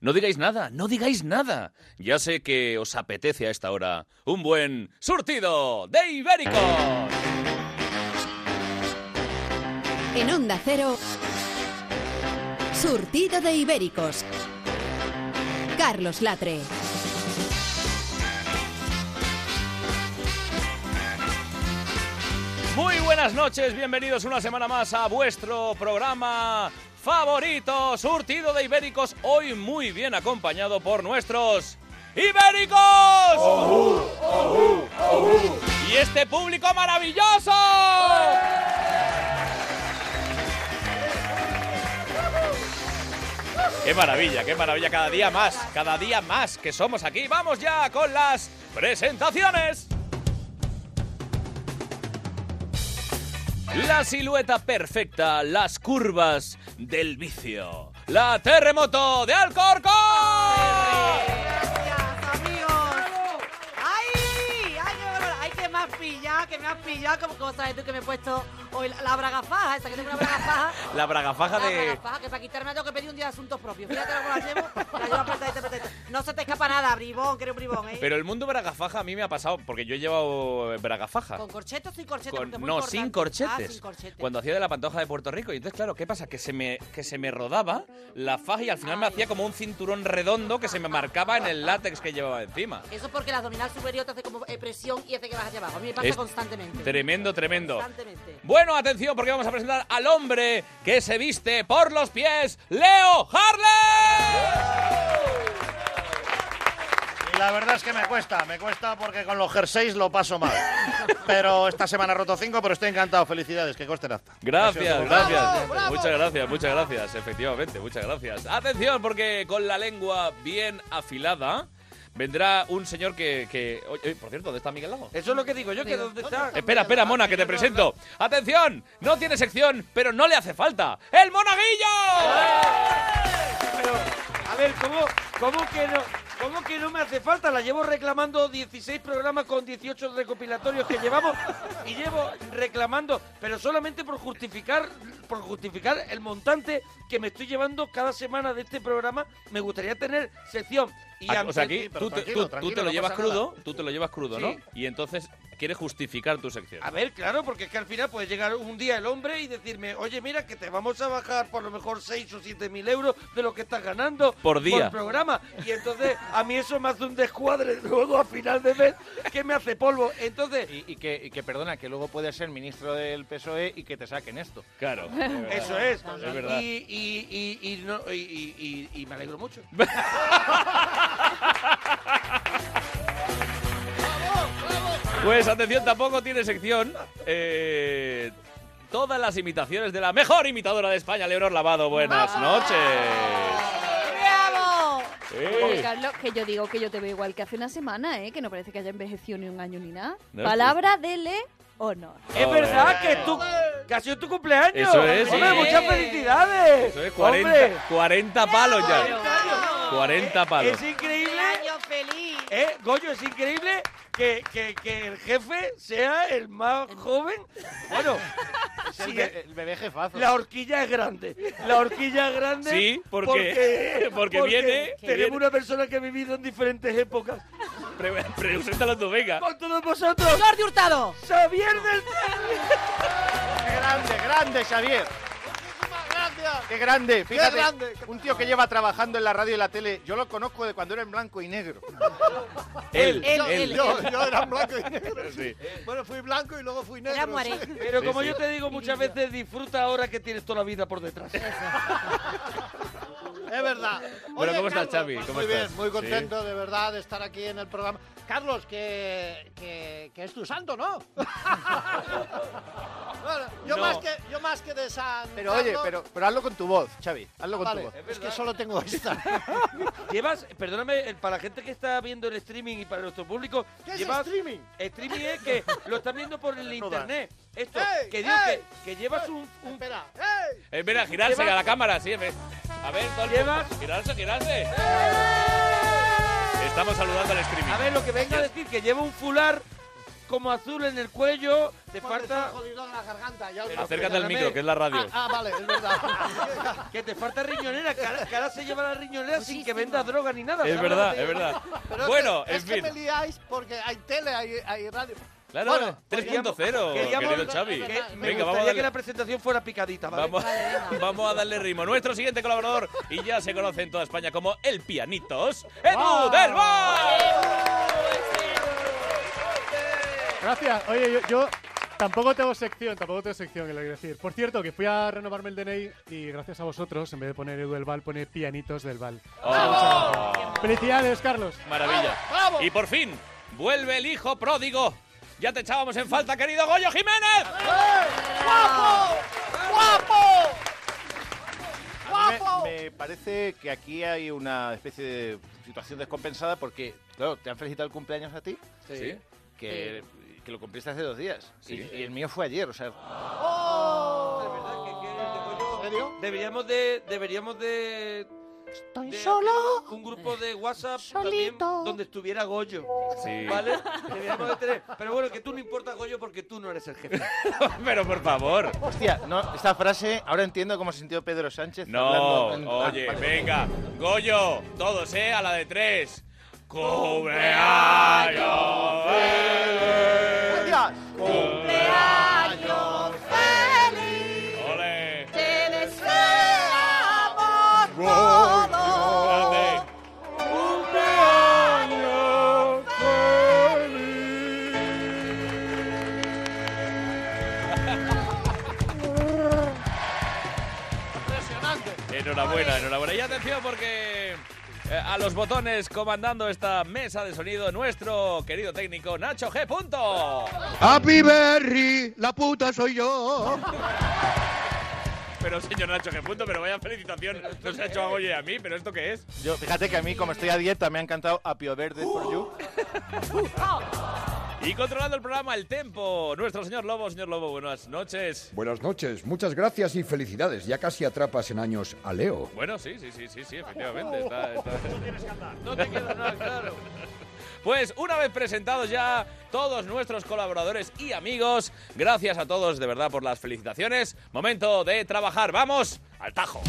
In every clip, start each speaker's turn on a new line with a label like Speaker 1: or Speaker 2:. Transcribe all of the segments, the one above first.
Speaker 1: No digáis nada, no digáis nada. Ya sé que os apetece a esta hora un buen surtido de ibéricos.
Speaker 2: En Onda Cero, surtido de ibéricos. Carlos Latre.
Speaker 1: Muy buenas noches, bienvenidos una semana más a vuestro programa favorito, surtido de ibéricos, hoy muy bien acompañado por nuestros ibéricos. Y este público maravilloso. Qué maravilla, qué maravilla, cada día más, cada día más que somos aquí. Vamos ya con las presentaciones. La silueta perfecta, las curvas del vicio. La terremoto de Alcorcón.
Speaker 3: Gracias, amigos. ¡Ay! ¡Ay, qué dolor! ¡Ay, que me has pillado! ¡Que me has pillado! ¿Cómo, cómo sabes tú que me he puesto hoy la, la braga faja? Esa que tengo una braga faja.
Speaker 1: La bragafaja
Speaker 3: La braga
Speaker 1: de...
Speaker 3: faja, que para quitarme la tengo que pedir un día de asuntos propios. Fíjate cómo la llevo. La llevo apretadita, apretadita. No se te escapa nada, bribón, que eres un bribón, ¿eh?
Speaker 1: Pero el mundo bragafaja a mí me ha pasado, porque yo he llevado eh, bragafaja.
Speaker 3: ¿Con corchetes o sin corchetes?
Speaker 1: Con-
Speaker 3: Porque es muy
Speaker 1: no,
Speaker 3: importante.
Speaker 1: sin corchetes.
Speaker 3: Ah, sin corchetes.
Speaker 1: Cuando hacía de la pantoja de Puerto Rico. Y entonces, claro, ¿qué pasa? Que se me, que se me rodaba la faja y al final me hacía como un cinturón redondo que se me marcaba en el látex que llevaba encima.
Speaker 3: Eso es porque la abdominal superior te hace como eh, presión y hace que vas hacia abajo. A mí me pasa
Speaker 1: Es
Speaker 3: constantemente.
Speaker 1: Tremendo, tremendo.
Speaker 3: Constantemente.
Speaker 1: Bueno, atención, porque vamos a presentar al hombre que se viste por los pies, Leo Harley.
Speaker 4: Y la verdad es que me cuesta, me cuesta porque con los jerseys lo paso mal. Pero esta semana he roto cinco, pero estoy encantado. Felicidades, que costen hasta.
Speaker 1: Gracias, gracias. Muchas gracias, muchas gracias, efectivamente, muchas gracias. Atención, porque con la lengua bien afilada vendrá un señor que... que- oye, por cierto, ¿dónde está Miguel Lago?
Speaker 5: Eso es lo que digo yo, que dónde está.
Speaker 1: Espera, espera, Mona, que te presento. Atención, no tiene sección, pero no le hace falta. ¡El monaguillo!
Speaker 5: Pero, a ver, ¿cómo, cómo que no? ¿Cómo que no me hace falta? La llevo reclamando 16 programas con 18 recopilatorios que llevamos y llevo reclamando, pero solamente por justificar por justificar el montante que me estoy llevando cada semana de este programa, me gustaría tener sección. Y
Speaker 1: Ah, O sea,
Speaker 5: ante-
Speaker 1: aquí
Speaker 4: pero
Speaker 1: tú, te-
Speaker 4: tranquilo,
Speaker 1: tú- tú te
Speaker 4: tranquilo,
Speaker 1: lo
Speaker 4: no
Speaker 1: llevas
Speaker 4: pasa nada.
Speaker 1: crudo, tú te lo llevas crudo,
Speaker 5: Sí.
Speaker 1: ¿no? Y entonces quieres justificar tu sección.
Speaker 5: A ver, claro, porque es que al final puede llegar un día el hombre y decirme, oye, mira, que te vamos a bajar por lo mejor 6 o 7 mil euros de lo que estás ganando
Speaker 1: Por día.
Speaker 5: programa. Y entonces a mí eso me hace un descuadre luego a final de mes que me hace polvo. Entonces,
Speaker 6: Y, y que, y que, perdona, que luego puedes ser ministro del PSOE E y que te saquen esto.
Speaker 1: Claro.
Speaker 5: eso es.
Speaker 1: Es verdad.
Speaker 5: Y, y- y- y no- y- y- y- y me alegro mucho.
Speaker 1: Pues atención, tampoco tiene sección. Eh, todas las imitaciones de la mejor imitadora de España, Leonor Lavado. Buenas noches.
Speaker 3: ¡Bravo!
Speaker 2: Oye,
Speaker 1: Eh,
Speaker 2: Carlos, que yo digo que yo te veo igual que hace una semana, ¿eh? Que no parece que haya envejecido ni un año ni nada.
Speaker 1: No,
Speaker 2: Palabra de Leonor.
Speaker 5: Es
Speaker 1: Hombre.
Speaker 5: verdad que tú, que ha sido tu cumpleaños.
Speaker 1: Eso es,
Speaker 5: Hombre,
Speaker 1: sí.
Speaker 5: muchas felicidades.
Speaker 1: eso es
Speaker 5: Hombre.
Speaker 1: 40, 40 palos ya.
Speaker 5: Comentario.
Speaker 1: 40
Speaker 5: Eh,
Speaker 1: palos.
Speaker 5: Es increíble,
Speaker 3: ¡Año feliz!
Speaker 5: eh, Goyo, es increíble que, que- que el jefe sea el más joven. Bueno,
Speaker 6: Es el,
Speaker 5: sí,
Speaker 6: be- el bebé jefazo.
Speaker 5: la horquilla es grande. La horquilla es grande.
Speaker 1: Sí, porque- porque viene-
Speaker 5: Tenemos
Speaker 1: viene.
Speaker 5: una persona que ha vivido en diferentes épocas.
Speaker 1: Pre- Preséntalo tú, venga.
Speaker 5: Con todos vosotros,
Speaker 3: ¡Jordi Hurtado!
Speaker 5: Xavier del Cerro.
Speaker 6: ¡Qué grande, grande, Xavier! ¡Qué grande! Fíjate, un tío que lleva trabajando en la radio y la tele, yo lo conozco de cuando era en blanco y negro.
Speaker 1: Él,
Speaker 3: él,
Speaker 1: él.
Speaker 3: él.
Speaker 7: Yo, yo era blanco y negro.
Speaker 1: Sí.
Speaker 7: Bueno, fui blanco y luego fui negro.
Speaker 3: Era Muaré.
Speaker 5: Pero
Speaker 1: Sí,
Speaker 5: como
Speaker 1: sí.
Speaker 5: yo te digo muchas veces, disfruta ahora que tienes toda la vida por detrás.
Speaker 7: Es verdad.
Speaker 1: Bueno, ¿cómo estás,
Speaker 7: Carlos,
Speaker 1: Xavi?
Speaker 7: pues
Speaker 1: ¿Cómo
Speaker 7: muy
Speaker 1: estás?
Speaker 7: bien, muy
Speaker 1: Sí.
Speaker 7: contento de verdad de estar aquí en el programa. Carlos, que, que, que es tu santo, ¿no? Bueno, yo,
Speaker 6: No.
Speaker 7: Más que, yo más que de San
Speaker 6: Pero oye,
Speaker 7: Carlos-
Speaker 6: pero, pero hazlo con tu voz, Xavi, hazlo con
Speaker 7: Vale,
Speaker 6: tu voz.
Speaker 7: es que solo tengo esta.
Speaker 5: Llevas, perdóname, eh, para la gente que está viendo el streaming y para nuestro público,
Speaker 7: ¿Qué es
Speaker 5: llevas
Speaker 7: streaming?
Speaker 5: Streaming es que lo están viendo por el internet. Esto,
Speaker 7: ¡Ey!
Speaker 5: que digo
Speaker 7: ¡Ey!
Speaker 5: que, que llevas un, un-
Speaker 7: Espera. ¡Ey!
Speaker 1: Eh, Ven a girarse
Speaker 5: Lleva-
Speaker 1: a la cámara, sí. ven. A ver, todo el
Speaker 5: Lleva-
Speaker 1: mundo. Girarse, girarse.
Speaker 5: ¡Eh!
Speaker 1: Estamos saludando al streaming.
Speaker 5: A ver, lo que venga a decir, que lleva un fular como azul en el cuello, te
Speaker 7: Porque
Speaker 5: falta...
Speaker 7: estoy jodido de la garganta. ya os
Speaker 1: Pero
Speaker 7: lo-
Speaker 1: acércate al
Speaker 5: perdóname. ah,
Speaker 1: micro, que es la radio.
Speaker 7: Ah, ah, vale, es verdad.
Speaker 5: Que te falta riñonera, que ahora, que ahora se lleva la riñonera sin que
Speaker 8: Muchísimo.
Speaker 5: vendas droga ni nada.
Speaker 1: Es
Speaker 5: ¿sabes?
Speaker 1: verdad, es verdad.
Speaker 7: Pero es
Speaker 1: Bueno,
Speaker 7: que-
Speaker 1: en
Speaker 7: es que
Speaker 1: fin.
Speaker 7: me liáis porque hay tele, hay, hay radio.
Speaker 1: Claro,
Speaker 7: Bueno,
Speaker 1: 3.0,
Speaker 5: queríamos-
Speaker 1: querido Xavi.
Speaker 7: que-
Speaker 5: Que me
Speaker 1: Venga,
Speaker 5: gustaría
Speaker 1: vamos a darle...
Speaker 5: que la presentación fuera picadita, ¿vale?
Speaker 1: Vamos, vamos a darle ritmo. Nuestro siguiente colaborador, y ya se conoce en toda España como el Pianitos, Edu del Val.
Speaker 9: Gracias. Oye, yo, yo tampoco tengo sección, tampoco tengo sección, que lo quiero decir. Por cierto, que fui a renovarme el DNI y gracias a vosotros, en vez de poner Edu del Val, pone Pianitos del Val.
Speaker 10: Oh.
Speaker 9: Felicidades, Carlos.
Speaker 1: Maravilla. Y por fin, vuelve el hijo pródigo. Ya te echábamos en falta, querido Goyo Jiménez.
Speaker 6: A mí Me, me parece que aquí hay una especie de situación descompensada porque, claro, te han felicitado el cumpleaños a ti,
Speaker 1: Sí.
Speaker 6: que, que lo cumpliste hace dos días.
Speaker 1: Sí.
Speaker 6: Y, y el mío fue ayer, o sea,
Speaker 5: ¿En
Speaker 7: serio?
Speaker 5: Deberíamos de. Deberíamos de.
Speaker 7: Estoy
Speaker 5: de
Speaker 7: solo.
Speaker 5: hacer Un grupo de WhatsApp
Speaker 7: Solito.
Speaker 5: también donde estuviera Goyo.
Speaker 1: Sí.
Speaker 5: ¿Vale? Deberíamos de tener. Pero bueno, que tú no importa Goyo porque tú no eres el jefe.
Speaker 1: Pero por favor.
Speaker 6: hostia, no, esta frase, ahora entiendo cómo se sintió Pedro Sánchez.
Speaker 1: No,
Speaker 6: hablando en-
Speaker 1: oye,
Speaker 6: Ah, vale.
Speaker 1: venga. Goyo, todos, ¿eh? A la de tres. ¡Cumpleaños! feliz!
Speaker 6: Gracias.
Speaker 11: ¡Cumpleaños feliz!
Speaker 1: ¡Ole!
Speaker 11: ¡Te deseamos
Speaker 1: Grande.
Speaker 11: todo!
Speaker 1: Enhorabuena, enhorabuena. Y atención porque eh, a los botones comandando esta mesa de sonido nuestro querido técnico Nacho G. Punto.
Speaker 12: Happy Berry, la puta soy yo.
Speaker 1: Pero señor Nacho G. Punto, pero vaya felicitación. Nos ha hecho a Goyo y a mí, pero ¿esto qué es?
Speaker 6: Yo, fíjate que a mí, como estoy a dieta, me ha encantado Apio Verde for You.
Speaker 1: Y controlando el programa El Tempo, nuestro señor Lobo. Señor Lobo, buenas noches.
Speaker 12: Buenas noches, muchas gracias y felicidades. Ya casi atrapas en años a Leo.
Speaker 1: Bueno, sí, sí, sí, sí, sí, efectivamente. Está, está-
Speaker 5: No te queda nada claro.
Speaker 1: Pues una vez presentados ya todos nuestros colaboradores y amigos, gracias a todos de verdad por las felicitaciones. Momento de trabajar, vamos al tajo.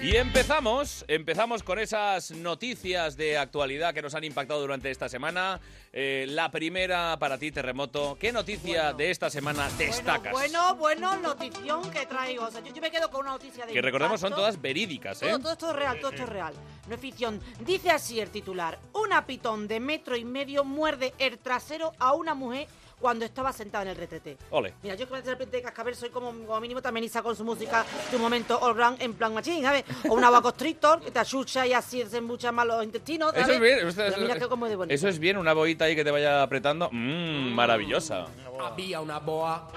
Speaker 1: Y empezamos, empezamos con esas noticias de actualidad que nos han impactado durante esta semana. Eh, la primera para ti, Terremoto. ¿Qué noticia de esta semana destacas?
Speaker 11: Bueno, bueno, notición que traigo. O sea, yo, yo me quedo con una noticia de
Speaker 1: Que recordemos son
Speaker 11: impacto.
Speaker 1: todas verídicas, ¿eh?
Speaker 11: Todo, todo esto es real, todo esto es real. No es ficción. Dice así el titular. Una pitón de metro y medio muerde el trasero a una mujer cuando estaba sentada en el retrete.
Speaker 1: Ole.
Speaker 11: Mira, yo que voy a hacer repente de cascabel soy como, como mínimo también Isa con su música de un momento all round en plan machín, ¿sabes? O una agua constrictor que te achucha y así se embuchan más los intestinos, ¿sabes?
Speaker 1: Eso es bien. Eso,
Speaker 11: Pero mira que como de bonito.
Speaker 1: eso es bien, una boita ahí que te vaya apretando. Mmm, maravillosa.
Speaker 13: Había una boa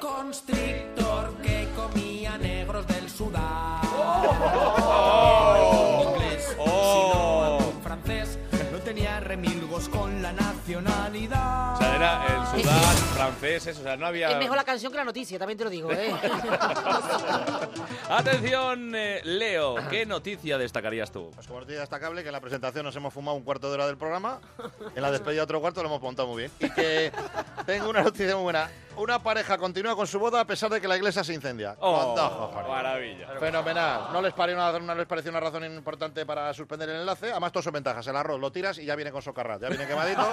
Speaker 13: constrictor que comía negros del Sudán. Era un inglés,
Speaker 1: Oh.
Speaker 13: sino un francés, no tenía remilgos con la nacionalidad.
Speaker 1: O sea, era el sudán, franceses, o sea, no había.
Speaker 11: Es mejor la canción que la noticia, también te lo digo, ¿eh?
Speaker 1: Atención, eh, Leo, ¿qué noticia destacarías tú?
Speaker 4: Pues como os digo, destacable que en la presentación nos hemos fumado un cuarto de hora del programa, en la despedida otro cuarto lo hemos montado muy bien. Y que tengo una noticia muy buena. Una pareja continúa con su boda a pesar de que la iglesia se incendia.
Speaker 1: Oh,
Speaker 4: Cuantajo, joder.
Speaker 1: maravilla.
Speaker 4: Fenomenal. No les, pareció una, no les pareció una razón importante para suspender el enlace. Además, todas sus ventajas. El arroz lo tiras y ya viene con socarrat. Ya viene quemadito.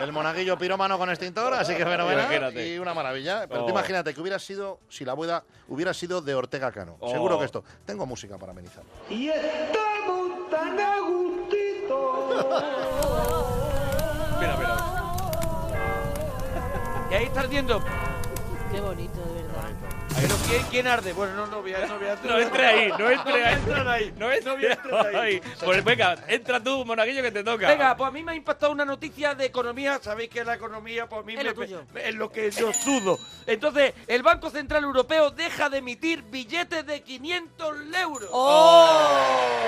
Speaker 4: el monaguillo pirómano con extintor. Así que fenomenal.
Speaker 1: Imagínate.
Speaker 4: Y una maravilla. Pero
Speaker 1: Oh.
Speaker 4: tú imagínate que hubiera sido, si la boda hubiera sido de Ortega Cano.
Speaker 1: Oh.
Speaker 4: Seguro que esto. Tengo música para amenizar.
Speaker 13: Y estamos tan a
Speaker 1: Mira, mira.
Speaker 5: Y ahí está ardiendo.
Speaker 11: Qué bonito, de verdad.
Speaker 5: Pero ¿quién, quién arde? Bueno, no, no voy a, no voy a
Speaker 1: No entre ahí, no entre ahí.
Speaker 5: entrar ahí.
Speaker 1: No entre
Speaker 5: entrar
Speaker 1: ahí. Pues venga, entra tú, monaguillo, que te toca.
Speaker 5: Venga, pues a mí me ha impactado una noticia de economía. Sabéis que la economía, pues a mí
Speaker 11: Es
Speaker 5: me-
Speaker 11: lo tuyo.
Speaker 5: me- es lo que yo sudo. Entonces, el Banco Central Europeo deja de emitir billetes de 500 euros.
Speaker 11: ¡Oh!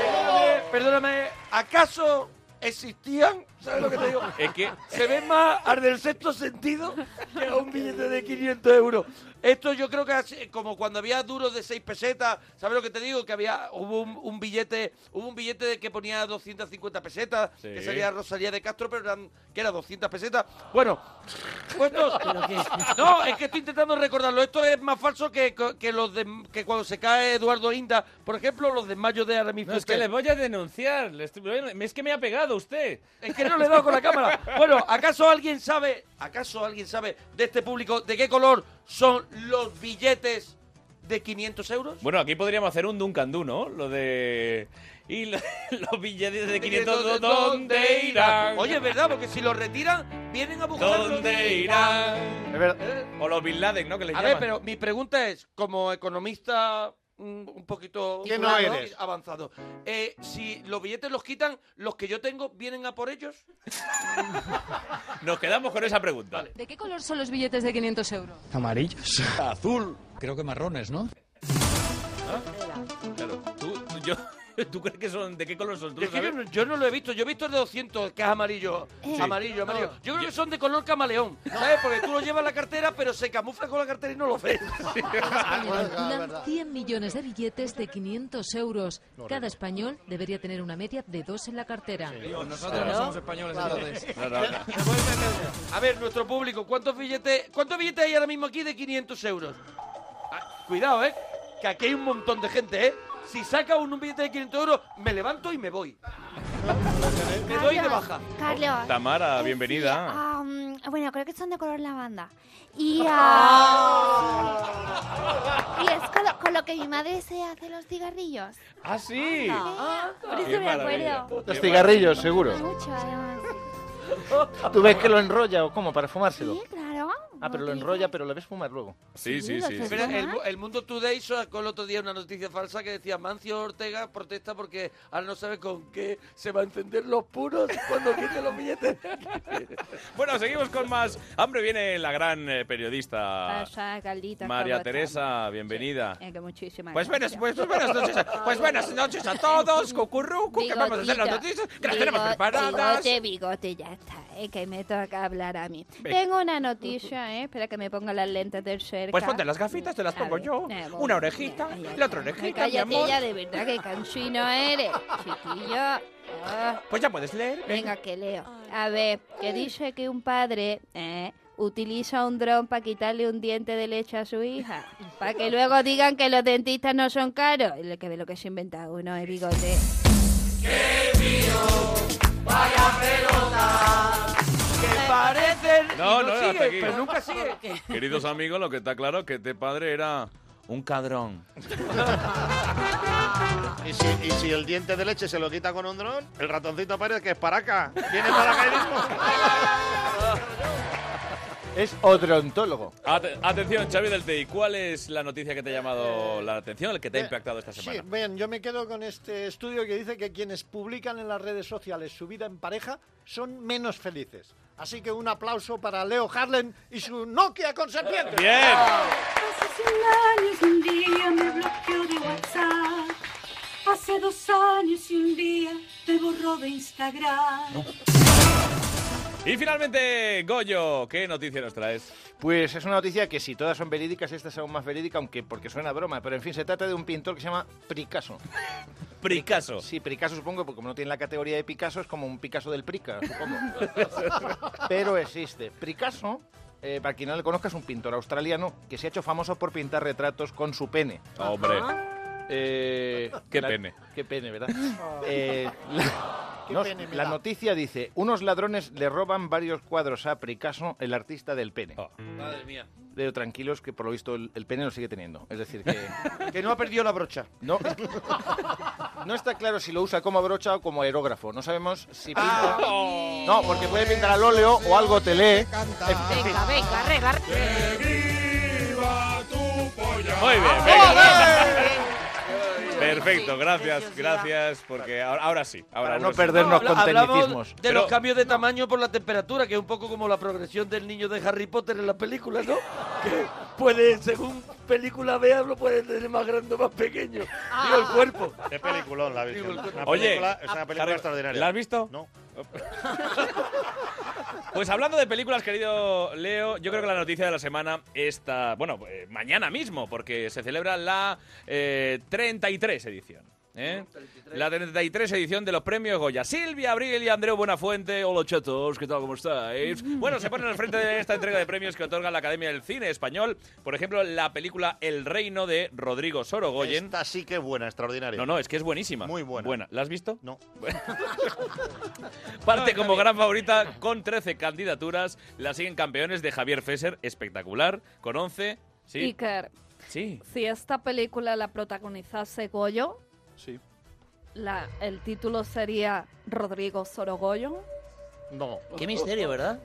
Speaker 5: Perdóname, perdóname, ¿acaso existían, ¿sabes lo que te digo?
Speaker 1: Es que-
Speaker 5: se ve más al del sexto sentido que a un billete de 500 euros. Esto yo creo que es como cuando había duros de 6 pesetas, ¿sabes lo que te digo? Que había hubo un, un billete, hubo un billete de que ponía 250 pesetas,
Speaker 1: Sí.
Speaker 5: que sería Rosalía de Castro, pero eran- que era 200 pesetas. Bueno, pues no, no, es que estoy intentando recordarlo. Esto es más falso que, que los de, que cuando se cae Eduardo Inda, por ejemplo, los desmayos de Aramis
Speaker 1: No, es que
Speaker 5: Fuster.
Speaker 1: le voy a denunciar. le estoy- Es que me ha pegado usted.
Speaker 5: Es que no le he dado con la cámara. Bueno, ¿acaso alguien sabe, acaso alguien sabe de este público de qué color son los billetes de 500 euros?
Speaker 1: Bueno, aquí podríamos hacer un Dunkandú, ¿no? Lo de... Y lo- los billetes de 500, ¿dó- ¿dónde irán?
Speaker 5: Oye, es verdad, porque si los retiran, vienen a buscarlos.
Speaker 1: ¿Dónde irán? O los Bin Laden, ¿no? Que les
Speaker 5: A
Speaker 1: llaman.
Speaker 5: ver, pero mi pregunta es, como economista mm, un poquito
Speaker 6: ¿Qué no
Speaker 5: titulado,
Speaker 6: eres?
Speaker 5: avanzado, eh, si los billetes los quitan, ¿los que yo tengo vienen a por ellos?
Speaker 1: Nos quedamos con esa pregunta.
Speaker 14: ¿De qué color son los billetes de 500 euros?
Speaker 15: Amarillos. Azul. Creo que marrones, ¿no?
Speaker 1: Claro. ¿Tú, tú- yo, ¿Tú crees que son... ¿De qué color son? ¿Tú
Speaker 5: Es
Speaker 1: lo
Speaker 5: que yo,
Speaker 1: sabes?
Speaker 5: no- yo no lo he visto, yo he visto el de 200, que es amarillo,
Speaker 1: Sí.
Speaker 5: amarillo, amarillo. Yo creo que son de color camaleón, ¿sabes? Porque tú lo llevas en la cartera, pero se camufla con la cartera y no lo ves.
Speaker 14: Circulan 100 millones de billetes de 500 euros. Cada español debería tener una media de dos en la cartera.
Speaker 15: Nosotros no somos españoles, entonces.
Speaker 5: A ver, nuestro público, ¿cuántos billetes, ¿cuántos billetes hay ahora mismo aquí de 500 euros? Ah, cuidado, ¿eh? Que aquí hay un montón de gente, ¿eh? Si saca un, un billete de 500 euros, me levanto y me voy. me doy y me baja.
Speaker 16: Carlos.
Speaker 1: Tamara, bienvenida.
Speaker 16: Ah, mm, bueno, creo que son de color lavanda. Y, ah, sí. y es con lo, con lo que mi madre se hace los cigarrillos.
Speaker 1: ¡Ah, sí!
Speaker 16: Ah, por eso
Speaker 1: Qué
Speaker 16: me acuerdo.
Speaker 1: maravilla.
Speaker 6: Los cigarrillos,
Speaker 16: Me
Speaker 6: seguro.
Speaker 16: gusta Mucho, además.
Speaker 6: Ah, ¿Tú ves que lo enrolla o cómo? ¿Para fumárselo?
Speaker 16: Sí, claro.
Speaker 6: Ah, pero lo enrolla, pero lo ves fumar luego.
Speaker 1: Sí, sí, sí.
Speaker 5: Pero el, mu- el Mundo Today sacó el otro día una noticia falsa que decía Mancio Ortega protesta porque ahora no sabe con qué se va a encender los puros cuando quite los billetes.
Speaker 1: Bueno, seguimos con más. Hambre viene la gran eh, periodista
Speaker 2: Pasa, Carlita.
Speaker 1: María
Speaker 2: ¿cómo estás?
Speaker 1: Teresa, bienvenida.
Speaker 2: Eh, que muchísimas
Speaker 1: Pues buenas,
Speaker 2: gracias.
Speaker 1: pues, buenas noches, a- pues buenas noches a todos, cucurrucu, que vamos a hacer las
Speaker 2: Bigotito.
Speaker 1: noticias, que las tenemos
Speaker 2: Bigo-
Speaker 1: preparadas.
Speaker 2: Bigote, bigote, ya está, eh, que me toca hablar a mí.
Speaker 1: Venga.
Speaker 2: Tengo una noticia, eh, espera que me ponga las lentes del cerca.
Speaker 1: Pues ponte las gafitas, te las
Speaker 2: A
Speaker 1: pongo
Speaker 2: ver,
Speaker 1: yo,
Speaker 2: eh, voy.
Speaker 1: una orejita, la otra
Speaker 2: Ay,
Speaker 1: orejita, mi
Speaker 2: cállate
Speaker 1: amor.
Speaker 2: ya, de verdad, que cansino eres, chiquillo. Ah.
Speaker 1: Pues ya puedes leer,
Speaker 2: Venga, que leo. A ver, que dice que un padre eh, utiliza un dron para quitarle un diente de leche a su hija. Para que luego digan que los dentistas no son caros. Y lo que ve lo que se inventa uno es bigote.
Speaker 5: Que parecen
Speaker 1: No,
Speaker 5: y no,
Speaker 1: no, hasta
Speaker 5: siguen,
Speaker 1: aquí.
Speaker 5: pero nunca sigue.
Speaker 1: Queridos amigos, lo que está claro es que este padre era un cadrón.
Speaker 4: Y si, y si el diente de leche se lo quita con un dron, el ratoncito Pérez, que es paraca, viene para acá
Speaker 6: Es odontólogo.
Speaker 1: Ate- atención, Xavi del TI, ¿cuál es la noticia que te ha llamado la atención, el que te ha impactado esta
Speaker 7: Sí,
Speaker 1: semana?
Speaker 7: bien, yo me quedo con este estudio que dice que quienes publican en las redes sociales su vida en pareja son menos felices. Así que un aplauso para Leo Harlan y su Nokia con serpiente.
Speaker 1: Bien.
Speaker 17: Hace 100 años un día me bloqueó de WhatsApp. Hace dos años y un día me borró de Instagram.
Speaker 1: Y finalmente, Goyo, ¿qué noticia nos traes?
Speaker 6: Pues es una noticia que si todas son verídicas, esta es aún más verídica, aunque porque suena a broma. Pero en fin, se trata de un pintor que se llama Picasso.
Speaker 1: Pricaso.
Speaker 6: Sí, Picasso supongo, porque como no tiene la categoría de Picasso, es como un Picasso del Prica, supongo. Pero existe. Picasso, eh, para quien no le conozca, es un pintor australiano que se ha hecho famoso por pintar retratos con su pene.
Speaker 1: Hombre.
Speaker 6: Eh,
Speaker 1: Qué
Speaker 6: la-
Speaker 1: pene.
Speaker 6: Qué pene, ¿verdad?
Speaker 5: Ah.
Speaker 6: Eh, la,
Speaker 7: Qué
Speaker 6: no,
Speaker 7: pene me
Speaker 6: la
Speaker 7: da.
Speaker 6: noticia dice, unos ladrones le roban varios cuadros a Picasso, el artista del pene.
Speaker 1: Ah.
Speaker 5: Madre mía.
Speaker 6: Pero tranquilos que por lo visto el, el pene lo sigue teniendo. Es decir, que
Speaker 5: Que no ha perdido la brocha.
Speaker 6: no, no está claro si lo usa como brocha o como aerógrafo. No sabemos si
Speaker 5: Ah.
Speaker 6: pinta... No, porque puede pintar al óleo o algo te lee. En fin.
Speaker 2: Venga, venga, arregla.
Speaker 1: Muy bien, venga. Perfecto, gracias, gracias, porque ahora, ahora sí. Ahora,
Speaker 6: Para no
Speaker 1: ahora sí.
Speaker 6: perdernos con
Speaker 5: Hablamos
Speaker 6: tecnicismos.
Speaker 5: de
Speaker 1: Pero-
Speaker 5: los cambios de tamaño por la temperatura, que es un poco como la progresión del niño de Harry Potter en las películas, ¿no? Que puede, según película veas, lo puede tener más grande o más pequeño. Digo, el cuerpo.
Speaker 4: Qué peliculón, la Virgen.
Speaker 5: Digo, el cuerpo.
Speaker 4: Una
Speaker 1: Oye,
Speaker 4: película- es una película
Speaker 1: Harry,
Speaker 4: extraordinaria.
Speaker 1: ¿La has visto?
Speaker 4: No.
Speaker 1: Pues hablando de películas, querido Leo, yo creo que la noticia de la semana está, bueno, eh, mañana mismo, porque se celebra la eh, 33 edición. ¿eh? La 33 edición de los premios Goya. Silvia Abril y Andreu Buenafuente. Hola, chatos, ¿qué tal? ¿Cómo estáis? Bueno, se ponen al frente de esta entrega de premios que otorga la Academia del Cine Español. Por ejemplo, la película El Reino de Rodrigo Sorogoyen.
Speaker 4: Esta sí que es buena, extraordinaria.
Speaker 1: No, no, es que es buenísima.
Speaker 4: Muy buena.
Speaker 1: ¿La has visto?
Speaker 4: No.
Speaker 1: Parte como gran favorita con 13 candidaturas. La siguen campeones de Javier Fesser, espectacular, con 11. Sí.
Speaker 18: Iker,
Speaker 1: Sí.
Speaker 18: si esta película la protagonizase Goyo,
Speaker 1: Sí.
Speaker 18: la, el título sería Rodrigo Sorogoyo.
Speaker 4: No.
Speaker 13: Qué misterio, ¿verdad?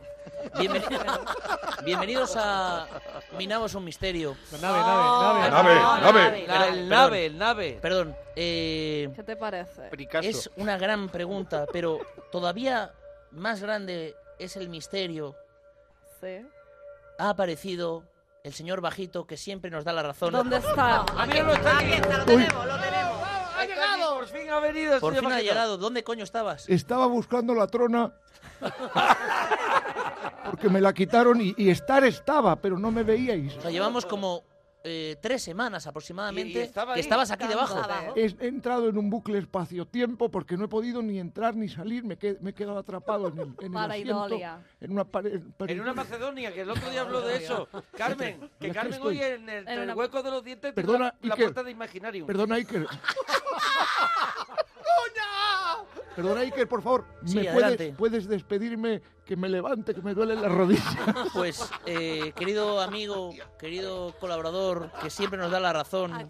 Speaker 13: Bienveni- Bienvenidos a Mi nave es un misterio.
Speaker 19: nave,
Speaker 18: Oh.
Speaker 19: nave,
Speaker 13: nave.
Speaker 19: Nave, nave.
Speaker 13: Perdón,
Speaker 19: El nave, el
Speaker 13: perdón. Perdón. eh,
Speaker 18: ¿Qué te parece?
Speaker 13: es una gran pregunta, pero todavía más grande es el misterio.
Speaker 18: Sí.
Speaker 13: Ha aparecido el señor bajito que siempre nos da la razón.
Speaker 18: ¿Dónde está?
Speaker 13: Míralo, está ahí.
Speaker 3: lo tenemos.
Speaker 5: ¡Ha llegado! Por fin ha venido.
Speaker 13: Por
Speaker 5: señor
Speaker 13: fin ha
Speaker 5: Bajito.
Speaker 13: llegado. ¿Dónde coño estabas?
Speaker 20: Estaba buscando la trona. Porque me la quitaron y, y estar estaba, pero no me veíais.
Speaker 13: O sea, llevamos como eh, tres semanas aproximadamente
Speaker 5: estaba ahí,
Speaker 13: que
Speaker 5: ¿eh?
Speaker 13: estabas aquí debajo. Eh,
Speaker 20: He he entrado en un bucle espacio-tiempo porque no he podido ni entrar ni salir. Me, qued- me he quedado atrapado en el, en el asiento,
Speaker 5: Pareidolia.
Speaker 20: en una pared.
Speaker 5: En una Macedonia, que el otro día habló de eso. Carmen, que
Speaker 20: Yo
Speaker 5: Carmen
Speaker 20: estoy-
Speaker 5: hoy en el,
Speaker 20: En
Speaker 5: el
Speaker 20: una-
Speaker 5: hueco de los dientes tiene
Speaker 20: Perdona,
Speaker 5: la, la
Speaker 20: Iker.
Speaker 5: puerta de Imaginarium.
Speaker 20: Perdona, Iker. Perdona, Iker, por favor.
Speaker 13: Sí,
Speaker 20: ¿Me
Speaker 13: adelante.
Speaker 20: puedes, puedes despedirme? Que me levante, que me duelen las rodillas.
Speaker 13: Pues, eh, querido amigo, querido colaborador, que siempre nos da la razón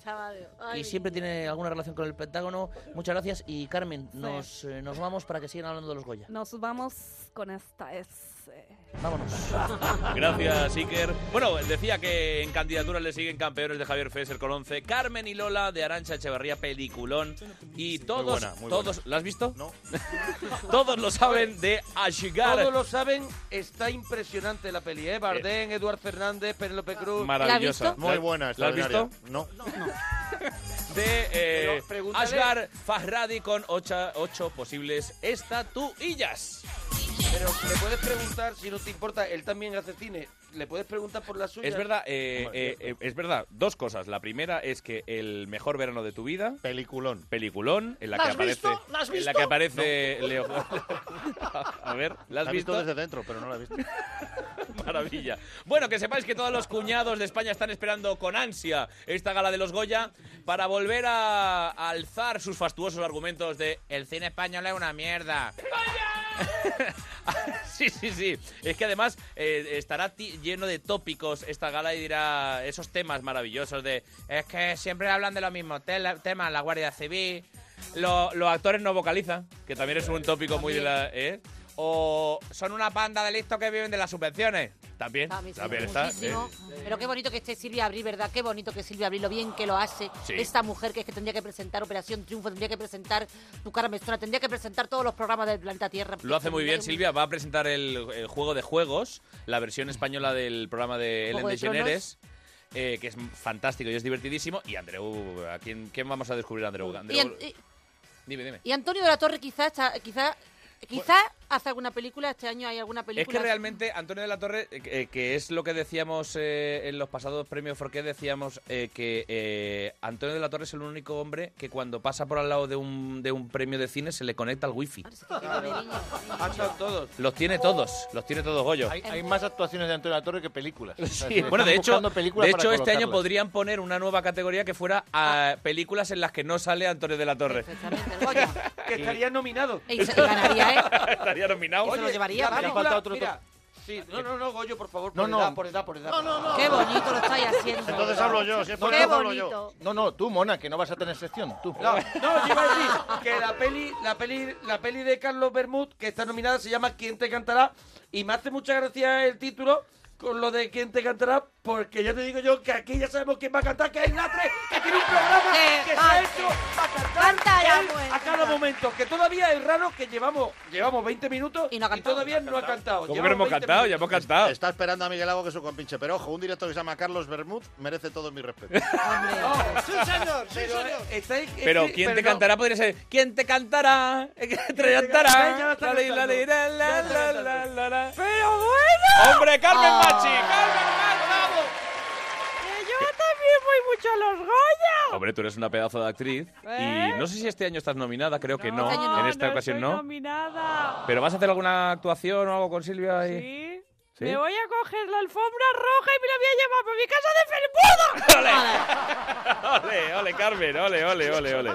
Speaker 13: y siempre tiene alguna relación con el Pentágono, muchas gracias. Y Carmen, nos, eh, nos vamos para que sigan hablando de los Goya.
Speaker 18: Nos vamos con esta. Es, eh,
Speaker 13: Vámonos.
Speaker 1: Gracias, Iker. Bueno, decía que en candidaturas le siguen campeones de Javier Fesser con 11, Carmen y Lola de Arancha Echeverría, peliculón. Y todos,
Speaker 5: buena, muy buena.
Speaker 1: todos, ¿la has visto? No. todos lo saben de Ashigar.
Speaker 5: Todos lo saben, está impresionante la peli, ¿eh? Bardem, Eduard Fernández, Penélope Cruz.
Speaker 1: Ah. Maravillosa.
Speaker 4: Muy buena,
Speaker 1: ¿La has
Speaker 4: extraordinaria.
Speaker 1: visto?
Speaker 4: No.
Speaker 1: De eh,
Speaker 5: Pero pregúntale-
Speaker 1: Asghar Fahradi con 8 posibles estatuillas.
Speaker 5: Pero le puedes preguntar, si no te importa, él también hace cine. Le puedes preguntar por la suya.
Speaker 1: Es verdad, eh, eh, eh, es verdad. Dos cosas. La primera es que el mejor verano de tu vida.
Speaker 4: Peliculón.
Speaker 1: Peliculón, en la
Speaker 4: ¿La
Speaker 1: que
Speaker 4: has
Speaker 1: aparece.
Speaker 4: visto? ¿La has
Speaker 1: En la
Speaker 4: visto?
Speaker 1: que aparece Leo. A ver, ¿la has
Speaker 4: La he
Speaker 1: visto?
Speaker 4: visto desde dentro, pero no la he visto.
Speaker 1: Maravilla. Bueno, que sepáis que todos los cuñados de España están esperando con ansia esta gala de los Goya para volver a alzar sus fastuosos argumentos de el cine español es una mierda. sí, sí, sí. Es que además eh, estará ti- lleno de tópicos esta gala y dirá esos temas maravillosos de es que siempre hablan de los mismos tel- temas, la Guardia Civil, lo- los actores no vocalizan, que también es un tópico muy de la... ¿eh? O son una banda de listos que viven de las subvenciones. También,
Speaker 11: También, sí,
Speaker 1: también está.
Speaker 11: muchísimo.
Speaker 1: ¿eh?
Speaker 11: Pero qué bonito que esté Silvia Abril, ¿verdad? Qué bonito que Silvia Abril, lo bien que lo hace.
Speaker 1: Sí.
Speaker 11: Esta mujer que es que tendría que presentar Operación Triunfo, tendría que presentar Tu cara me suena, tendría que presentar todos los programas del planeta Tierra.
Speaker 1: Lo hace muy bien Silvia, va a presentar el, el juego de juegos, la versión española del programa de Ellen
Speaker 11: Juego de
Speaker 1: DeGeneres, eh, que es fantástico y es divertidísimo. Y Andreu, ¿a quién, quién vamos a descubrir, Andreu?
Speaker 11: Y,
Speaker 1: Andreu
Speaker 11: An- y-
Speaker 1: dime, dime.
Speaker 11: y Antonio de la Torre quizás quizá, quizá hace alguna película, este año hay alguna película.
Speaker 1: Es que realmente Antonio de la Torre, eh, que- eh, que es lo que decíamos eh, en los pasados premios Forqué, decíamos eh, que eh, Antonio de la Torre es el único hombre que cuando pasa por al lado de un, de un premio de cine se le conecta al wifi.
Speaker 5: Ha estado todos.
Speaker 1: Los tiene todos, los tiene todos Goyo.
Speaker 6: Hay, hay más actuaciones de Antonio de la Torre que películas. O sea,
Speaker 1: Sí,
Speaker 6: se
Speaker 1: bueno,
Speaker 6: están
Speaker 1: de hecho,
Speaker 6: buscando películas
Speaker 1: de
Speaker 6: para
Speaker 1: hecho este año
Speaker 6: colocarlas.
Speaker 1: podrían poner una nueva categoría que fuera a películas en las que no sale Antonio de la Torre.
Speaker 5: Que estaría nominado.
Speaker 11: Y se- y ganaría, ¿eh?
Speaker 1: Estaría nominado.
Speaker 5: Oye, la
Speaker 1: vamos.
Speaker 5: película-
Speaker 1: Le falta otro
Speaker 5: mira, sí, no, no, no, Goyo, por favor, por
Speaker 6: No, no.
Speaker 5: edad, por edad, por edad.
Speaker 11: Qué bonito lo estáis haciendo.
Speaker 5: Entonces hablo yo, si es por Qué eso hablo yo. bonito.
Speaker 6: No, no, tú, Mona, que no vas a tener sección, tú.
Speaker 5: No, no, yo iba a decir que la peli, la peli, la peli de Carlos Bermud, que está nominada, se llama ¿Quién te cantará? Y me hace mucha gracia el título con lo de ¿Quién te cantará? porque ya te digo yo que aquí ya sabemos quién va a cantar, que es Latre, que tiene un programa
Speaker 3: Que
Speaker 5: que se
Speaker 3: va-
Speaker 5: ha hecho a cantar
Speaker 3: Canta ya,
Speaker 5: él
Speaker 3: pues,
Speaker 5: a cada momento. Que todavía es raro que llevamos, llevamos 20 minutos y, todavía no ha cantado.
Speaker 1: ¿Cómo que no
Speaker 5: Llevamos
Speaker 1: hemos
Speaker 5: 20
Speaker 1: cantado? Ya hemos cantado.
Speaker 4: Está esperando a Miguel Lago que es su compinche. Pero ojo, un director que se llama Carlos Bermud merece todo mi respeto.
Speaker 5: minutos.
Speaker 7: Sí, señor, sí,
Speaker 5: Pero,
Speaker 7: señor.
Speaker 5: eh, estáis-
Speaker 1: Pero
Speaker 5: es que-
Speaker 1: ¿quién te
Speaker 5: pero no.
Speaker 1: cantará? Podría ser ¿Quién te cantará?
Speaker 5: cantará? Ya la
Speaker 1: ¿Quién
Speaker 5: está
Speaker 1: te
Speaker 5: cantando. Ya la está
Speaker 1: cantará?
Speaker 5: ¡Pero bueno!
Speaker 1: ¡Hombre, Carmen
Speaker 5: Ah.
Speaker 1: Machi! ¡Carmen Machi!
Speaker 3: Que yo también voy mucho a los Goya.
Speaker 1: Hombre, tú eres una pedazo de actriz
Speaker 3: ¿Eh?
Speaker 1: y no sé si este año estás nominada, creo que no.
Speaker 3: Este año
Speaker 1: en esta ocasión
Speaker 3: estoy
Speaker 1: no.
Speaker 3: nominada.
Speaker 1: Pero vas a hacer alguna actuación o algo con Silvia ahí.
Speaker 3: ¿Sí?
Speaker 1: ¿Sí?
Speaker 3: Me voy a coger la alfombra roja y me la voy a llevar para mi casa de Felburgo.
Speaker 1: Ole, ole, Carmen, ole, ole, ole, ole.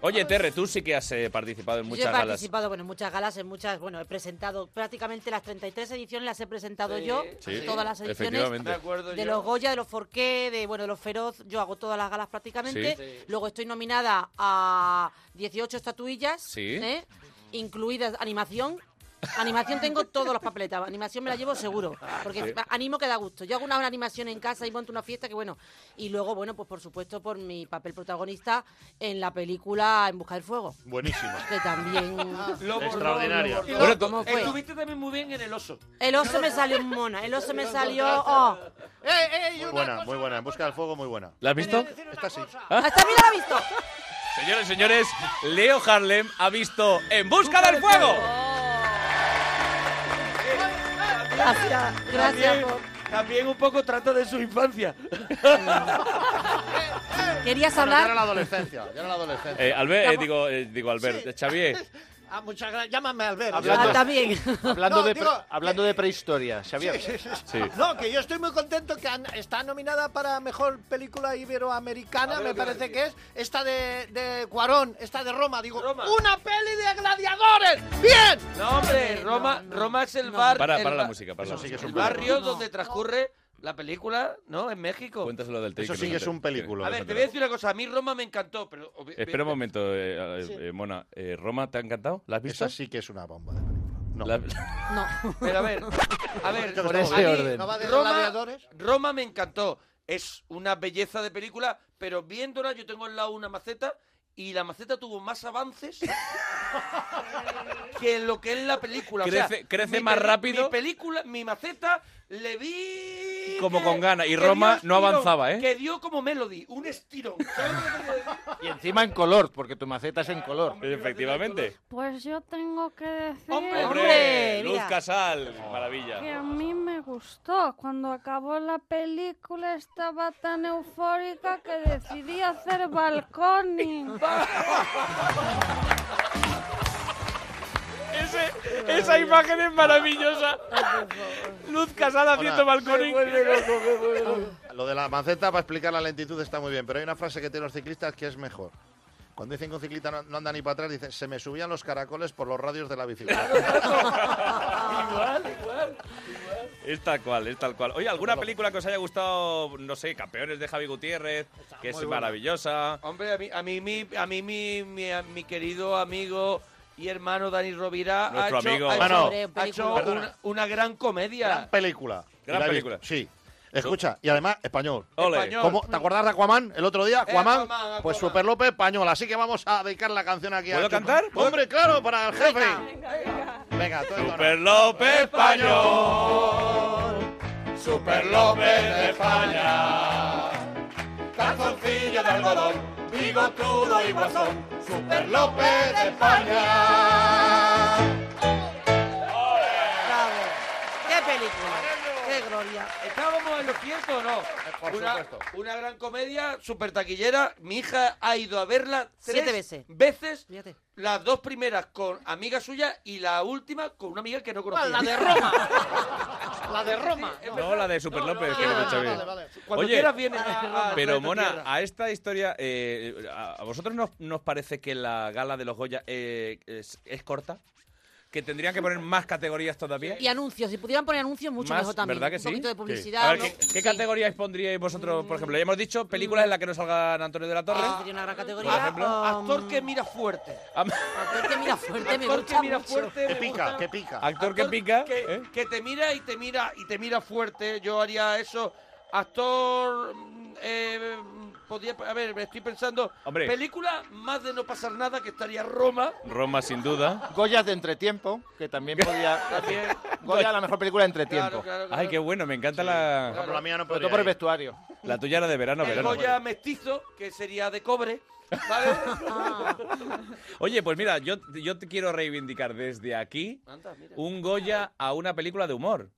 Speaker 1: Oye, Terre, tú sí que has eh, participado en muchas
Speaker 11: yo he
Speaker 1: galas.
Speaker 11: participado bueno, en muchas galas, en muchas, bueno, he presentado prácticamente las 33 ediciones, las he presentado
Speaker 5: Sí,
Speaker 11: yo,
Speaker 1: sí,
Speaker 11: todas las ediciones
Speaker 1: efectivamente. Me
Speaker 5: acuerdo
Speaker 11: de
Speaker 5: yo.
Speaker 11: los Goya, de los Forqué, de bueno, de los Feroz, yo hago todas las galas prácticamente.
Speaker 1: Sí. Sí.
Speaker 11: Luego estoy nominada a 18 estatuillas,
Speaker 1: Sí.
Speaker 11: ¿eh? incluidas animación. Animación tengo todos los papeletas, animación me la llevo seguro, porque
Speaker 1: Sí.
Speaker 11: animo que da gusto. Yo hago una, una animación en casa y monto una fiesta que bueno, y luego bueno, pues por supuesto por mi papel protagonista en la película En busca del fuego.
Speaker 4: Buenísima.
Speaker 11: Que también.
Speaker 5: Lo borró,
Speaker 4: Extraordinaria.
Speaker 5: lo borró.
Speaker 4: Bueno,
Speaker 5: Y lo-
Speaker 11: ¿cómo fue?
Speaker 5: Estuviste también muy bien en el oso.
Speaker 11: El oso me salió mona, el oso me salió. Oh.
Speaker 1: Eh,
Speaker 4: Muy buena, muy buena. En busca del fuego, muy buena.
Speaker 1: ¿La has visto?
Speaker 4: Esta sí.
Speaker 1: ¿Ah?
Speaker 11: ¡Hasta a mí la ha visto!
Speaker 1: Señores, señores, Leo Harlem ha visto En Busca del Fuego.
Speaker 11: Gracias,
Speaker 5: También,
Speaker 11: gracias.
Speaker 5: también un poco trata de su infancia.
Speaker 11: ¿Querías
Speaker 4: Bueno, ya era la
Speaker 11: hablar?
Speaker 4: adolescencia, ya era la adolescencia.
Speaker 1: Eh, Albert, eh, digo, eh, digo Albert, Xavier.
Speaker 7: Ah, muchas gracias. Llámame Albert.
Speaker 6: Hablando- Ah, está
Speaker 11: bien.
Speaker 6: Hablando,
Speaker 7: No,
Speaker 6: de,
Speaker 7: digo-
Speaker 6: pre- hablando de prehistoria, Xavier.
Speaker 7: Sí, sí, sí.
Speaker 1: Sí.
Speaker 7: No, que yo estoy muy contento que han- está nominada para mejor película iberoamericana, me parece que es. Esta de, de Cuarón, esta de Roma, digo. ¡Una peli de gladiadores! ¡Bien!
Speaker 5: No, hombre, Roma, Roma es el bar.
Speaker 1: Para,
Speaker 5: el
Speaker 1: para la
Speaker 5: ba-
Speaker 1: música, para la
Speaker 4: Eso sí que es
Speaker 5: El
Speaker 1: música.
Speaker 4: un
Speaker 5: barrio
Speaker 4: película.
Speaker 5: donde transcurre la película, ¿no? En México.
Speaker 1: Cuéntaselo del take.
Speaker 4: Eso
Speaker 1: no
Speaker 4: sí que
Speaker 1: se
Speaker 4: es un
Speaker 1: entera.
Speaker 4: película.
Speaker 5: A ver, te voy a decir una cosa. A mí Roma me encantó, pero. obvi-
Speaker 1: Espera un momento, eh, eh,
Speaker 7: Sí.
Speaker 1: eh, Mona. Eh, ¿Roma te ha encantado? ¿La has visto?
Speaker 4: Esa sí que es una bomba de película. No.
Speaker 1: La-
Speaker 11: No.
Speaker 5: Pero a ver, a ver.
Speaker 4: Por
Speaker 5: a
Speaker 6: ese
Speaker 5: mí
Speaker 6: orden.
Speaker 7: ¿No va de
Speaker 5: Roma,
Speaker 7: gladiadores?
Speaker 5: Roma me encantó. Es una belleza de película, pero viéndola, yo tengo al lado una maceta y la maceta tuvo más avances que lo que es la película. O sea,
Speaker 1: Crece- crece
Speaker 5: mi
Speaker 1: más
Speaker 5: peli-
Speaker 1: rápido.
Speaker 5: Mi película, mi maceta, le vi.
Speaker 1: Como
Speaker 5: que-
Speaker 1: con gana,
Speaker 5: que
Speaker 1: y Roma
Speaker 5: dio
Speaker 1: no
Speaker 5: estirón,
Speaker 1: avanzaba, ¿eh?
Speaker 5: Que dio como Melody, un estirón. ¿Sabes lo que te quiero decir?
Speaker 6: Y encima en color, porque tu maceta es en color.
Speaker 1: Efectivamente.
Speaker 17: Pues yo tengo que decir
Speaker 5: Hombre,
Speaker 11: Hombre,
Speaker 1: Luz
Speaker 11: mira.
Speaker 1: Casal,
Speaker 17: que
Speaker 1: maravilla.
Speaker 17: a mí me gustó. Cuando acabó la película estaba tan eufórica que decidí hacer balconing.
Speaker 1: esa imagen es maravillosa. Luz Casal
Speaker 4: haciendo
Speaker 1: balconing.
Speaker 4: Lo de la maceta para explicar la lentitud está muy bien, pero hay una frase que tienen los ciclistas que es mejor. Cuando dicen que un ciclista no, no anda ni para atrás, dicen, se me subían los caracoles por los radios de la bicicleta.
Speaker 1: Es tal cual, es tal cual. Oye, ¿alguna película que os haya gustado? No sé, Campeones de Javi Gutiérrez, que es maravillosa.
Speaker 5: Hombre, a mí, a mí, mi, a mí mi, mi, a- mi querido amigo y hermano Dani Rovira ha
Speaker 1: Nuestro
Speaker 5: hecho,
Speaker 1: amigo.
Speaker 5: ha hecho-
Speaker 4: Mano.
Speaker 5: ha hecho
Speaker 4: Perdona.
Speaker 5: una, una gran comedia.
Speaker 4: Gran película.
Speaker 1: Gran
Speaker 4: Y la he
Speaker 1: película.
Speaker 4: visto, Sí. Escucha, y además, español.
Speaker 1: Ole.
Speaker 5: Español.
Speaker 4: ¿Cómo- ¿Te acordás de Aquaman el otro día?
Speaker 5: Eh,
Speaker 4: Aquaman,
Speaker 5: Aquaman,
Speaker 4: pues
Speaker 5: Aquaman.
Speaker 4: Super López español. Así que vamos a dedicar la canción aquí a
Speaker 1: ¿Puedo
Speaker 4: Chupa.
Speaker 1: cantar?
Speaker 4: Hombre, claro, para el jefe. Venga, tú
Speaker 1: Super López
Speaker 4: español. Super López de España. Calzoncillo de algodón, bigotudo y guasón. Super López de España.
Speaker 11: Bravo. ¡Qué película! ¡Qué gloria!
Speaker 5: ¿Estábamos en lo cierto o no?
Speaker 4: Eh, Por
Speaker 5: una,
Speaker 4: supuesto.
Speaker 5: una gran comedia, súper taquillera. Mi hija ha ido a verla tres
Speaker 11: Siete veces.
Speaker 5: veces,
Speaker 11: Fíjate.
Speaker 5: Las dos primeras con amiga suya y la última con una amiga que no conocía.
Speaker 7: ¿Cuál? La de Roma. la de Roma.
Speaker 5: Es
Speaker 1: No,
Speaker 5: verdad.
Speaker 1: la de Super
Speaker 5: No,
Speaker 1: López,
Speaker 5: no,
Speaker 1: que
Speaker 5: no,
Speaker 1: lo
Speaker 5: no,
Speaker 1: he dicho
Speaker 5: no,
Speaker 1: bien.
Speaker 5: no, vale. Cuando
Speaker 1: Oye,
Speaker 5: quieras vienes a- a
Speaker 1: Pero
Speaker 5: traer tu
Speaker 1: Mona,
Speaker 5: tierra.
Speaker 1: a esta historia, eh, a, a vosotros nos, nos parece que la gala de los Goya eh, es, es corta? ¿Que tendrían que poner más categorías todavía?
Speaker 11: Y anuncios, si pudieran poner anuncios, mucho
Speaker 1: Más,
Speaker 11: mejor también.
Speaker 1: ¿Verdad que
Speaker 11: Un
Speaker 1: sí?
Speaker 11: poquito de
Speaker 1: Sí.
Speaker 11: publicidad.
Speaker 1: A ver,
Speaker 11: ¿no?
Speaker 1: ¿qué, qué
Speaker 11: Sí. Mm.
Speaker 1: categorías pondríais vosotros, por ejemplo? Ya hemos dicho películas en las que no salgan Antonio de la Torre. Ah,
Speaker 11: Ah, sería una gran categoría.
Speaker 1: por ejemplo.
Speaker 5: Actor
Speaker 11: Um,
Speaker 5: que mira fuerte.
Speaker 1: Am-
Speaker 11: actor que mira fuerte, me
Speaker 5: Actor
Speaker 11: gusta
Speaker 5: que mira
Speaker 11: mucho.
Speaker 5: fuerte.
Speaker 4: Que
Speaker 5: me
Speaker 4: pica,
Speaker 5: gusta.
Speaker 4: que pica.
Speaker 1: actor que pica.
Speaker 5: Que,
Speaker 1: ¿eh?
Speaker 5: que te mira y te mira y te mira fuerte. Yo haría eso. actor. mm, eh, podía, a ver, me estoy pensando.
Speaker 1: Hombre.
Speaker 5: Película más de no pasar nada que estaría Roma.
Speaker 1: Roma, sin duda.
Speaker 6: Goyas de Entretiempo, que también podía. Goya, la mejor película de Entretiempo.
Speaker 1: Ay, qué bueno, me encanta la.
Speaker 6: la mía no Sobre todo por el vestuario.
Speaker 1: La tuya era de verano,
Speaker 5: El
Speaker 1: verano.
Speaker 5: Goya mestizo, que sería de cobre. ¿Vale?
Speaker 1: Oye, pues mira, yo, yo te quiero reivindicar desde aquí
Speaker 5: Anda, mira.
Speaker 1: un Goya a una película de humor.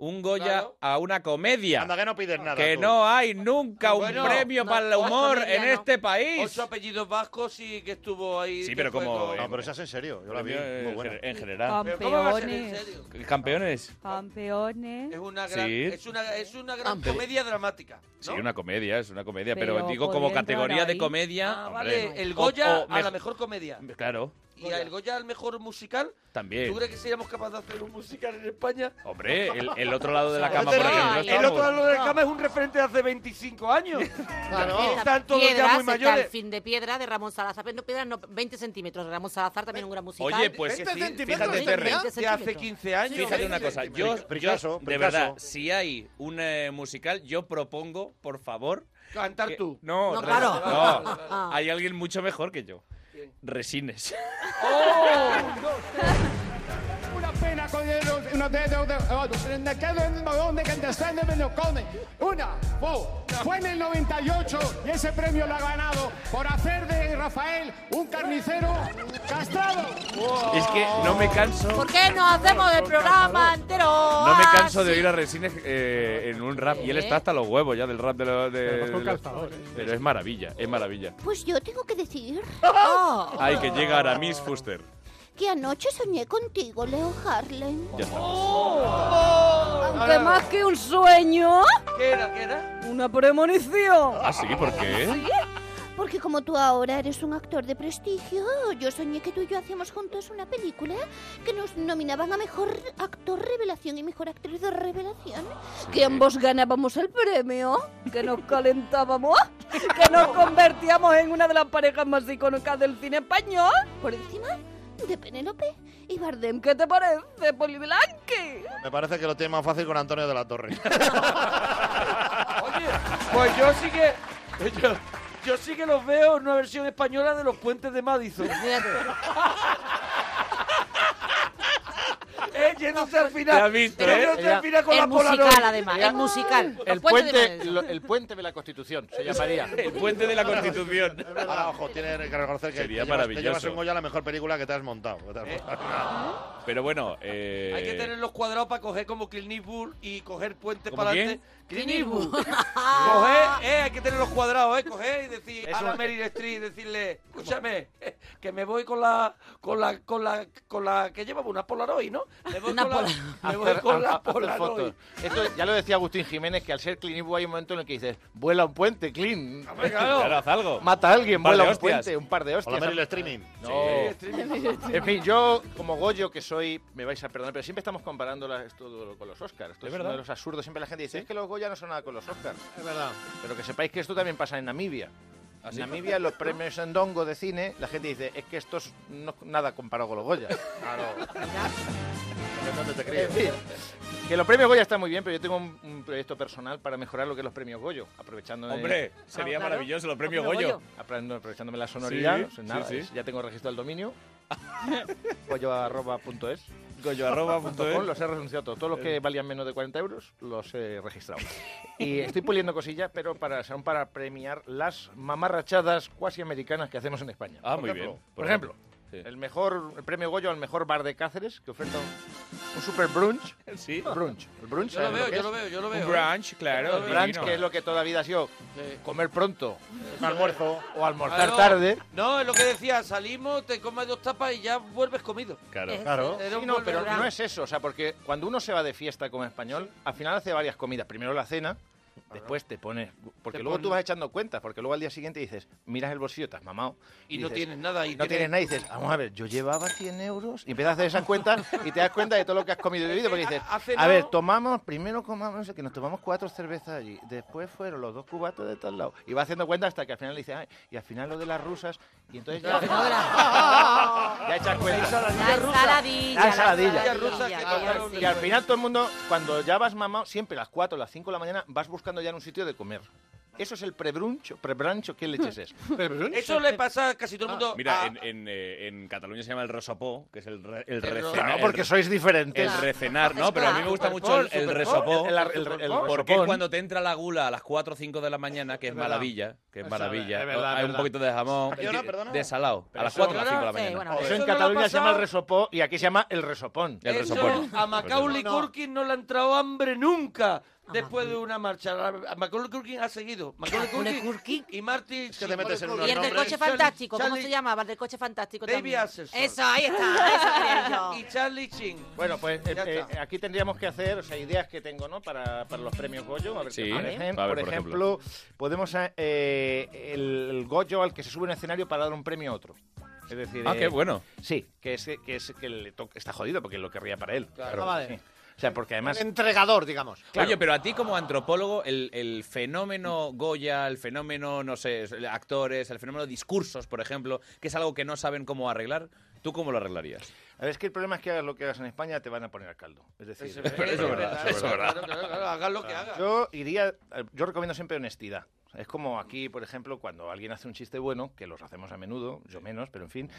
Speaker 1: Un Goya a una comedia.
Speaker 4: Anda, que no pides nada.
Speaker 1: Que
Speaker 4: tú.
Speaker 1: no hay nunca un
Speaker 5: Bueno,
Speaker 1: premio
Speaker 5: no,
Speaker 1: para el
Speaker 5: ocho
Speaker 1: humor
Speaker 5: comedia,
Speaker 1: en
Speaker 5: no.
Speaker 1: este país.
Speaker 5: Ocho apellidos vascos y que estuvo ahí.
Speaker 1: Sí,
Speaker 5: que
Speaker 1: pero
Speaker 5: fue
Speaker 1: como.
Speaker 5: con-
Speaker 4: No, pero esa es en serio. Yo la vi.
Speaker 1: premio, eh,
Speaker 4: Muy buena.
Speaker 1: En general.
Speaker 5: Pero ¿cómo va a ser en
Speaker 18: Campeones.
Speaker 5: serio?
Speaker 1: Campeones.
Speaker 18: Campeones.
Speaker 5: Es una gran,
Speaker 1: Sí.
Speaker 5: es una, es una gran
Speaker 1: Campe-
Speaker 5: comedia dramática.
Speaker 1: Sí, una comedia, es una comedia. Pero,
Speaker 5: Pero
Speaker 1: digo, como
Speaker 5: podría entrar
Speaker 1: categoría de
Speaker 5: ahí.
Speaker 1: comedia.
Speaker 5: Ah,
Speaker 1: hombre,
Speaker 5: vale, el
Speaker 1: o-
Speaker 5: Goya
Speaker 1: o
Speaker 5: a la
Speaker 1: mej-
Speaker 5: mejor comedia.
Speaker 1: Claro,
Speaker 5: Y el Goya al mejor musical.
Speaker 1: también.
Speaker 5: ¿Tú crees que seríamos capaces de hacer un musical en España?
Speaker 1: Hombre, el, el otro lado de la cama, por
Speaker 5: Pero
Speaker 1: ejemplo,
Speaker 5: el
Speaker 1: estábamos.
Speaker 5: otro lado de la cama es un referente de hace 25 años.
Speaker 11: Piedra-
Speaker 5: Están todos
Speaker 11: Piedras,
Speaker 5: ya muy
Speaker 11: está el
Speaker 5: mayores.
Speaker 11: fin de piedra de Ramón Salazar. Pero Piedras, no, 20 centímetros. de Ramón Salazar también un gran musical.
Speaker 1: Oye, pues que sí, fíjate, Terry,
Speaker 5: de hace 15 años.
Speaker 1: Fíjate una cosa, yo, yo,
Speaker 4: Picasso, Picasso.
Speaker 1: de verdad, si hay un eh, musical, yo propongo, por favor,
Speaker 5: Cantar
Speaker 1: que-
Speaker 5: tú.
Speaker 1: No,
Speaker 5: No,
Speaker 1: Res-
Speaker 5: claro.
Speaker 1: no,
Speaker 5: Vale, vale, vale.
Speaker 1: hay alguien mucho mejor que yo. Resines.
Speaker 5: ¡Oh!
Speaker 12: Una pena con el una de de Oh, de me quedo en el vagón de Cantestán de Menocone. Una, dos. Fue en el 98 y ese premio lo ha ganado por hacer de Rafael un carnicero castrado.
Speaker 5: Oh.
Speaker 1: Es que no me canso.
Speaker 11: ¿Por qué no hacemos el programa entero?
Speaker 1: No me canso de oír a Resines eh, en un rap y él está hasta los huevos ya del rap de, lo- de-
Speaker 19: Pero más con ¿eh?
Speaker 1: de los-
Speaker 19: calzadores.
Speaker 1: Pero es maravilla, es maravilla.
Speaker 16: Pues yo tengo que decir
Speaker 1: Hay que llegar a Miss Fuster.
Speaker 16: que anoche soñé contigo, Leo Harlem. Oh.
Speaker 1: Ya está.
Speaker 18: Aunque más que un sueño,
Speaker 5: ¿Qué era? ¿Qué era?
Speaker 18: una premonición.
Speaker 1: Ah, sí, ¿por qué?
Speaker 16: Porque como tú ahora eres un actor de prestigio, yo soñé que tú y yo hacíamos juntos una película que nos nominaban a Mejor Actor Revelación y Mejor Actriz de Revelación.
Speaker 18: Que ambos ganábamos el premio, que nos calentábamos, que nos convertíamos en una de las parejas más icónicas del cine español.
Speaker 16: Por encima de Penélope y Bardem.
Speaker 18: ¿Qué te parece, Poli Blanqui?
Speaker 4: Me parece que lo tiene más fácil con Antonio de la Torre.
Speaker 5: Pues yo sí que. Yo, yo sí que los veo en una versión española de los puentes de Madison. eh, yéndose al final.
Speaker 6: Ya has visto,
Speaker 5: Pero
Speaker 6: ¿eh?
Speaker 5: yéndose
Speaker 6: Ya.
Speaker 5: al final con
Speaker 6: Es
Speaker 5: la
Speaker 6: musical,
Speaker 5: Polaroid.
Speaker 6: además, es
Speaker 11: musical.
Speaker 6: El puente, lo- el puente de la Constitución se llamaría.
Speaker 1: El puente de la Constitución.
Speaker 4: Ahora, ojo, tiene que reconocer que
Speaker 1: Sería
Speaker 4: te llevas, te
Speaker 1: maravilloso.
Speaker 4: llevas un Goya a la mejor película que te has montado. que te has montado.
Speaker 1: Pero bueno, eh,
Speaker 5: Hay que tener los cuadrados para coger como Clint Eastwood y coger puente
Speaker 1: ¿Como
Speaker 5: para
Speaker 1: quién?
Speaker 5: adelante. Clint Eastwood. coger, eh, hay que tener los cuadrados, eh, coger y decir a la Meryl Streep y decirle, escúchame, eh, que me voy con la con la con la con la que llevaba una Polaroid, ¿no? Me voy con la me voy
Speaker 6: Hacer-
Speaker 5: con la
Speaker 6: hacer
Speaker 5: Polaroid.
Speaker 6: fotos. Esto ya lo decía Agustín Jiménez, que al ser Clint Eastwood hay un momento en el que dices, "Este vuela un puente, Clint.
Speaker 1: claro. Claro, haz algo.
Speaker 6: Mata a alguien,
Speaker 1: Un par de
Speaker 6: vuela un
Speaker 1: hostias.
Speaker 6: puente, un par de hostias.
Speaker 1: O la Meryl
Speaker 4: Streaming.
Speaker 6: No.
Speaker 1: Sí.
Speaker 6: En fin, yo, como Goyo que soy, me vais a perdonar, pero siempre estamos comparando la- esto con los Oscars. Esto
Speaker 1: Es
Speaker 6: es,
Speaker 1: verdad.
Speaker 6: uno de los absurdos. Siempre la gente dice, es que los Goya no son nada con los Oscars.
Speaker 7: Es verdad.
Speaker 6: Pero que sepáis que esto también pasa en Namibia.
Speaker 1: ¿Ah, sí?
Speaker 6: En Namibia, en los premios en Dongo de cine, la gente dice, es que esto es no- nada comparado con los Goya.
Speaker 4: ¿Dónde te crees?
Speaker 6: En fin, que los premios Goya están muy bien, pero yo tengo un, un proyecto personal para mejorar lo que es los premios Goyo, aprovechando de-
Speaker 1: Hombre, sería
Speaker 6: Ah, claro.
Speaker 1: maravilloso los premios Goyo.
Speaker 6: Aprendo- aprovechándome la sonoridad,
Speaker 1: Sí,
Speaker 6: no sé nada,
Speaker 1: sí, sí.
Speaker 6: es- ya tengo registrado el dominio. goyo.es
Speaker 1: goyoarroba.es.
Speaker 6: Los he renunciado todos, todos los
Speaker 1: Eh.
Speaker 6: que valían menos de 40 euros los he registrado. y estoy puliendo cosillas, pero para, son para premiar las mamarrachadas cuasi americanas que hacemos en España.
Speaker 1: Ah,
Speaker 6: Por
Speaker 1: muy
Speaker 6: ejemplo,
Speaker 1: bien.
Speaker 6: Por ejemplo,
Speaker 1: Sí.
Speaker 6: el mejor el premio Goyo al mejor bar de Cáceres que oferta un, un super brunch.
Speaker 1: Sí.
Speaker 6: Brunch. El brunch.
Speaker 5: Yo lo
Speaker 6: ¿sabes
Speaker 5: veo,
Speaker 6: que
Speaker 5: yo
Speaker 6: es?
Speaker 5: lo veo, yo lo veo.
Speaker 1: Un brunch, claro,
Speaker 6: El brunch
Speaker 1: divino.
Speaker 6: que es lo que toda la vida ha sido comer pronto
Speaker 4: Un almuerzo.
Speaker 6: o almorzar
Speaker 5: Claro.
Speaker 6: tarde.
Speaker 5: No, es lo que decía, salimos, te comes dos tapas y ya vuelves comido.
Speaker 1: Claro.
Speaker 4: Claro.
Speaker 5: Era un
Speaker 6: Sí, no,
Speaker 5: buen
Speaker 6: pero
Speaker 5: verano.
Speaker 6: no es eso, o sea, porque cuando uno se va de fiesta como español, al final hace varias comidas. Primero la cena, después te pones. Porque
Speaker 5: Te
Speaker 6: luego tú
Speaker 5: pones-
Speaker 6: vas echando cuentas, porque luego al día siguiente dices, miras el bolsillo, te has mamado.
Speaker 5: Y no
Speaker 6: dices,
Speaker 5: tienes nada, y
Speaker 6: no
Speaker 5: tienes-
Speaker 6: tienes nada, y dices, vamos a ver, yo llevaba 100 euros. Y empiezas a hacer esas cuentas y te das cuenta de todo lo que has comido y bebido, porque dices,
Speaker 5: Ha- ha
Speaker 6: a ver,
Speaker 5: cenado-
Speaker 6: tomamos, primero comamos, no sé que nos tomamos cuatro cervezas allí, después fueron los dos cubatos de tal lado. Y vas haciendo cuentas hasta que al final le dices, ay, y al final lo de las rusas, y entonces ya. ya echas cuentas.
Speaker 11: La ensaladilla.
Speaker 6: La ensaladilla.
Speaker 5: Las rusas que
Speaker 11: ya,
Speaker 5: tocaron
Speaker 11: sí.
Speaker 6: Y al final todo el mundo, cuando ya vas mamado, siempre a las 4 o las 5 de la mañana vas buscando buscando ya en un sitio de comer. Eso es el prebruncho, prebrancho, ¿qué leches es? Ah,
Speaker 5: Eso le pasa a casi todo el mundo.
Speaker 1: Ah, Mira,
Speaker 5: a-
Speaker 1: en, en, eh, en Cataluña se llama el resopó, que es el, re- el
Speaker 6: Pero-
Speaker 1: recenar.
Speaker 6: Claro, porque sois diferentes.
Speaker 1: El recenar, no, pero a mí me gusta mucho el, el
Speaker 6: Superpol,
Speaker 1: resopó.
Speaker 6: el- el- el- el
Speaker 1: porque
Speaker 6: resopón.
Speaker 1: cuando te entra la gula a las 4 o 5 de la mañana, que es,
Speaker 6: verdad.
Speaker 1: maravilla, que es
Speaker 6: Es
Speaker 1: maravilla,
Speaker 6: verdad, es verdad,
Speaker 1: hay
Speaker 6: es
Speaker 1: un
Speaker 6: verdad.
Speaker 1: poquito de jamón,
Speaker 6: ¿A qué hora, perdona?
Speaker 1: de salado, a
Speaker 6: Pero
Speaker 1: las
Speaker 6: eso-
Speaker 1: 4 o 5 de la
Speaker 6: Sí,
Speaker 1: mañana.
Speaker 6: bueno,
Speaker 1: Joder.
Speaker 6: eso en
Speaker 5: Eso no lo
Speaker 6: Cataluña
Speaker 5: ha
Speaker 6: se llama el
Speaker 5: pasado-
Speaker 6: resopó y aquí se llama el resopón.
Speaker 1: El
Speaker 5: Eso
Speaker 1: resopón.
Speaker 5: a Macaulay
Speaker 6: No, no.
Speaker 5: Culkin no le ha entrado hambre nunca después de una marcha. A Macaulay Culkin ha seguido. Macaulay Culkin, y Marty.
Speaker 4: te metes en unos
Speaker 5: Culkin.
Speaker 4: Y el del
Speaker 11: Coche fantástico, ¿cómo se llamaba? El del coche fantástico
Speaker 5: David
Speaker 11: también.
Speaker 5: Axelson.
Speaker 11: Eso, ahí está, eso quería yo.
Speaker 5: Y Charlie Chin.
Speaker 6: Bueno, pues eh,
Speaker 5: Ya
Speaker 6: eh,
Speaker 5: está.
Speaker 6: aquí tendríamos que hacer, o sea, ideas que tengo, ¿no? Para, para los premios Goyo, a ver
Speaker 1: Sí,
Speaker 6: qué
Speaker 1: a ver,
Speaker 6: parecen.
Speaker 1: a ver,
Speaker 6: por,
Speaker 1: por
Speaker 6: ejemplo, podemos eh, el, el Goyo al que se sube un escenario para dar un premio a otro. Es decir,
Speaker 1: Ah,
Speaker 6: eh,
Speaker 1: qué bueno.
Speaker 6: Sí, que es que, es, que le to- está jodido porque lo querría para él. Claro.
Speaker 7: Ah, vale.
Speaker 6: sí. O sea, porque además
Speaker 7: Entregador, digamos.
Speaker 1: Oye, pero a ti como antropólogo, el, el fenómeno Goya, el fenómeno, no sé, el- actores, el fenómeno discursos, por ejemplo, que es algo que no saben cómo arreglar, ¿tú cómo lo arreglarías?
Speaker 6: A ver, es que el problema es que hagas lo que hagas en España te van a poner al caldo. Es decir,
Speaker 1: Eso es verdad, eso es verdad, eso es verdad.
Speaker 5: Claro, claro, claro, haga lo que haga.
Speaker 6: Yo iría, yo recomiendo siempre honestidad. Es como aquí, por ejemplo, cuando alguien hace un chiste bueno, que los hacemos a menudo, yo menos, pero en fin,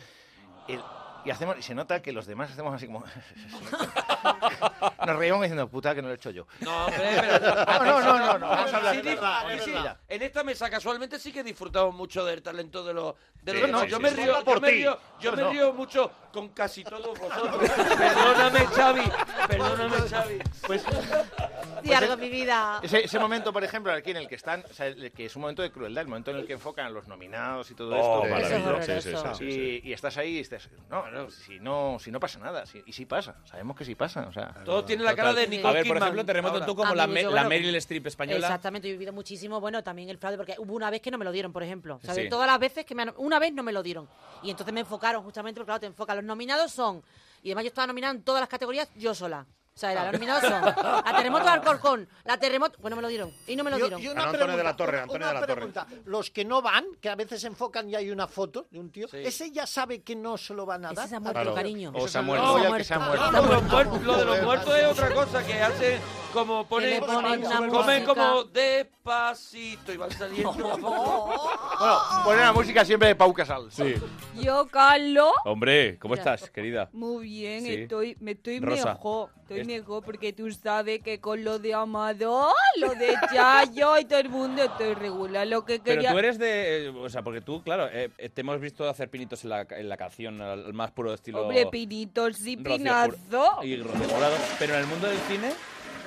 Speaker 6: el- y hacemos y se nota que los demás hacemos así como nos reímos diciendo puta que no lo he hecho yo.
Speaker 5: No, hombre, pero...
Speaker 6: no, no, no, no, no, vamos
Speaker 5: Pero
Speaker 6: a hablar
Speaker 5: sí
Speaker 6: de
Speaker 5: dif-
Speaker 6: verdad,
Speaker 5: sí,
Speaker 6: es
Speaker 5: sí,
Speaker 6: verdad.
Speaker 5: En esta mesa casualmente sí que disfrutamos mucho del talento de los... de los
Speaker 6: Sí,
Speaker 5: demás.
Speaker 6: sí,
Speaker 5: yo
Speaker 6: sí,
Speaker 5: me
Speaker 6: sí.
Speaker 5: río,
Speaker 6: Habla por
Speaker 5: yo me
Speaker 6: ti.
Speaker 5: río, yo me
Speaker 6: No.
Speaker 5: río mucho con casi todos vosotros. Perdóname, Xavi. Perdóname, Xavi.
Speaker 6: Pues
Speaker 11: Di pues algo, mi vida.
Speaker 6: Ese, ese momento, por ejemplo, aquí en el que están, o sea, el que es un momento de crueldad, el momento en el que enfocan a los nominados y todo
Speaker 1: Oh,
Speaker 6: esto.
Speaker 1: maravilla. Sí,
Speaker 6: maravilloso.
Speaker 1: sí, sí, sí, sí,
Speaker 6: Y, y estás ahí y estás, no, no, si no, si no pasa nada, si- y sí pasa, sabemos que sí pasa, o sea.
Speaker 5: Todos tienen la cara de
Speaker 1: Total.
Speaker 5: Nicole
Speaker 1: A ver, por
Speaker 5: Kidman
Speaker 1: ejemplo, Terremoto,
Speaker 5: ahora.
Speaker 1: tú como
Speaker 11: A
Speaker 1: la,
Speaker 11: mí,
Speaker 1: Me-
Speaker 11: yo,
Speaker 1: la
Speaker 11: bueno,
Speaker 1: Meryl Streep española.
Speaker 11: Exactamente, yo he vivido muchísimo, bueno, también el fraude, porque hubo una vez que no me lo dieron, por ejemplo. ¿Sabes?
Speaker 1: Sí.
Speaker 11: Todas las veces que me han- Una vez no me lo dieron. Y entonces me enfocaron justamente, porque claro, te enfocan. Los nominados son... Y además yo estaba nominada en todas las categorías yo sola. O sea, era, los nominados son la terremoto de Alcorcón, la terremoto... Pues no me lo dieron. Y no me lo
Speaker 7: Yo-
Speaker 11: dieron.
Speaker 7: yo
Speaker 4: Ganó Antonio de la Torre,
Speaker 7: una-
Speaker 4: Antonio
Speaker 7: una
Speaker 4: de la Torre.
Speaker 7: pregunta. Los que no van, que a veces enfocan y hay una foto de un tío,
Speaker 5: Sí.
Speaker 7: ese ya sabe que no se lo van a dar.
Speaker 11: Ese se ha muerto,
Speaker 1: Claro.
Speaker 11: cariño.
Speaker 1: O se ha
Speaker 6: No,
Speaker 1: muerto.
Speaker 6: ya que se ha
Speaker 5: No,
Speaker 6: muerto.
Speaker 5: lo, de los muertos- lo de los muertos es otra cosa que hacen como ponen,
Speaker 11: le ponen una
Speaker 5: comen
Speaker 11: música.
Speaker 5: como despacito y van saliendo.
Speaker 6: Bueno, poner la música siempre de Pau Casals.
Speaker 1: Sí.
Speaker 18: Yo, Carlos.
Speaker 1: Hombre, Oh, ¿cómo estás, querida?
Speaker 18: Muy bien,
Speaker 1: Sí.
Speaker 18: estoy, me estoy
Speaker 1: Rosa,
Speaker 18: mejor. Estoy
Speaker 1: es-
Speaker 18: mejor porque tú sabes que con lo de Amador, lo de Chayo y todo el mundo estoy regular. Lo que
Speaker 1: Pero
Speaker 18: quería.
Speaker 1: tú eres de... eh, o sea, porque tú, claro, eh, eh, te hemos visto hacer pinitos en la, en la canción, al, al más puro estilo...
Speaker 18: Hombre, pinitos y
Speaker 1: Rocío
Speaker 18: pinazo.
Speaker 1: Jur- Y Rocío Jurado. Pero en el mundo del cine...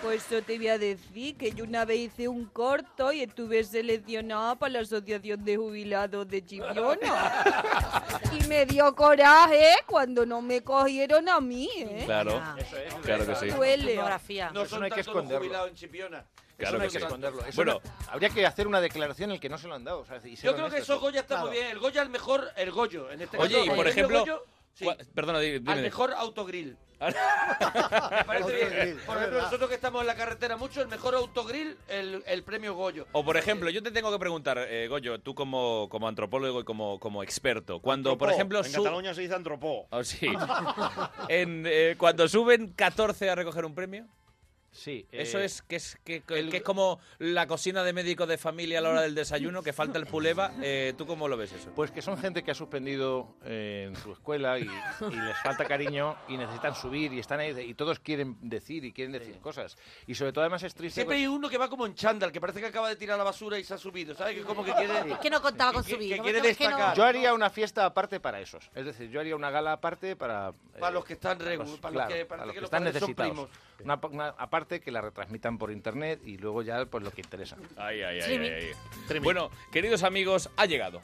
Speaker 18: Pues yo te voy a decir que yo una vez hice un corto y estuve seleccionada para la Asociación de Jubilados de Chipiona. y me dio coraje ¿Eh? cuando no me cogieron a mí, ¿eh?
Speaker 1: Claro,
Speaker 11: Eso
Speaker 1: claro que sí.
Speaker 18: Duele.
Speaker 11: Fotografía.
Speaker 5: No
Speaker 6: Eso
Speaker 5: son
Speaker 6: no hay que
Speaker 5: tan solo
Speaker 6: esconderlo.
Speaker 5: jubilados en Chipiona.
Speaker 1: Claro
Speaker 6: Eso no
Speaker 1: que
Speaker 6: hay que
Speaker 1: sí.
Speaker 6: esconderlo. Eso
Speaker 1: Bueno.
Speaker 6: no- habría que hacer una declaración en el que no se lo han dado. o sea, y ser
Speaker 5: Yo creo que
Speaker 6: honestos.
Speaker 5: eso Goya está
Speaker 6: Claro.
Speaker 5: muy bien. El Goya el mejor, el Goyo. En este
Speaker 1: Oye,
Speaker 5: caso,
Speaker 1: y
Speaker 5: el
Speaker 1: por
Speaker 5: premio
Speaker 1: ejemplo...
Speaker 5: Goyo, sí,
Speaker 1: cua- Perdona, di- dime.
Speaker 5: al mejor autogrill. Me parece bien. Por ejemplo, nosotros que estamos en la carretera mucho, el mejor autogrill, el, el premio Goyo.
Speaker 1: O por ejemplo, yo te tengo que preguntar, eh, Goyo, tú como, como antropólogo y como, como experto, cuando por
Speaker 4: Antropó.
Speaker 1: ejemplo
Speaker 4: En
Speaker 1: su-
Speaker 4: Cataluña se dice antropó.
Speaker 1: Oh, sí. En, eh, cuando suben 14 a recoger un premio,
Speaker 6: Sí.
Speaker 1: eso
Speaker 6: eh,
Speaker 1: es que es que, que es como la cocina de médico de familia a la hora del desayuno que falta el puleva. eh, ¿Tú cómo lo ves eso?
Speaker 6: Pues que son gente que ha suspendido eh, en su escuela y, y les falta cariño y necesitan subir y están ahí de- y todos quieren decir y quieren decir cosas. Y sobre todo además es triste...
Speaker 5: Siempre
Speaker 6: pues,
Speaker 5: hay uno que va como en chándal, que parece que acaba de tirar la basura y se ha subido, ¿sabes? Que como que quiere...
Speaker 11: Es que no contaba con
Speaker 5: Que-
Speaker 11: su vida.
Speaker 5: que quiere
Speaker 11: Es no-
Speaker 5: destacar.
Speaker 6: Yo haría una fiesta aparte para esos. Es decir, yo haría una gala aparte para... eh,
Speaker 5: Para los que están regu-
Speaker 6: los-
Speaker 5: para los
Speaker 6: claro,
Speaker 5: que
Speaker 6: para
Speaker 5: parece
Speaker 6: los
Speaker 5: que
Speaker 6: que
Speaker 5: los
Speaker 6: están
Speaker 5: padres son
Speaker 6: necesitados. Una, pa- una- aparte que la retransmitan por internet y luego ya pues lo que interesa.
Speaker 1: Ay, ay, ay,
Speaker 11: Streaming.
Speaker 1: ay, ay. Bueno, queridos amigos, ha llegado.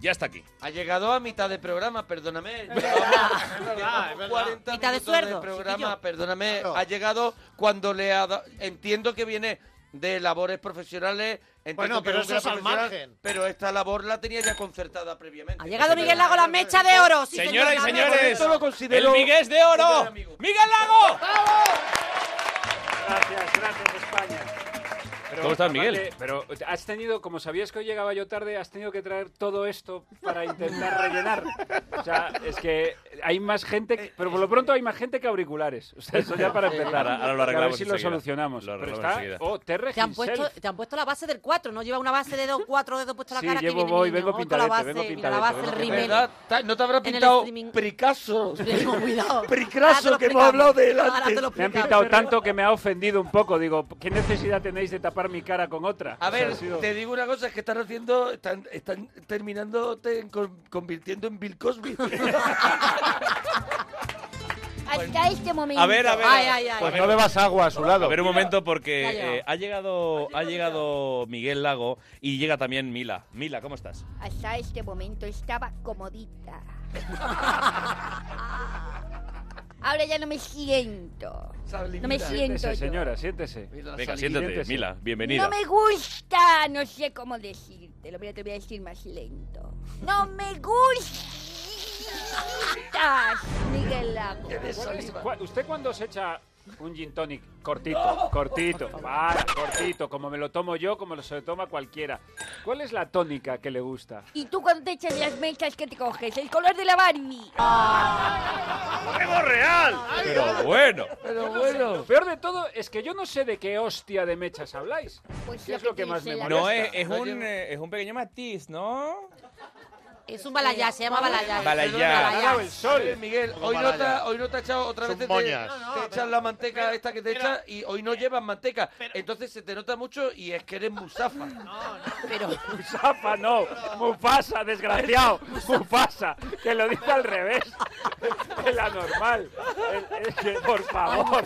Speaker 1: Ya está aquí.
Speaker 5: Ha llegado a mitad de programa, perdóname. Es
Speaker 12: Ah,
Speaker 7: verdad, es verdad.
Speaker 5: 40
Speaker 11: Mitad de
Speaker 5: minutos
Speaker 11: sueldo,
Speaker 5: programa,
Speaker 11: chiquillo.
Speaker 5: perdóname.
Speaker 7: Claro.
Speaker 5: Ha llegado cuando le ha dado... Entiendo que viene de labores profesionales. entiendo
Speaker 7: Bueno,
Speaker 5: que
Speaker 7: pero
Speaker 5: es un gran
Speaker 7: eso es al
Speaker 5: profesional,
Speaker 7: margen.
Speaker 5: Pero esta labor la tenía ya concertada previamente.
Speaker 11: Ha llegado Miguel Lago la mecha de oro. Sí,
Speaker 1: Señoras y
Speaker 11: señor, la mecha.
Speaker 1: señores,
Speaker 5: Esto lo considero-
Speaker 1: el Miguel es de oro.
Speaker 5: Gran amigo.
Speaker 1: ¡Miguel Lago!
Speaker 7: Gracias, gracias España.
Speaker 1: ¿Cómo estás,
Speaker 10: aparte,
Speaker 1: Miguel?
Speaker 10: Pero has tenido, como sabías que hoy llegaba yo tarde, has tenido que traer todo esto para intentar rellenar. O sea, es que hay más
Speaker 5: Eh,
Speaker 10: gente, pero por lo pronto hay más gente que auriculares. O sea, eso ya para
Speaker 1: Sí.
Speaker 10: empezar.
Speaker 1: Ahora- ahora lo
Speaker 10: A ver
Speaker 1: arreglamos
Speaker 10: si lo
Speaker 1: enseguida.
Speaker 10: solucionamos.
Speaker 1: Lo
Speaker 10: pero
Speaker 1: arreglamos
Speaker 10: está,
Speaker 1: enseguida.
Speaker 10: oh, Terry
Speaker 11: Te han, puesto,
Speaker 10: himself.
Speaker 11: te han puesto la base del 4, ¿no? Lleva una base de 2, 4 dedos puesto en la
Speaker 10: Sí,
Speaker 11: cara. que
Speaker 10: llevo,
Speaker 11: viene
Speaker 10: voy,
Speaker 11: niño,
Speaker 10: vengo
Speaker 11: ¿no?
Speaker 10: pintadito,
Speaker 11: Con la base,
Speaker 10: vengo
Speaker 11: mira, la
Speaker 10: pintadito,
Speaker 11: base, el
Speaker 10: vengo
Speaker 11: rímel.
Speaker 5: ¿Verdad? Ta- ¿No te habrá
Speaker 11: En el
Speaker 5: pintado
Speaker 11: streaming.
Speaker 5: Pricasso?
Speaker 11: Ten cuidado.
Speaker 5: Pricasso, que hemos hablado de él antes.
Speaker 10: Me han pintado tanto que me ha ofendido un poco. Digo, ¿qué necesidad tenéis de tapar mi cara con otra?
Speaker 5: A
Speaker 10: O sea,
Speaker 5: ver,
Speaker 10: ha sido-
Speaker 5: te digo una cosa, es que están haciendo, están, están terminando convirtiendo en Bill Cosby.
Speaker 16: Hasta este momento.
Speaker 1: A ver, Pues a ver.
Speaker 16: Ay, ay, ay.
Speaker 1: a ver.
Speaker 6: no bebas agua a su lado.
Speaker 1: A ver un
Speaker 16: Ya
Speaker 1: momento
Speaker 16: ha
Speaker 1: porque eh,
Speaker 16: llegado.
Speaker 1: ha llegado ha llegado Miguel Lago y llega también Mila. Mila, ¿cómo estás?
Speaker 16: Hasta este momento estaba comodita. Ahora ya no me siento. No me siento.
Speaker 10: Siéntese,
Speaker 16: yo.
Speaker 10: señora, siéntese.
Speaker 1: Venga, siéntate,
Speaker 5: este
Speaker 1: Mila, bienvenida.
Speaker 16: No me gusta, no sé cómo decírtelo. Mira, te voy a decir más lento. No me gustas, Miguel Lago.
Speaker 10: ¿Cuál es- cua- ¿Usted cuando se echa un gin tonic? Cortito, cortito, vale, cortito, como me lo tomo yo, como lo se lo toma cualquiera. ¿Cuál es la tónica que le gusta?
Speaker 16: Y tú cuando te echas las mechas que te coges, el color de la Barbie.
Speaker 1: ¡Fuego real! Pero bueno.
Speaker 10: Pero bueno. Lo peor de todo es que yo no sé de qué hostia de mechas habláis.
Speaker 16: Pues
Speaker 10: ¿Qué es lo que más me molesta?
Speaker 1: No, es, es un, eh, es un pequeño matiz, ¿no?
Speaker 11: Es un balayage, se llama balayage.
Speaker 1: Balayage.
Speaker 11: Perdón,
Speaker 1: Claro, el sol.
Speaker 5: Oye, Eh, Miguel,
Speaker 1: Como
Speaker 5: hoy no, te,
Speaker 1: Malaya.
Speaker 5: hoy no te ha echado otra vez
Speaker 1: Son
Speaker 5: te,
Speaker 1: moñas.
Speaker 5: te echan la manteca esta que te echas y hoy no llevas manteca. Entonces se te nota mucho y es que eres musafa.
Speaker 11: Pero...
Speaker 10: Musafa no, Mufasa, desgraciado. Mufasa, que lo dice al revés. Es la normal. Es, es que, por favor.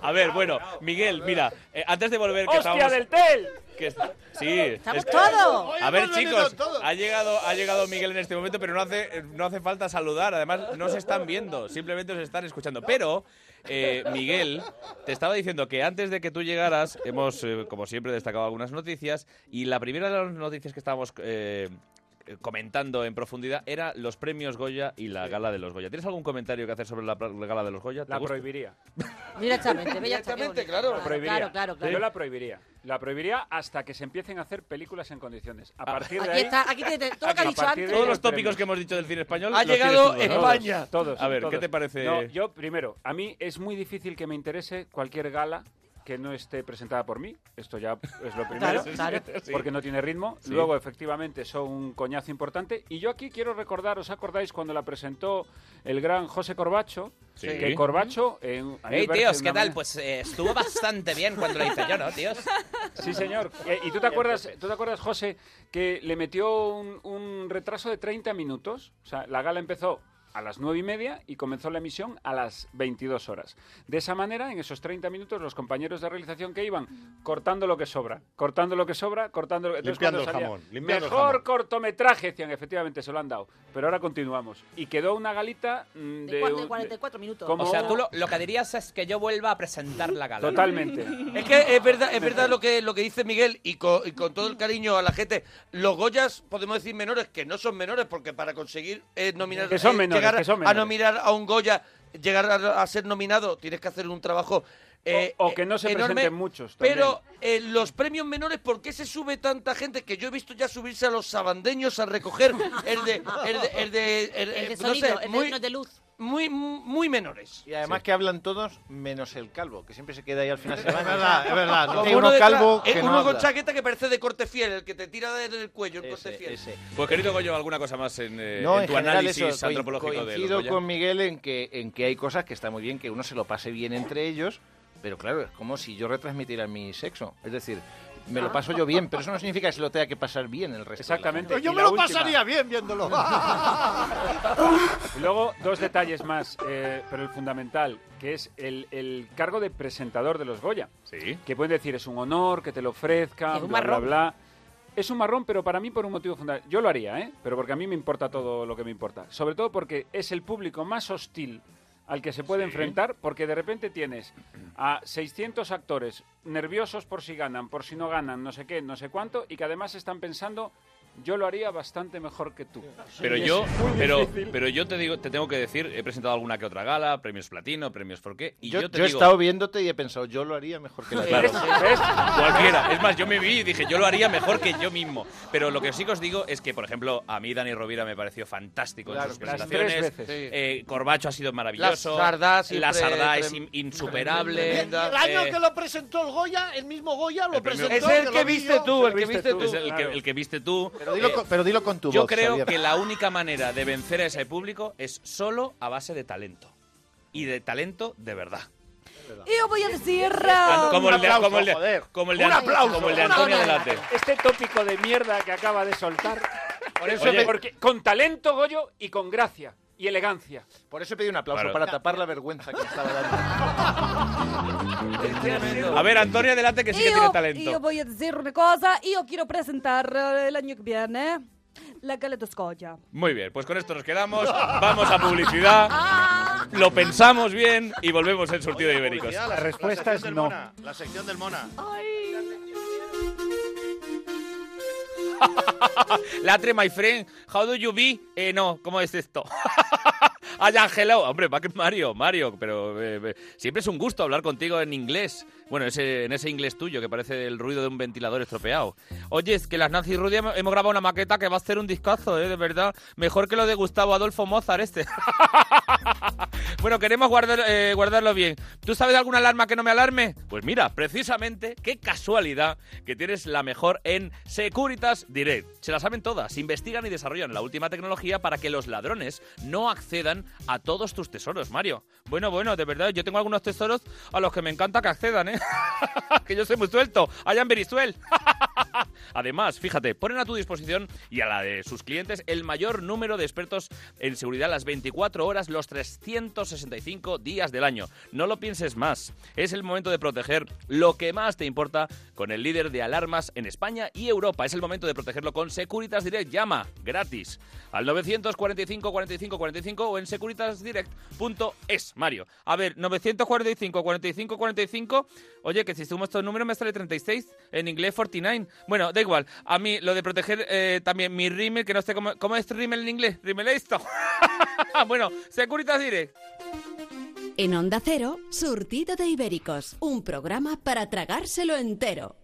Speaker 1: A ver, bueno, Miguel, mira, eh, antes de volver que
Speaker 10: ¡Hostia
Speaker 1: estábamos
Speaker 10: del tel!
Speaker 1: que es- sí,
Speaker 10: Estamos
Speaker 1: es-
Speaker 10: todos.
Speaker 1: A ver,
Speaker 10: Hoy hemos
Speaker 1: chicos,
Speaker 10: venido todos.
Speaker 1: ha llegado, ha llegado Miguel en este momento, pero no hace, no hace falta saludar. Además, no se están viendo, simplemente se están escuchando. Pero eh, Miguel te estaba diciendo que antes de que tú llegaras hemos, eh, como siempre, destacado algunas noticias y la primera de las noticias que estábamos eh, eh, comentando en profundidad era los premios Goya y la gala de los Goya. ¿Tienes algún comentario que hacer sobre la, la gala de los Goya?
Speaker 10: La prohibiría.
Speaker 11: Directamente, bella
Speaker 5: Directamente, claro.
Speaker 10: La prohibiría.
Speaker 11: Claro, claro, claro.
Speaker 10: Yo la prohibiría. La prohibiría hasta que se empiecen a hacer películas en condiciones. A partir de
Speaker 11: Ah, Aquí
Speaker 10: ahí.
Speaker 11: está, aquí tiene todo lo que ha
Speaker 10: a partir
Speaker 11: dicho
Speaker 10: de
Speaker 11: antes.
Speaker 10: ahí
Speaker 1: Todos los
Speaker 10: premios.
Speaker 1: tópicos que hemos dicho del cine español.
Speaker 5: Ha
Speaker 1: los tienes
Speaker 5: llegado
Speaker 1: tú, ¿no?
Speaker 5: España.
Speaker 10: Todos.
Speaker 1: A ver, ¿qué
Speaker 10: todos.
Speaker 1: te parece?
Speaker 10: No, yo primero, a mí es muy difícil que me interese cualquier gala que no esté presentada por mí. Esto ya es lo primero.
Speaker 1: Claro, claro. Sí.
Speaker 10: Porque no tiene ritmo.
Speaker 1: Sí.
Speaker 10: Luego, efectivamente, son un coñazo importante. Y yo aquí quiero recordar, ¿os acordáis cuando la presentó el gran José Corbacho?
Speaker 1: Sí.
Speaker 10: Que Corbacho... en- a mí me
Speaker 13: Hey,
Speaker 10: parece
Speaker 13: tíos,
Speaker 10: una
Speaker 13: ¿qué tal?
Speaker 10: manera-
Speaker 13: Pues eh, estuvo bastante bien cuando lo hice yo, ¿no, tíos?
Speaker 10: Sí, señor. Eh, ¿Y tú te acuerdas, tú te acuerdas, José, que le metió un, un retraso de 30 minutos? O sea, la gala empezó a las nueve y media y comenzó la emisión a las 22 horas. De esa manera, en esos 30 minutos, los compañeros de realización que iban cortando lo que sobra, cortando lo que sobra, cortando lo que Entonces,
Speaker 4: Limpiando
Speaker 10: cuando
Speaker 4: el
Speaker 10: salía,
Speaker 4: jamón, limpiando el
Speaker 10: Mejor
Speaker 4: jamón".
Speaker 10: cortometraje, decían, efectivamente, se lo han dado. Pero ahora continuamos. Y quedó una galita mm, de...
Speaker 11: De cuatro-
Speaker 10: un-
Speaker 11: 44 minutos.
Speaker 10: como-
Speaker 13: O sea, tú lo, lo que dirías es que yo vuelva a presentar la gala.
Speaker 10: Totalmente.
Speaker 5: Es que es verdad, es verdad lo que lo que dice Miguel y co- y con, todo el cariño a la gente, los Goyas podemos decir menores que no son menores porque para conseguir eh, nominar
Speaker 10: Que son
Speaker 5: eh,
Speaker 10: menores,
Speaker 5: llegar
Speaker 10: que son
Speaker 5: a
Speaker 10: menores.
Speaker 5: nominar a un Goya, llegar a, a ser nominado, tienes que hacer un trabajo eh,
Speaker 10: o que no se
Speaker 5: enorme.
Speaker 10: presenten muchos también.
Speaker 5: Pero eh, los premios menores, ¿por qué se sube tanta gente? Que yo he visto ya subirse a los sabandeños a recoger el de... El de, el de- el-
Speaker 11: El
Speaker 5: no sé,
Speaker 11: de sonido, el de-
Speaker 5: muy-
Speaker 11: no, el de luz.
Speaker 5: muy, muy menores.
Speaker 6: Y además que hablan todos menos el calvo, que siempre se queda ahí al final.
Speaker 5: Es verdad, es verdad.
Speaker 6: Hay
Speaker 5: Como
Speaker 6: uno
Speaker 5: detrás-
Speaker 6: calvo
Speaker 5: eh,
Speaker 6: que no
Speaker 5: uno con
Speaker 6: habla.
Speaker 5: chaqueta que parece de corte fiel, el que te tira del del cuello, el corte fiel.
Speaker 1: Pues querido Goyo, alguna cosa más en, eh,
Speaker 6: No,
Speaker 1: en
Speaker 6: en
Speaker 1: tu
Speaker 6: general
Speaker 1: análisis
Speaker 6: eso, coin-
Speaker 1: antropológico de los
Speaker 6: coincido
Speaker 1: Goya?
Speaker 6: con Miguel en que, en que hay cosas que está muy bien, que uno se lo pase bien entre ellos, pero claro, es como si yo retransmitiera mi sexo. Es decir, me lo paso yo bien, pero eso no significa que se lo tenga que pasar bien el resto.
Speaker 10: Exactamente.
Speaker 7: Yo
Speaker 10: Y
Speaker 7: me
Speaker 10: la
Speaker 7: lo
Speaker 10: última.
Speaker 7: pasaría bien viéndolo.
Speaker 10: Y luego, dos detalles más, eh, pero el fundamental, que es el, el cargo de presentador de los Goya.
Speaker 1: Sí.
Speaker 10: Que pueden decir, es un honor, que te lo ofrezca,
Speaker 11: Es un
Speaker 10: bla, bla,
Speaker 11: marrón.
Speaker 10: bla. Es un marrón, pero para mí por un motivo fundamental. Yo lo haría, ¿eh? Pero porque a mí me importa todo lo que me importa. Sobre todo porque es el público más hostil al que se puede
Speaker 1: Sí.
Speaker 10: enfrentar, porque de repente tienes a 600 actores nerviosos por si ganan, por si no ganan, no sé qué, no sé cuánto, y que además están pensando yo lo haría bastante mejor que tú.
Speaker 1: Pero
Speaker 10: Y es
Speaker 1: yo,
Speaker 10: muy
Speaker 1: pero,
Speaker 10: difícil.
Speaker 1: pero yo te digo, te tengo que decir, he presentado alguna que otra gala, premios platino, premios por qué, y yo,
Speaker 6: Yo,
Speaker 1: te
Speaker 6: yo he
Speaker 1: digo,
Speaker 6: estado viéndote y he pensado, yo lo haría mejor que la
Speaker 1: Claro,
Speaker 6: tía.
Speaker 1: ¿ves? Cualquiera. Es más, yo me vi y dije, yo lo haría mejor que yo mismo. Pero lo que sí que os digo es que, por ejemplo, a mí Dani Rovira me pareció fantástico
Speaker 13: Claro,
Speaker 1: en sus
Speaker 13: las tres
Speaker 1: presentaciones.
Speaker 13: veces. Sí.
Speaker 1: Eh, Corbacho ha sido maravilloso.
Speaker 13: La Sardá siempre
Speaker 1: La Sardá es
Speaker 13: trem-
Speaker 1: in- insuperable.
Speaker 7: El año
Speaker 1: Eh,
Speaker 7: que lo presentó el Goya, el mismo Goya lo
Speaker 1: premio-
Speaker 7: presentó. lo vi yo.
Speaker 1: Es el, que, el que viste tú.
Speaker 6: Pero dilo,
Speaker 1: Eh,
Speaker 6: con, pero dilo con tu
Speaker 1: yo
Speaker 6: voz,
Speaker 1: creo
Speaker 6: Javier.
Speaker 1: que la única manera de vencer a ese público es solo a base de talento. Y de talento de verdad.
Speaker 18: Y os voy a decir.
Speaker 1: Ah, Como
Speaker 10: Un
Speaker 1: el de,
Speaker 10: aplauso,
Speaker 1: como el de-
Speaker 10: joder.
Speaker 1: como el de-
Speaker 10: Un aplauso,
Speaker 1: como el de
Speaker 10: un
Speaker 1: Antonio
Speaker 10: aplauso.
Speaker 1: Delate.
Speaker 10: Este tópico de mierda que acaba de soltar. Por eso
Speaker 1: Oye.
Speaker 10: me- porque con talento, Goyo, y con gracia y elegancia.
Speaker 6: Por eso pedí un aplauso,
Speaker 1: Claro.
Speaker 6: para tapar la vergüenza que me estaba dando.
Speaker 1: A ver, Antonio Delate que sí
Speaker 18: Y
Speaker 1: que tiene
Speaker 18: os- Y os
Speaker 1: talento.
Speaker 18: voy a decir una cosa, y os quiero presentar eh, el año que viene la Galetoscoya.
Speaker 1: Muy bien, pues con esto nos quedamos. Vamos a publicidad. Lo pensamos bien y volvemos en Surtido de Ibéricos.
Speaker 4: Publicidad,
Speaker 20: respuesta
Speaker 4: sección
Speaker 20: es
Speaker 4: del
Speaker 20: no.
Speaker 4: Mona, la sección del Mona.
Speaker 1: Latre, my friend, how do you be? Eh, no, ¿cómo es esto? Ay, hello. Hombre, va que Mario, Mario, pero eh, eh, siempre es un gusto hablar contigo en inglés. Bueno, ese, en ese inglés tuyo que parece el ruido de un ventilador estropeado. Oye, es que las Nancy Rudy hemos hemos grabado una maqueta que va a ser un discazo, eh, de verdad. Mejor que lo de Gustavo Adolfo Mozart este. Bueno, queremos guardar, eh, guardarlo bien. ¿Tú sabes de alguna alarma que no me alarme? Pues mira, precisamente, qué casualidad que tienes la mejor en Securitas Direct. Se la saben todas, investigan y desarrollan la última tecnología para que los ladrones no accedan a todos tus tesoros, Mario. Bueno, bueno, de verdad, yo tengo algunos tesoros a los que me encanta que accedan, ¿eh? que yo soy muy suelto, allá en Venezuela. Además, fíjate, ponen a tu disposición y a la de sus clientes el mayor número de expertos en seguridad las 24 horas, los 365 días del año. No lo pienses más. Es el momento de proteger lo que más te importa con el líder de alarmas en España y Europa. Es el momento de protegerlo con Securitas Direct. Llama Ah, gratis al 945 45 45 o en securitasdirect.es. Mario, a ver, 945 45 45. Oye, que si sumo estos números me sale 36. En inglés 49. Bueno, da igual. A mí lo de proteger eh, también mi rímel, que no sé cómo, cómo es rímel en inglés. Rímel esto. bueno, Securitas Direct.
Speaker 21: En Onda Cero, Surtido de Ibéricos, un programa para tragárselo entero.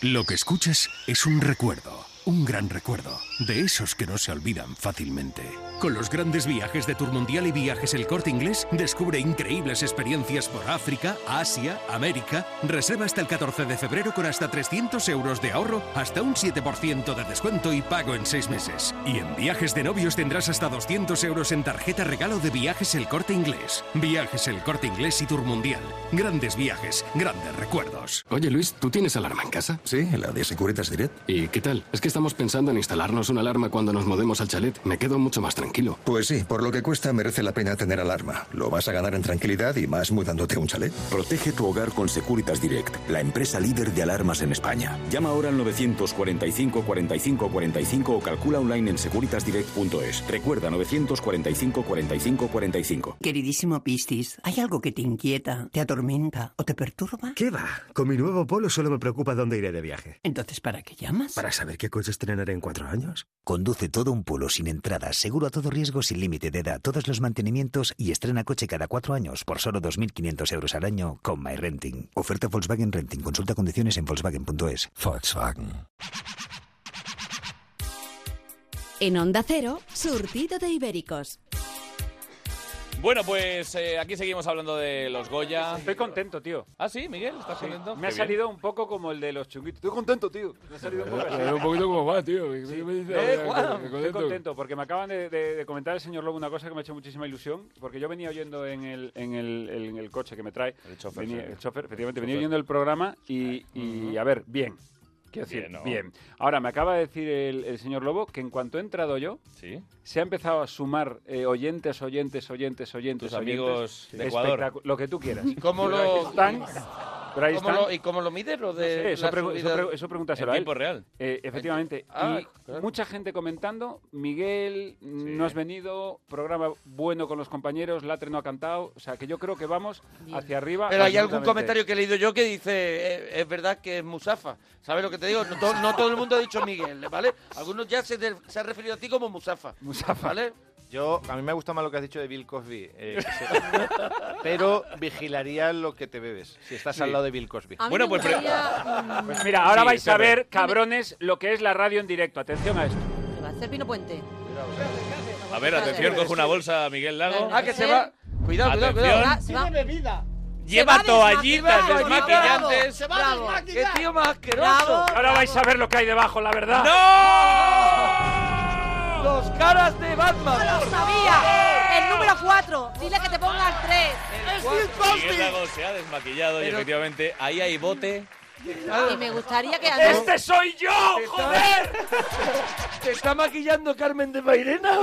Speaker 9: Lo que escuchas es un recuerdo, un gran recuerdo, de esos que no se olvidan fácilmente. Con los grandes viajes de Tour Mundial y Viajes El Corte Inglés, descubre increíbles experiencias por África, Asia, América. Reserva hasta el 14 de febrero con hasta 300 euros de ahorro, hasta un 7% de descuento y pago en 6 meses. Y en Viajes de Novios tendrás hasta 200 euros en tarjeta regalo de Viajes El Corte Inglés. Viajes El Corte Inglés y Tour Mundial. Grandes viajes, grandes recuerdos.
Speaker 22: Oye Luis, ¿tú tienes alarma en casa? Sí, la de Securitas Direct. ¿Y qué tal? Es que estamos pensando en instalarnos una alarma cuando nos mudemos al chalet. Me quedo mucho más tranquilo.
Speaker 9: Pues sí, por lo que cuesta merece la pena tener alarma. Lo vas a ganar en tranquilidad y más mudándote a un chalet.
Speaker 23: Protege tu hogar con Securitas Direct, la empresa líder de alarmas en España. Llama ahora al 945 45 45 o calcula online en securitasdirect.es. Recuerda 945 45 45.
Speaker 24: Queridísimo Piscis, ¿hay algo que te inquieta, te atormenta o te perturba? ¿Qué va?
Speaker 25: Con mi nuevo polo solo me preocupa dónde iré de viaje.
Speaker 24: Entonces, ¿para qué llamas?
Speaker 25: Para saber qué coche estrenaré en cuatro años.
Speaker 26: Conduce todo un pueblo sin entrada, seguro a todo riesgo, sin límite de edad, todos los mantenimientos y estrena coche cada cuatro años por solo 2.500 euros al año con MyRenting. Oferta Volkswagen Renting. Consulta condiciones en volkswagen.es. Volkswagen.
Speaker 21: En Onda Cero, Surtido de Ibéricos.
Speaker 1: Bueno, pues eh, aquí seguimos hablando de los Goya.
Speaker 10: Estoy contento, tío.
Speaker 1: Ah, sí, Miguel, ¿estás contento?
Speaker 10: Me ha
Speaker 1: Qué bien.
Speaker 10: salido un poco como el de los chunguitos. Estoy contento, tío. Me ha salido un poco así.
Speaker 1: Eh, un poquito
Speaker 10: como
Speaker 27: va, tío.
Speaker 10: Eh, Juan, Estoy contento porque me acaban de, de- de comentar el señor Lobo una cosa que me ha hecho muchísima ilusión, porque yo venía oyendo en el, en el, en el coche que me trae, venía- el chofer,
Speaker 1: sí.
Speaker 10: efectivamente,
Speaker 1: El
Speaker 10: venía
Speaker 1: chofer.
Speaker 10: oyendo el programa y, y, a ver, bien. Quiero decir,
Speaker 1: Bien,
Speaker 10: bien,
Speaker 1: ¿no?
Speaker 10: Ahora, me acaba de decir el, el señor Lobo que en cuanto he entrado yo, se ha empezado a sumar eh, oyentes, oyentes, oyentes, oyentes,
Speaker 1: amigos
Speaker 10: oyentes.
Speaker 1: de Ecuador.
Speaker 10: Espectacu- Lo que tú quieras.
Speaker 1: ¿Cómo lo-
Speaker 10: Están Pero ahí
Speaker 5: ¿Cómo
Speaker 10: están.
Speaker 5: lo- ¿Y cómo lo mides? Lo
Speaker 10: No
Speaker 5: de
Speaker 10: sé, eso,
Speaker 5: la
Speaker 10: pregu- eso
Speaker 5: subida?
Speaker 10: pregu- eso pregúntaselo a él. Eh, efectivamente.
Speaker 5: Ah,
Speaker 10: y mucha gente comentando, Miguel, mm, no has venido, programa bueno con los compañeros, Latre no ha cantado, o sea que yo creo que vamos hacia arriba.
Speaker 5: Pero hay algún
Speaker 10: absolutamente.
Speaker 5: comentario que he leído yo que dice, "Eh, es verdad que es Musafa. ¿Sabes lo que te digo? No, to- no todo el mundo ha dicho Miguel, ¿vale? Algunos ya se, de- se han referido a ti como Musafa.
Speaker 6: Musafa.
Speaker 5: ¿Vale?
Speaker 6: Yo, a mí me gusta más lo que has dicho de Bill Cosby. eh, que se- pero vigilaría lo que te bebes si estás
Speaker 10: Sí.
Speaker 6: al lado de Bill Cosby.
Speaker 10: A mí Bueno, me pues pre- gustaría, mm, Pues mira, ahora vais a ver, cabrones, lo que es la radio en directo. Atención a esto.
Speaker 11: ¿Qué va a hacer Pino Puente?
Speaker 1: A ver, atención, coge una bolsa Miguel Lago.
Speaker 5: Ah, que se va. Cuidado, cuidado, cuidado.
Speaker 10: Ah,
Speaker 1: Atención.
Speaker 11: Tiene
Speaker 7: bebida.
Speaker 1: Lleva toallitas
Speaker 5: desmaquillado.
Speaker 1: desmaquillantes.
Speaker 5: Se
Speaker 11: va a
Speaker 5: ¡Qué tío más asqueroso!
Speaker 10: Ahora vais a ver lo que hay debajo, la verdad.
Speaker 5: ¡Dos caras de Batman!
Speaker 11: ¡No lo sabía! El número 4. Dile que te ponga el 3. ¡Es
Speaker 1: Miguel Lago se ha desmaquillado y efectivamente ahí hay bote.
Speaker 11: Y me gustaría que...
Speaker 10: ¡Este soy yo! ¡Joder!
Speaker 5: ¿Te está maquillando Carmen de Mairena?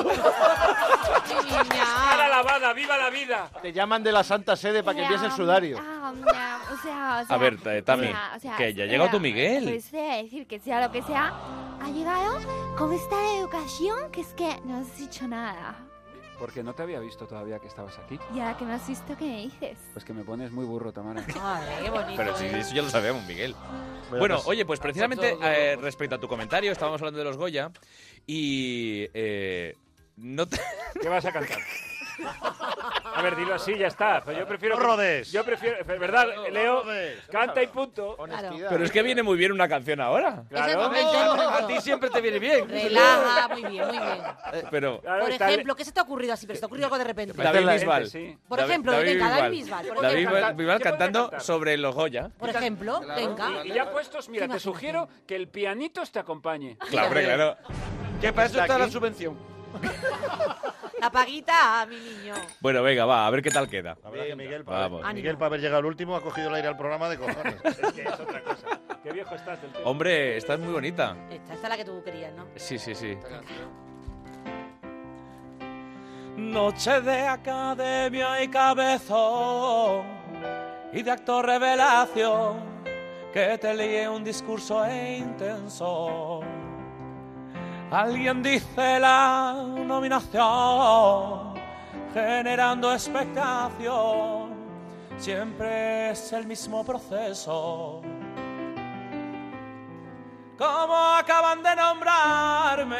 Speaker 10: Cara lavada, viva la vida.
Speaker 6: Te llaman de la Santa Sede para que envíes el sudario.
Speaker 2: Ah, mira, o sea, o sea,
Speaker 1: A ver, eh, Tami,
Speaker 2: o sea, o sea,
Speaker 1: que ya ha
Speaker 2: espera,
Speaker 1: llegado tu Miguel.
Speaker 2: Pues voy a decir que sea lo que sea, ha llegado con esta educación que es que no has dicho nada.
Speaker 10: Porque no te había visto todavía que estabas aquí.
Speaker 2: Y ahora que me has visto, ¿qué me dices?
Speaker 10: Pues que me pones muy burro, Tamara.
Speaker 11: qué bonito.
Speaker 1: Pero sí, eso ya lo sabemos, Miguel. Bueno,
Speaker 10: pues-
Speaker 1: oye, pues precisamente
Speaker 10: Todo, todo,
Speaker 1: eh, respecto a tu comentario, estábamos hablando de los Goya y... eh, no te...
Speaker 10: ¿Qué vas a cantar? A ver, dilo así, ya está. Pero yo prefiero.
Speaker 1: No rodes.
Speaker 10: Yo prefiero. es ¿Verdad, Leo? Canta y punto.
Speaker 1: Pero es que viene muy bien una canción ahora.
Speaker 10: Claro.
Speaker 5: A ti siempre te viene bien.
Speaker 11: Relaja, muy bien, muy bien.
Speaker 1: Pero...
Speaker 11: Por ejemplo, ¿qué se te ha ocurrido así? Pero se te ha ocurrido algo de repente.
Speaker 1: David Bisbal.
Speaker 11: Por
Speaker 1: David-
Speaker 11: ejemplo,
Speaker 1: David
Speaker 11: venga, David
Speaker 1: Bisbal.
Speaker 11: Bisbal. por
Speaker 1: David
Speaker 11: ejemplo.
Speaker 1: Bisbal cantando sobre los Goya.
Speaker 11: Por ejemplo, venga.
Speaker 10: Y ya puestos, mira, te sugiero que el pianitos te acompañe.
Speaker 1: Claro, hombre, claro.
Speaker 5: Que para eso
Speaker 10: Está
Speaker 5: está la
Speaker 10: aquí.
Speaker 5: subvención.
Speaker 11: La paguita, ah, mi niño.
Speaker 1: Bueno, venga, va, a ver qué tal queda.
Speaker 4: La verdad que Miguel, para,
Speaker 1: Vamos.
Speaker 4: haber- Miguel, para haber llegado el último, ha cogido el aire al programa de cojones.
Speaker 10: Qué viejo estás del tema.
Speaker 1: Hombre, estás muy bonita.
Speaker 11: Esta, esta es la que tú querías, ¿no?
Speaker 1: Sí, sí, sí.
Speaker 3: Noche de academia y cabezón y de actor revelación que te lee un discurso e intenso. Alguien dice la nominación generando expectación. Siempre es el mismo proceso. Como acaban de eh, nombrarme,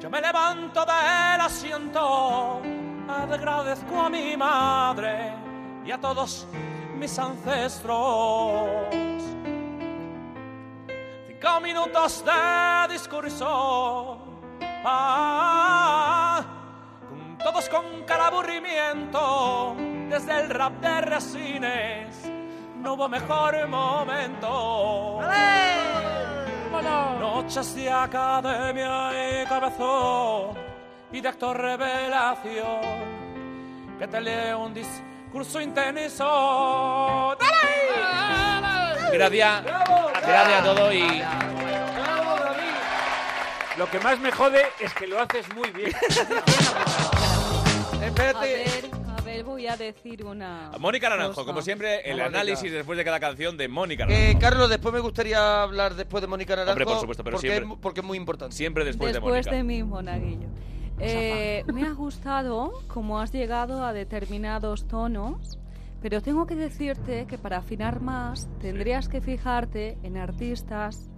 Speaker 3: yo me levanto del asiento, agradezco a mi madre y a todos mis ancestros. Cinco minutos de discurso, ah, con todos con cara de aburrimiento, desde el rap de Resines no hubo mejor momento. Noches de academia y cabezón y de actor revelación que te lee un discurso intenso. ¡Dale!
Speaker 1: Gracias.
Speaker 3: Gracias a todos y...
Speaker 10: Lo que más me jode es que lo haces muy bien.
Speaker 18: A ver, a ver, voy a decir una...
Speaker 1: Mónica Naranjo,
Speaker 18: cosa.
Speaker 1: como siempre, el
Speaker 5: Mónica.
Speaker 1: análisis después de cada canción de Mónica Naranjo.
Speaker 5: Eh, Carlos, después me gustaría hablar después de Mónica Naranjo.
Speaker 1: Hombre, por supuesto, pero
Speaker 5: porque
Speaker 1: siempre.
Speaker 5: es mu- porque es muy importante.
Speaker 1: Siempre después,
Speaker 18: Después
Speaker 1: Pues de
Speaker 18: de
Speaker 1: Mónica.
Speaker 18: mi monaguillo. Eh, me ha gustado cómo has llegado a determinados tonos, pero tengo que decirte que para afinar más tendrías que fijarte en artistas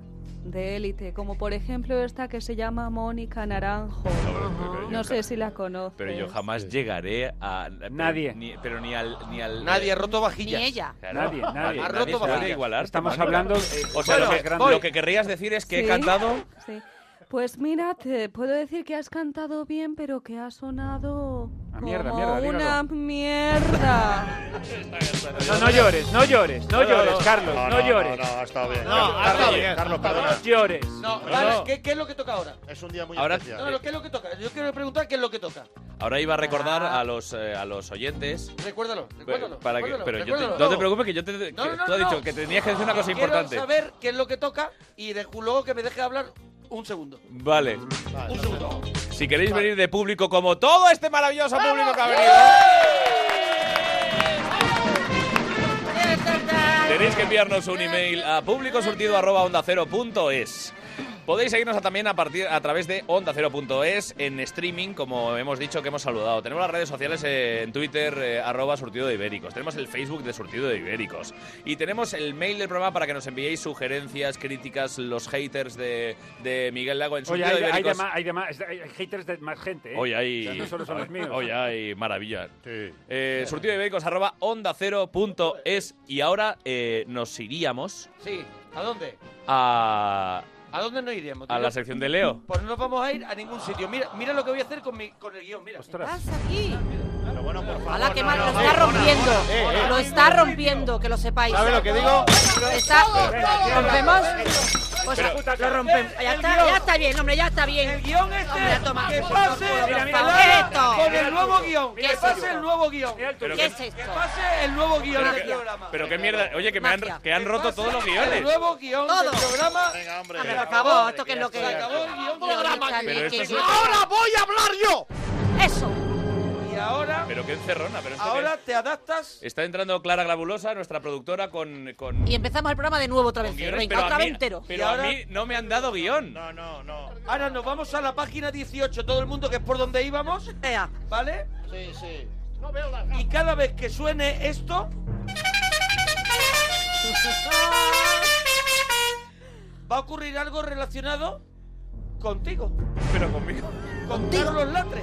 Speaker 18: de élite, como por ejemplo esta que se llama Mónica Naranjo.
Speaker 1: pero yo
Speaker 18: No sé
Speaker 1: creo-
Speaker 18: si la conoces.
Speaker 1: Pero yo jamás llegaré a...
Speaker 10: Nadie.
Speaker 1: Pero ni, pero ni al, ni al...
Speaker 5: Nadie ha roto
Speaker 1: vajillas.
Speaker 5: Ni ella.
Speaker 10: Nadie, nadie.
Speaker 1: Ha roto vajillas. Igualar,
Speaker 10: Estamos
Speaker 1: Tamara.
Speaker 10: hablando.
Speaker 1: O sea, lo, que, lo que querrías decir es que he
Speaker 18: Sí,
Speaker 1: cantado...
Speaker 18: sí. Pues mira, te puedo decir que has cantado bien, pero que ha sonado
Speaker 1: Ah,
Speaker 10: mierda,
Speaker 18: como
Speaker 10: mierda, dígalo.
Speaker 18: una mierda.
Speaker 10: No, no llores, no llores, no
Speaker 4: No, no,
Speaker 10: llores,
Speaker 4: no.
Speaker 10: Carlos,
Speaker 4: No,
Speaker 10: no,
Speaker 4: no, no,
Speaker 10: llores.
Speaker 4: no, ha estado bien.
Speaker 10: Carlos,
Speaker 4: No, ha estado
Speaker 10: Carlos,
Speaker 4: bien.
Speaker 10: Carlos,
Speaker 4: No,
Speaker 10: perdona. No llores.
Speaker 5: No, vale, ¿qué, qué es lo que toca ahora?
Speaker 4: Es un día muy
Speaker 1: Ahora-
Speaker 4: especial.
Speaker 5: No, no, ¿qué es lo que toca? Yo quiero preguntar qué es lo que toca.
Speaker 1: Ahora iba a recordar a los, eh, a los oyentes...
Speaker 5: Recuérdalo,
Speaker 1: pe-
Speaker 5: recuérdalo.
Speaker 1: para que,
Speaker 5: recuérdalo,
Speaker 1: pero yo te-
Speaker 5: recuérdalo.
Speaker 1: no te preocupes que yo te... que
Speaker 5: No, no, no,
Speaker 1: tú has
Speaker 5: no.
Speaker 1: dicho que tenías que decir una cosa
Speaker 5: Quiero
Speaker 1: importante.
Speaker 5: saber qué es lo que toca y de- luego que me deje hablar un segundo.
Speaker 1: Vale.
Speaker 5: Un segundo.
Speaker 1: Si queréis venir de público como todo este maravilloso público que ha venido... Tenéis que enviarnos un email a públicosurtido.ondacero.es. Podéis seguirnos a- también a, partir, a través de onda0.es en streaming, como hemos dicho que hemos saludado. Tenemos las redes sociales eh, en Twitter, eh, arroba surtido de ibéricos. Tenemos el Facebook de surtido de ibéricos. Y tenemos el mail del programa para que nos enviéis sugerencias, críticas, los haters de, de Miguel Lago en
Speaker 10: Oye,
Speaker 1: surtido
Speaker 10: hay,
Speaker 1: de
Speaker 10: hay,
Speaker 1: ibéricos.
Speaker 10: de más- hay, de más- hay haters de más gente. ¿eh?
Speaker 1: Hoy hay,
Speaker 10: O sea, no solo son los míos.
Speaker 1: hoy hay maravillas. Eh, surtido de ibéricos arroba onda cero punto es. y ahora eh, nos iríamos
Speaker 5: Sí, ¿a dónde?
Speaker 1: a,
Speaker 5: ¿A dónde nos iríamos?
Speaker 1: a la sección de Leo.
Speaker 5: Pues no nos vamos a ir a ningún sitio. Mira, mira lo que voy a hacer con, mi, con el guión, mira.
Speaker 11: aquí?
Speaker 5: Pero bueno, por favor.
Speaker 11: Ojalá que mal,
Speaker 5: no, Eh, no,
Speaker 11: lo está
Speaker 5: no, no,
Speaker 11: rompiendo.
Speaker 5: no, no, no, no,
Speaker 11: Lo
Speaker 5: no,
Speaker 11: está rompiendo, que lo sepáis.
Speaker 5: ¿Sabe lo que digo?
Speaker 11: Está, eh,
Speaker 5: Todos, todos.
Speaker 11: rompemos. Pues
Speaker 5: Pero-
Speaker 11: a- lo rompemos. Ya
Speaker 5: el
Speaker 11: está,
Speaker 5: guión.
Speaker 11: ya está bien, hombre, ya está bien. El
Speaker 5: guión este.
Speaker 11: Hombre, toma,
Speaker 5: que
Speaker 11: por
Speaker 5: pase
Speaker 11: favor,
Speaker 5: mira,
Speaker 11: por
Speaker 5: mira,
Speaker 11: favor. ¿Qué es esto?
Speaker 5: con el nuevo guión. Que pase el nuevo guión.
Speaker 1: tuyo.
Speaker 5: Que
Speaker 1: ¿Qué es
Speaker 5: Que pase el nuevo guión del programa.
Speaker 1: Pero qué mierda. Oye, que, me han, que han roto todos los
Speaker 5: El
Speaker 1: guiones.
Speaker 5: nuevo guión del
Speaker 11: Todo.
Speaker 5: programa.
Speaker 4: Venga, hombre.
Speaker 11: Hombre, por favor, esto que es lo que.
Speaker 5: Se acabó el guión.
Speaker 11: Programa que-
Speaker 1: Pero
Speaker 11: que-
Speaker 1: esto es
Speaker 11: que-
Speaker 1: un-
Speaker 11: ¡Ahora
Speaker 5: voy a hablar yo!
Speaker 11: Eso.
Speaker 5: Y ahora,
Speaker 1: Pero qué encerrona. Pero esto
Speaker 5: ahora
Speaker 1: qué
Speaker 5: te adaptas.
Speaker 1: es. Está entrando Clara Glabulosa, nuestra productora, con. con
Speaker 11: Y empezamos el programa de nuevo otra vez. entero.
Speaker 1: guiones,
Speaker 11: Venga,
Speaker 1: pero a
Speaker 11: otra
Speaker 1: mí-
Speaker 11: vez entero.
Speaker 1: Pero
Speaker 5: Y ahora-
Speaker 1: a mí no me han dado guión. No,
Speaker 4: no, no.
Speaker 5: Ahora nos vamos a la página 18, todo el mundo que es por donde íbamos. ¿Vale?
Speaker 4: Sí, sí.
Speaker 5: Y cada vez que suene esto. Va a ocurrir algo relacionado contigo.
Speaker 1: Pero conmigo.
Speaker 5: Con Carlos Latre.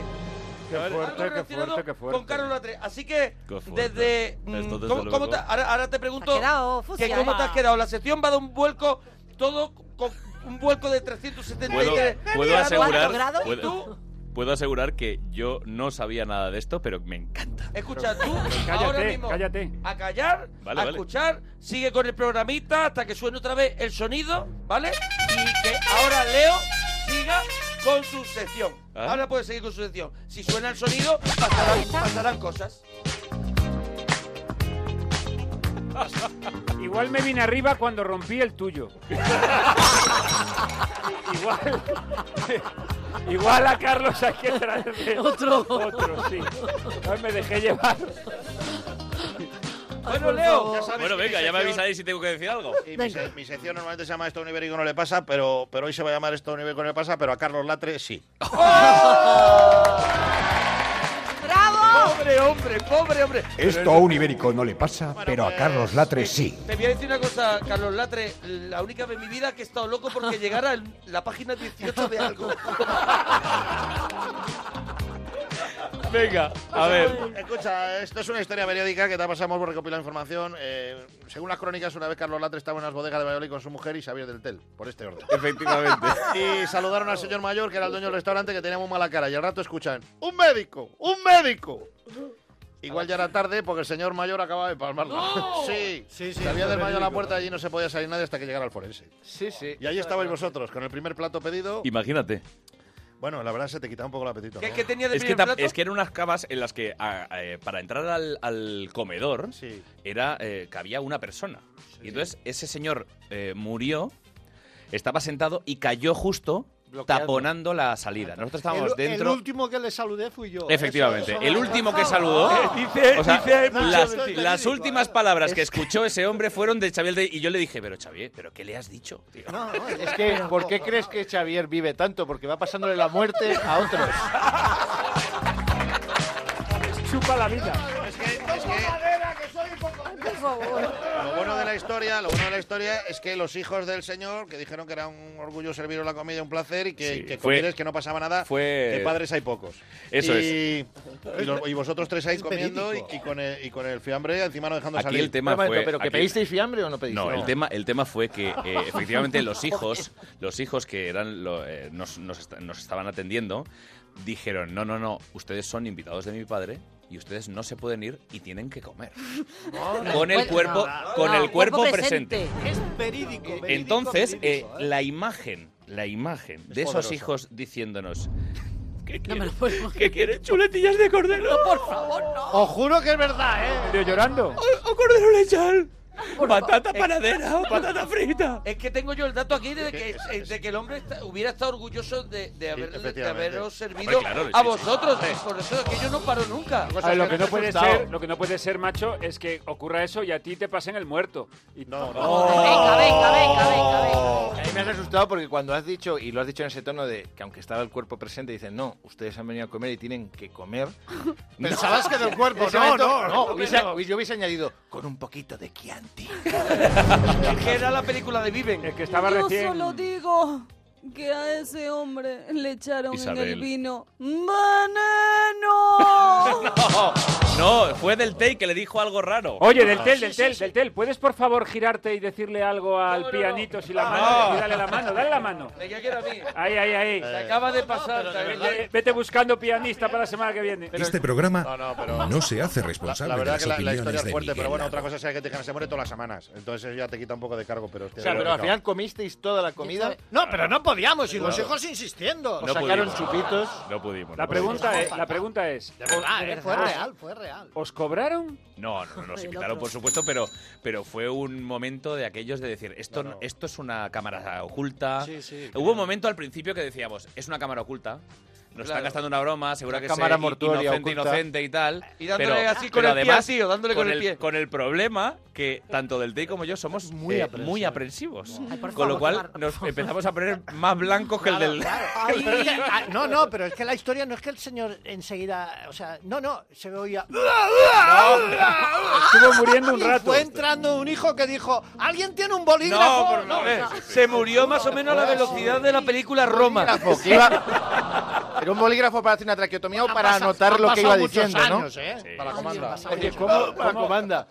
Speaker 10: Qué
Speaker 5: Algo
Speaker 10: fuerte, qué
Speaker 5: relacionado
Speaker 10: fuerte, qué fuerte.
Speaker 5: Con Carlos Latre. Así que,
Speaker 10: Qué fuerte.
Speaker 5: desde. mm,
Speaker 10: Esto desde
Speaker 5: ¿cómo,
Speaker 10: luego.
Speaker 5: cómo te- ahora, ahora te pregunto.
Speaker 11: Te has quedado
Speaker 5: que
Speaker 11: fucia,
Speaker 5: ¿Cómo
Speaker 11: ¿eh?
Speaker 5: te has quedado? La sección va a dar un vuelco. Todo con un vuelco de 370
Speaker 1: Puedo, puedo asegurar.
Speaker 5: ¿Y tú?
Speaker 1: Puedo, puedo asegurar que yo no sabía nada de esto, pero me encanta.
Speaker 5: Escucha, tú
Speaker 1: cállate,
Speaker 5: ahora mismo
Speaker 1: cállate.
Speaker 5: a callar,
Speaker 1: Vale,
Speaker 5: a
Speaker 1: vale.
Speaker 5: escuchar, sigue con el programita hasta que suene otra vez el sonido, ¿vale? Y que ahora Leo siga con su sección.
Speaker 1: Ah.
Speaker 5: Ahora puede seguir con su sección. Si suena el sonido, pasarán, pasarán cosas.
Speaker 10: Igual me vine arriba cuando rompí el tuyo. Igual. Igual a Carlos hay que traerle
Speaker 11: otro.
Speaker 10: Otro, sí. Igual me dejé llevar.
Speaker 5: Bueno, Leo.
Speaker 4: ya sabes
Speaker 1: Bueno,
Speaker 4: que
Speaker 1: venga,
Speaker 4: mi
Speaker 1: ya
Speaker 4: sección-
Speaker 1: me avisáis si tengo que decir algo.
Speaker 4: Y mi, se- mi sección normalmente se llama Esto a un ibérico no le pasa, pero, pero hoy se va a llamar Esto a un ibérico no le pasa, pero a Carlos Latre sí.
Speaker 11: ¡Bravo!
Speaker 5: Pobre hombre, pobre hombre.
Speaker 19: Esto a un ibérico no le pasa, pero a Carlos Latre sí.
Speaker 5: Te voy a decir una cosa, Carlos Latre, la única vez en mi vida que he estado loco porque llegara el- la página 18 de algo.
Speaker 1: Venga, a ver.
Speaker 4: Escucha, esto es una historia periódica que te pasamos por recopilar información. Eh, según las crónicas, una vez Carlos Latre estaba en las bodegas de Valladolid con su mujer y Xavier del Tel, por este orden.
Speaker 1: Efectivamente.
Speaker 4: Y saludaron al señor mayor, que era el dueño del restaurante, que tenía muy mala cara. Y al rato escuchan, ¡un médico! ¡Un médico! Igual ya era tarde porque el señor mayor acababa de palmarlo. Sí, sí,
Speaker 7: Sí, sí,
Speaker 4: Salía
Speaker 7: esto
Speaker 4: del
Speaker 7: es
Speaker 4: mayor a la
Speaker 7: verídico.
Speaker 4: puerta y allí no se podía salir nadie hasta que llegara el forense.
Speaker 6: Sí, sí.
Speaker 4: Y ahí estabais vosotros, con el primer plato pedido.
Speaker 1: Imagínate.
Speaker 4: Bueno, la verdad se te quitaba un poco el apetito. ¿no?
Speaker 1: es que, tam- es que eran unas camas en las que a- a- eh, para entrar al, al comedor era eh, cabía una persona. Y entonces ese señor eh, murió, estaba sentado y cayó justo
Speaker 7: Bloqueando.
Speaker 1: taponando la salida. Nosotros estábamos
Speaker 7: el, el
Speaker 1: dentro.
Speaker 7: último que le saludé fui yo. ¿eh?
Speaker 1: Efectivamente,
Speaker 7: Eso- eso
Speaker 1: el
Speaker 7: no- Eh,
Speaker 1: último
Speaker 7: por
Speaker 1: que saludó,
Speaker 7: favor.
Speaker 1: o sea,
Speaker 7: Nacho,
Speaker 1: las,
Speaker 7: estoy eh.
Speaker 1: las
Speaker 7: verídico,
Speaker 1: últimas palabras que escuchó ese hombre fueron de Xavier de- y yo le dije, pero Xavier, ¿pero qué le has dicho? tío?".
Speaker 6: Es que, ¿por qué crees que Xavier vive tanto? Porque va pasándole la muerte a otros.
Speaker 10: Chupa la vida.
Speaker 11: Por favor.
Speaker 4: Lo bueno de la historia, lo bueno de la historia es que los hijos del señor, que dijeron que era un orgullo serviros la comida, un placer y que,
Speaker 1: Sí,
Speaker 4: que
Speaker 1: fue-
Speaker 4: comieres, que no pasaba nada,
Speaker 1: fue-
Speaker 4: de padres hay pocos.
Speaker 1: Eso
Speaker 4: y, es. Y, lo- y vosotros tres ahí
Speaker 6: Es
Speaker 4: comiendo y,
Speaker 6: verídico.
Speaker 4: y con el, y con el fiambre encima no dejando
Speaker 1: Aquí
Speaker 4: salir.
Speaker 1: el tema Pero, fue-
Speaker 6: ¿Pero que
Speaker 1: aquí-
Speaker 6: pedisteis fiambre o no pedisteis?
Speaker 1: No, el tema, el tema fue que eh, efectivamente los hijos, los hijos que eran lo- eh, nos, nos est- nos estaban atendiendo, dijeron no, no, no, ustedes son invitados de mi padre y ustedes no se pueden ir y tienen que comer. Con el cuerpo, con el cuerpo presente.
Speaker 7: Es verídico. verídico,
Speaker 1: Entonces, eh,
Speaker 7: verídico, ¿eh?
Speaker 1: la imagen, la imagen de esos
Speaker 7: poderosa.
Speaker 1: hijos diciéndonos ¿Qué quieres? ¿Qué quieres? Chuletillas de cordero.
Speaker 7: Os juro que es verdad, ¿eh?
Speaker 10: Yo llorando.
Speaker 1: ¡O cordero lechal! Patata panadera o patata frita.
Speaker 5: Es que tengo yo el dato aquí de que, eh,
Speaker 1: Es
Speaker 5: de que el hombre está- hubiera estado orgulloso de, de, haber- de
Speaker 10: efectivamente.
Speaker 5: haberos
Speaker 10: Hombre,
Speaker 5: servido
Speaker 10: claro,
Speaker 5: a
Speaker 10: sí,
Speaker 5: vosotros.
Speaker 10: sí.
Speaker 5: Por eso es que yo no paro nunca.
Speaker 10: A ver, lo, que no puede ser, lo que no puede ser, macho, es que ocurra eso y a ti te pasen el muerto. Y ¡Oh! no,
Speaker 5: Venga, venga, venga, venga,
Speaker 6: A mí me has asustado porque cuando has dicho, y lo has dicho en ese tono de que aunque estaba el cuerpo presente, dicen, no, ustedes han venido a comer y tienen que comer.
Speaker 4: Pensabas que del cuerpo,
Speaker 6: En ese
Speaker 4: no,
Speaker 6: momento,
Speaker 4: no, no,
Speaker 6: hubiese-
Speaker 4: no.
Speaker 6: yo hubiese añadido, con un poquito de Chianti.
Speaker 5: Es que era la película de Viven.
Speaker 10: Es que estaba
Speaker 18: Yo solo digo que a ese hombre le echaron en
Speaker 1: Isabel.
Speaker 18: el vino veneno.
Speaker 7: ¡Oh!
Speaker 1: No, fue del Tei que le dijo algo raro.
Speaker 10: Oye,
Speaker 5: Ah,
Speaker 10: del tel, del tel, del tel, ¿puedes por favor girarte y decirle algo al
Speaker 5: No, no,
Speaker 10: pianito
Speaker 5: no.
Speaker 10: si la
Speaker 5: Ah,
Speaker 10: mano?
Speaker 5: no.
Speaker 10: Y dale la mano, dale la mano.
Speaker 5: Me quiero a mí.
Speaker 10: Ahí, ahí, ahí.
Speaker 5: Se acaba de pasar.
Speaker 10: Vete, vete buscando pianista para la semana que viene.
Speaker 4: Pero-
Speaker 9: Este programa
Speaker 4: No,
Speaker 9: no,
Speaker 4: no, pero-
Speaker 9: se hace
Speaker 4: La,
Speaker 9: responsable
Speaker 4: la verdad
Speaker 9: de las
Speaker 4: que la, la
Speaker 9: opiniones
Speaker 4: historia es
Speaker 9: de
Speaker 4: fuerte, pero
Speaker 9: Miguel
Speaker 4: bueno,
Speaker 9: Lago.
Speaker 4: otra cosa es que te digan se muere todas las semanas. Entonces ya te quita un poco de cargo, pero... hostia, no,
Speaker 6: Claro, pero al
Speaker 4: no.
Speaker 6: final comisteis toda la comida.
Speaker 4: No, pero no podíamos,
Speaker 7: y los hijos insistiendo.
Speaker 6: Os sacaron
Speaker 1: pudimos.
Speaker 6: chupitos.
Speaker 1: No pudimos.
Speaker 10: La
Speaker 1: no pudimos.
Speaker 10: pregunta es, la pregunta es.
Speaker 7: Ah, eh, fue
Speaker 10: ¿os-
Speaker 7: real, fue real.
Speaker 10: ¿Os cobraron?
Speaker 1: No, no, no, nos
Speaker 10: El
Speaker 1: invitaron,
Speaker 10: otro.
Speaker 1: por supuesto, pero, pero fue un momento de aquellos de decir, esto, no- esto es una cámara oculta.
Speaker 5: Sí, sí,
Speaker 1: Hubo un momento al principio que decíamos, es una cámara oculta. Nos están
Speaker 5: Claro.
Speaker 1: gastando una broma, seguro
Speaker 5: Una
Speaker 1: que
Speaker 5: cámara
Speaker 1: sea i-
Speaker 5: mortuoria
Speaker 1: inocente,
Speaker 5: oculta.
Speaker 1: inocente y tal.
Speaker 5: Y dándole así con el pie, así, o dándole con el pie.
Speaker 1: Con el problema que tanto del Tei como yo somos eh, muy,
Speaker 5: aprensivos.
Speaker 1: aprensivos.
Speaker 7: Ay, por
Speaker 1: con lo
Speaker 7: favor,
Speaker 1: cual nos empezamos a poner más blancos que el del...
Speaker 7: Ay, ah, no, no, pero es que la historia no es que el señor enseguida. O sea, no, no, se oía.
Speaker 10: Estuvo muriendo un
Speaker 7: Y
Speaker 10: rato.
Speaker 7: fue entrando un hijo que dijo: ¿Alguien tiene un bolígrafo?
Speaker 5: por
Speaker 1: eh,
Speaker 5: eh, Se murió más o menos a la velocidad de la película Roma.
Speaker 6: Bolígrafo, que iba- Era un bolígrafo para hacer una traqueotomía o para anotar lo que iba diciendo, ¿no?
Speaker 7: ¿eh?
Speaker 4: Para comanda.
Speaker 6: Oye, ¿cómo, para comanda?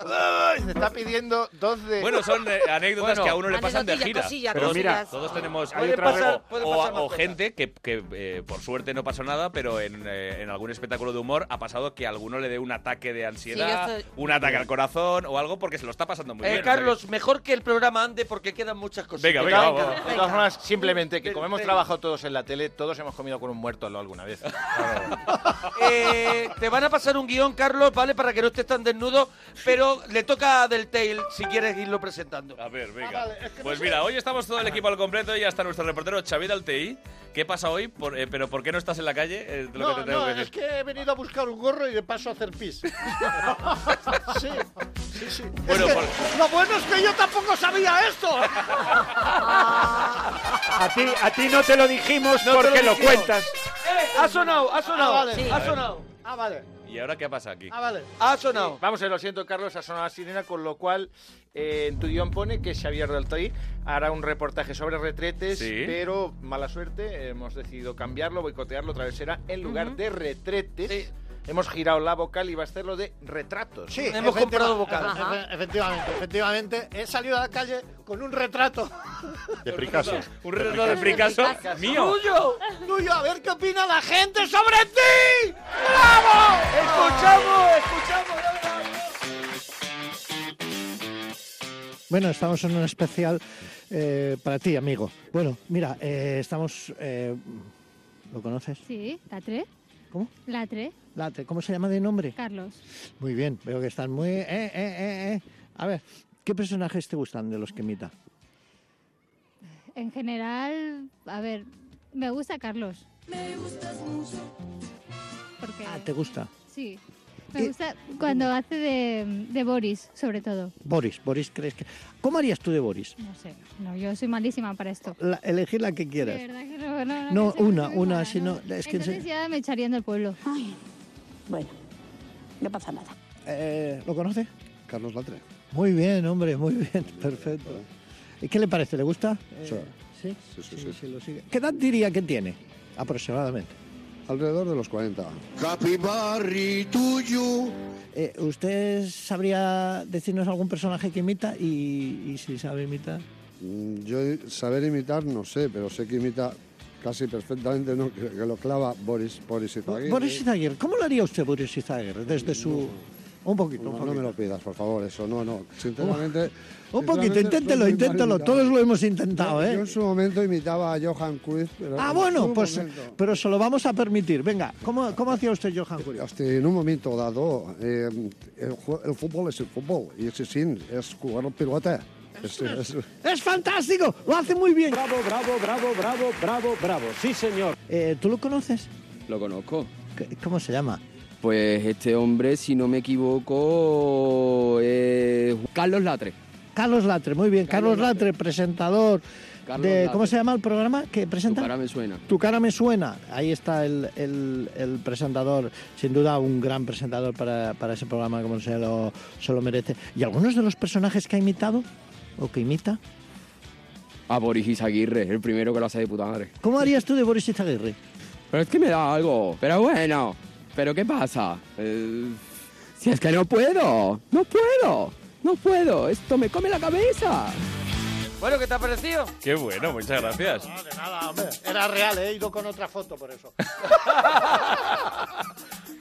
Speaker 6: Se está pidiendo dos de...
Speaker 1: Bueno, son eh, anécdotas que a uno le pasan de gira.
Speaker 6: anecdotillas, cosillas,
Speaker 1: pero mira,
Speaker 6: cosillas.
Speaker 1: todos tenemos
Speaker 6: Pueden
Speaker 1: hay otra
Speaker 6: pasar-
Speaker 1: o-
Speaker 6: pueden
Speaker 1: o,
Speaker 6: pasar más
Speaker 1: o
Speaker 6: cosas.
Speaker 1: gente que, que, eh, por suerte no pasó nada, pero en, eh, en algún espectáculo de humor ha pasado que a alguno le dé un ataque de ansiedad,
Speaker 5: Sí, yo estoy-
Speaker 1: un ataque al corazón o algo porque se lo está pasando muy
Speaker 5: Eh,
Speaker 1: bien.
Speaker 5: Carlos, mejor que el programa ande porque quedan muchas cosas.
Speaker 1: Venga, venga, vamos.
Speaker 6: De todas formas, simplemente que como hemos trabajado todos en la tele, todos hemos comido con un muerto al lado alguna vez.
Speaker 5: Eh, te van a pasar un guión, Carlos, ¿vale? Para que no estés tan desnudo, pero le toca a Del Tail si quieres irlo presentando.
Speaker 1: A ver, venga. Pues mira, hoy estamos todo el equipo al completo y hasta nuestro reportero Xavi Altei. ¿Qué pasa hoy? Por- eh, ¿Pero por qué no estás en la calle? Eh, lo
Speaker 7: No,
Speaker 1: que te tengo
Speaker 7: no,
Speaker 1: que
Speaker 7: es
Speaker 1: decir.
Speaker 7: que he venido a buscar un gorro y de paso a hacer pis. sí, sí, sí. Es
Speaker 1: Bueno,
Speaker 7: que
Speaker 1: por-
Speaker 7: Lo bueno es que yo tampoco sabía esto.
Speaker 10: A ti, a ti no te lo dijimos
Speaker 5: No te lo
Speaker 10: porque lo,
Speaker 5: dijimos.
Speaker 10: cuentas.
Speaker 5: Eh, ha sonado, ha sonado,
Speaker 7: Ah, vale.
Speaker 5: sí, ha sonado.
Speaker 7: Ah, vale.
Speaker 1: ¿Y ahora qué pasa aquí?
Speaker 7: Ah, vale.
Speaker 5: Ha sonado.
Speaker 6: Vamos, a ver, lo siento, Carlos, ha sonado la sirena, con lo cual eh, en tu guión pone que Xavier del Toy hará un reportaje sobre retretes,
Speaker 1: Sí.
Speaker 6: pero mala suerte, hemos decidido cambiarlo, boicotearlo, otra vez será en lugar
Speaker 5: Ujú.
Speaker 6: de retretes. Hemos girado la vocal y va a hacerlo de retratos.
Speaker 7: Sí, efectiva- efe- Efectivamente, efectivamente. He salido a la calle con un retrato.
Speaker 4: De Picasso.
Speaker 1: Un retrato de Picasso mío.
Speaker 7: ¡Tuyo! ¡Tuyo! A ver qué opina la gente sobre ti.
Speaker 5: Escuchamos, escuchamos. ya verás.
Speaker 7: Bueno, estamos en un especial eh, para ti, amigo. Bueno, mira, eh, estamos... eh, ¿Lo conoces?
Speaker 28: Sí, la 3.
Speaker 7: ¿Cómo?
Speaker 28: La 3,
Speaker 7: Late, ¿Cómo se llama de nombre?
Speaker 28: Carlos.
Speaker 7: Muy bien, veo que están muy... eh, eh, eh, eh. A ver, ¿qué personajes te gustan de los que imita?
Speaker 28: En general, a ver, me gusta Carlos. Me gustas mucho. Porque,
Speaker 7: Ah, ¿Te gusta?
Speaker 28: sí.
Speaker 7: Eh,
Speaker 28: Me gusta cuando hace de, de Boris, sobre todo.
Speaker 7: Boris, Boris, ¿crees que...? ¿Cómo harías tú de Boris?
Speaker 28: No sé, no, yo soy malísima para esto.
Speaker 7: La- elegir la que quieras.
Speaker 28: De verdad que no, no, no,
Speaker 7: No,
Speaker 28: que sé,
Speaker 7: una,
Speaker 28: soy muy
Speaker 7: una,
Speaker 28: mala,
Speaker 7: si no... Es que...
Speaker 28: Entonces
Speaker 7: se-
Speaker 28: ya me echarían del pueblo. Ay,
Speaker 15: Bueno, no pasa nada.
Speaker 7: eh, ¿Lo conoces?
Speaker 15: Carlos Latre.
Speaker 7: Muy bien, hombre, muy bien, perfecto. ¿Y qué le parece? ¿Le gusta?
Speaker 15: Sí.
Speaker 7: Eh, ¿Sí?
Speaker 15: Sí, sí, sí.
Speaker 7: lo sigue. ¿Qué edad diría que tiene? Aproximadamente.
Speaker 15: Alrededor de los 40.
Speaker 7: tuyo. Eh, ¿Usted sabría decirnos algún personaje que imita y, y si sabe imitar?
Speaker 15: Mm, Yo saber imitar no sé, pero sé que imita casi perfectamente, ¿no? Que, que lo clava Boris, Boris Izaguirre.
Speaker 7: Boris Izaguirre, ¿cómo lo haría usted Boris Izaguirre desde su
Speaker 20: Un poquito, no, No me lo pidas, por favor, eso. No, no. Sinceramente.
Speaker 7: Un poquito,
Speaker 20: sinceramente, soy
Speaker 7: inténtelo,
Speaker 20: muy mal
Speaker 7: inténtalo.
Speaker 20: imitador.
Speaker 7: Todos lo hemos intentado,
Speaker 20: Yo
Speaker 7: ¿eh?
Speaker 20: en su momento imitaba a Johan Cruyff. pero
Speaker 7: Ah,
Speaker 20: en
Speaker 7: bueno,
Speaker 20: su
Speaker 7: pues
Speaker 20: momento.
Speaker 7: pero se lo vamos a permitir. Venga, ¿cómo, cómo hacía usted Johan Julio?
Speaker 20: Hasta en un momento dado, eh, el, ju- el fútbol es el fútbol. Y ese sí, es jugar pelota. Es- es-
Speaker 7: ¡Es fantástico! ¡Lo hace muy bien!
Speaker 12: Bravo, bravo, bravo, bravo, bravo, bravo. Sí, señor.
Speaker 7: Eh, ¿Tú lo conoces?
Speaker 12: Lo conozco.
Speaker 7: ¿Qué- ¿Cómo se llama?
Speaker 12: Pues este hombre, si no me equivoco, es Carlos Latre.
Speaker 7: Carlos Latre, muy bien. Carlos, Latre, presentador
Speaker 12: Carlos
Speaker 7: de...
Speaker 12: Latre.
Speaker 7: ¿Cómo se llama el programa que presenta?
Speaker 12: Ahora me suena.
Speaker 7: Tu cara me suena. Ahí está el, el- el presentador, sin duda un gran presentador para, para ese programa como se lo, se lo merece. ¿Y algunos de los personajes que ha imitado o que imita?
Speaker 12: A Boris Izaguirre, el primero que lo hace de puta madre.
Speaker 7: ¿Cómo harías tú de Boris Izaguirre?
Speaker 12: Pero es que me da algo. Pero bueno, ¿pero qué pasa? Eh, si es que no puedo, no puedo, no puedo. Esto me come la cabeza.
Speaker 5: Bueno, ¿qué te ha parecido?
Speaker 1: Qué bueno, muchas gracias.
Speaker 2: Nada, hombre. Era real, eh. he ido con otra foto por eso.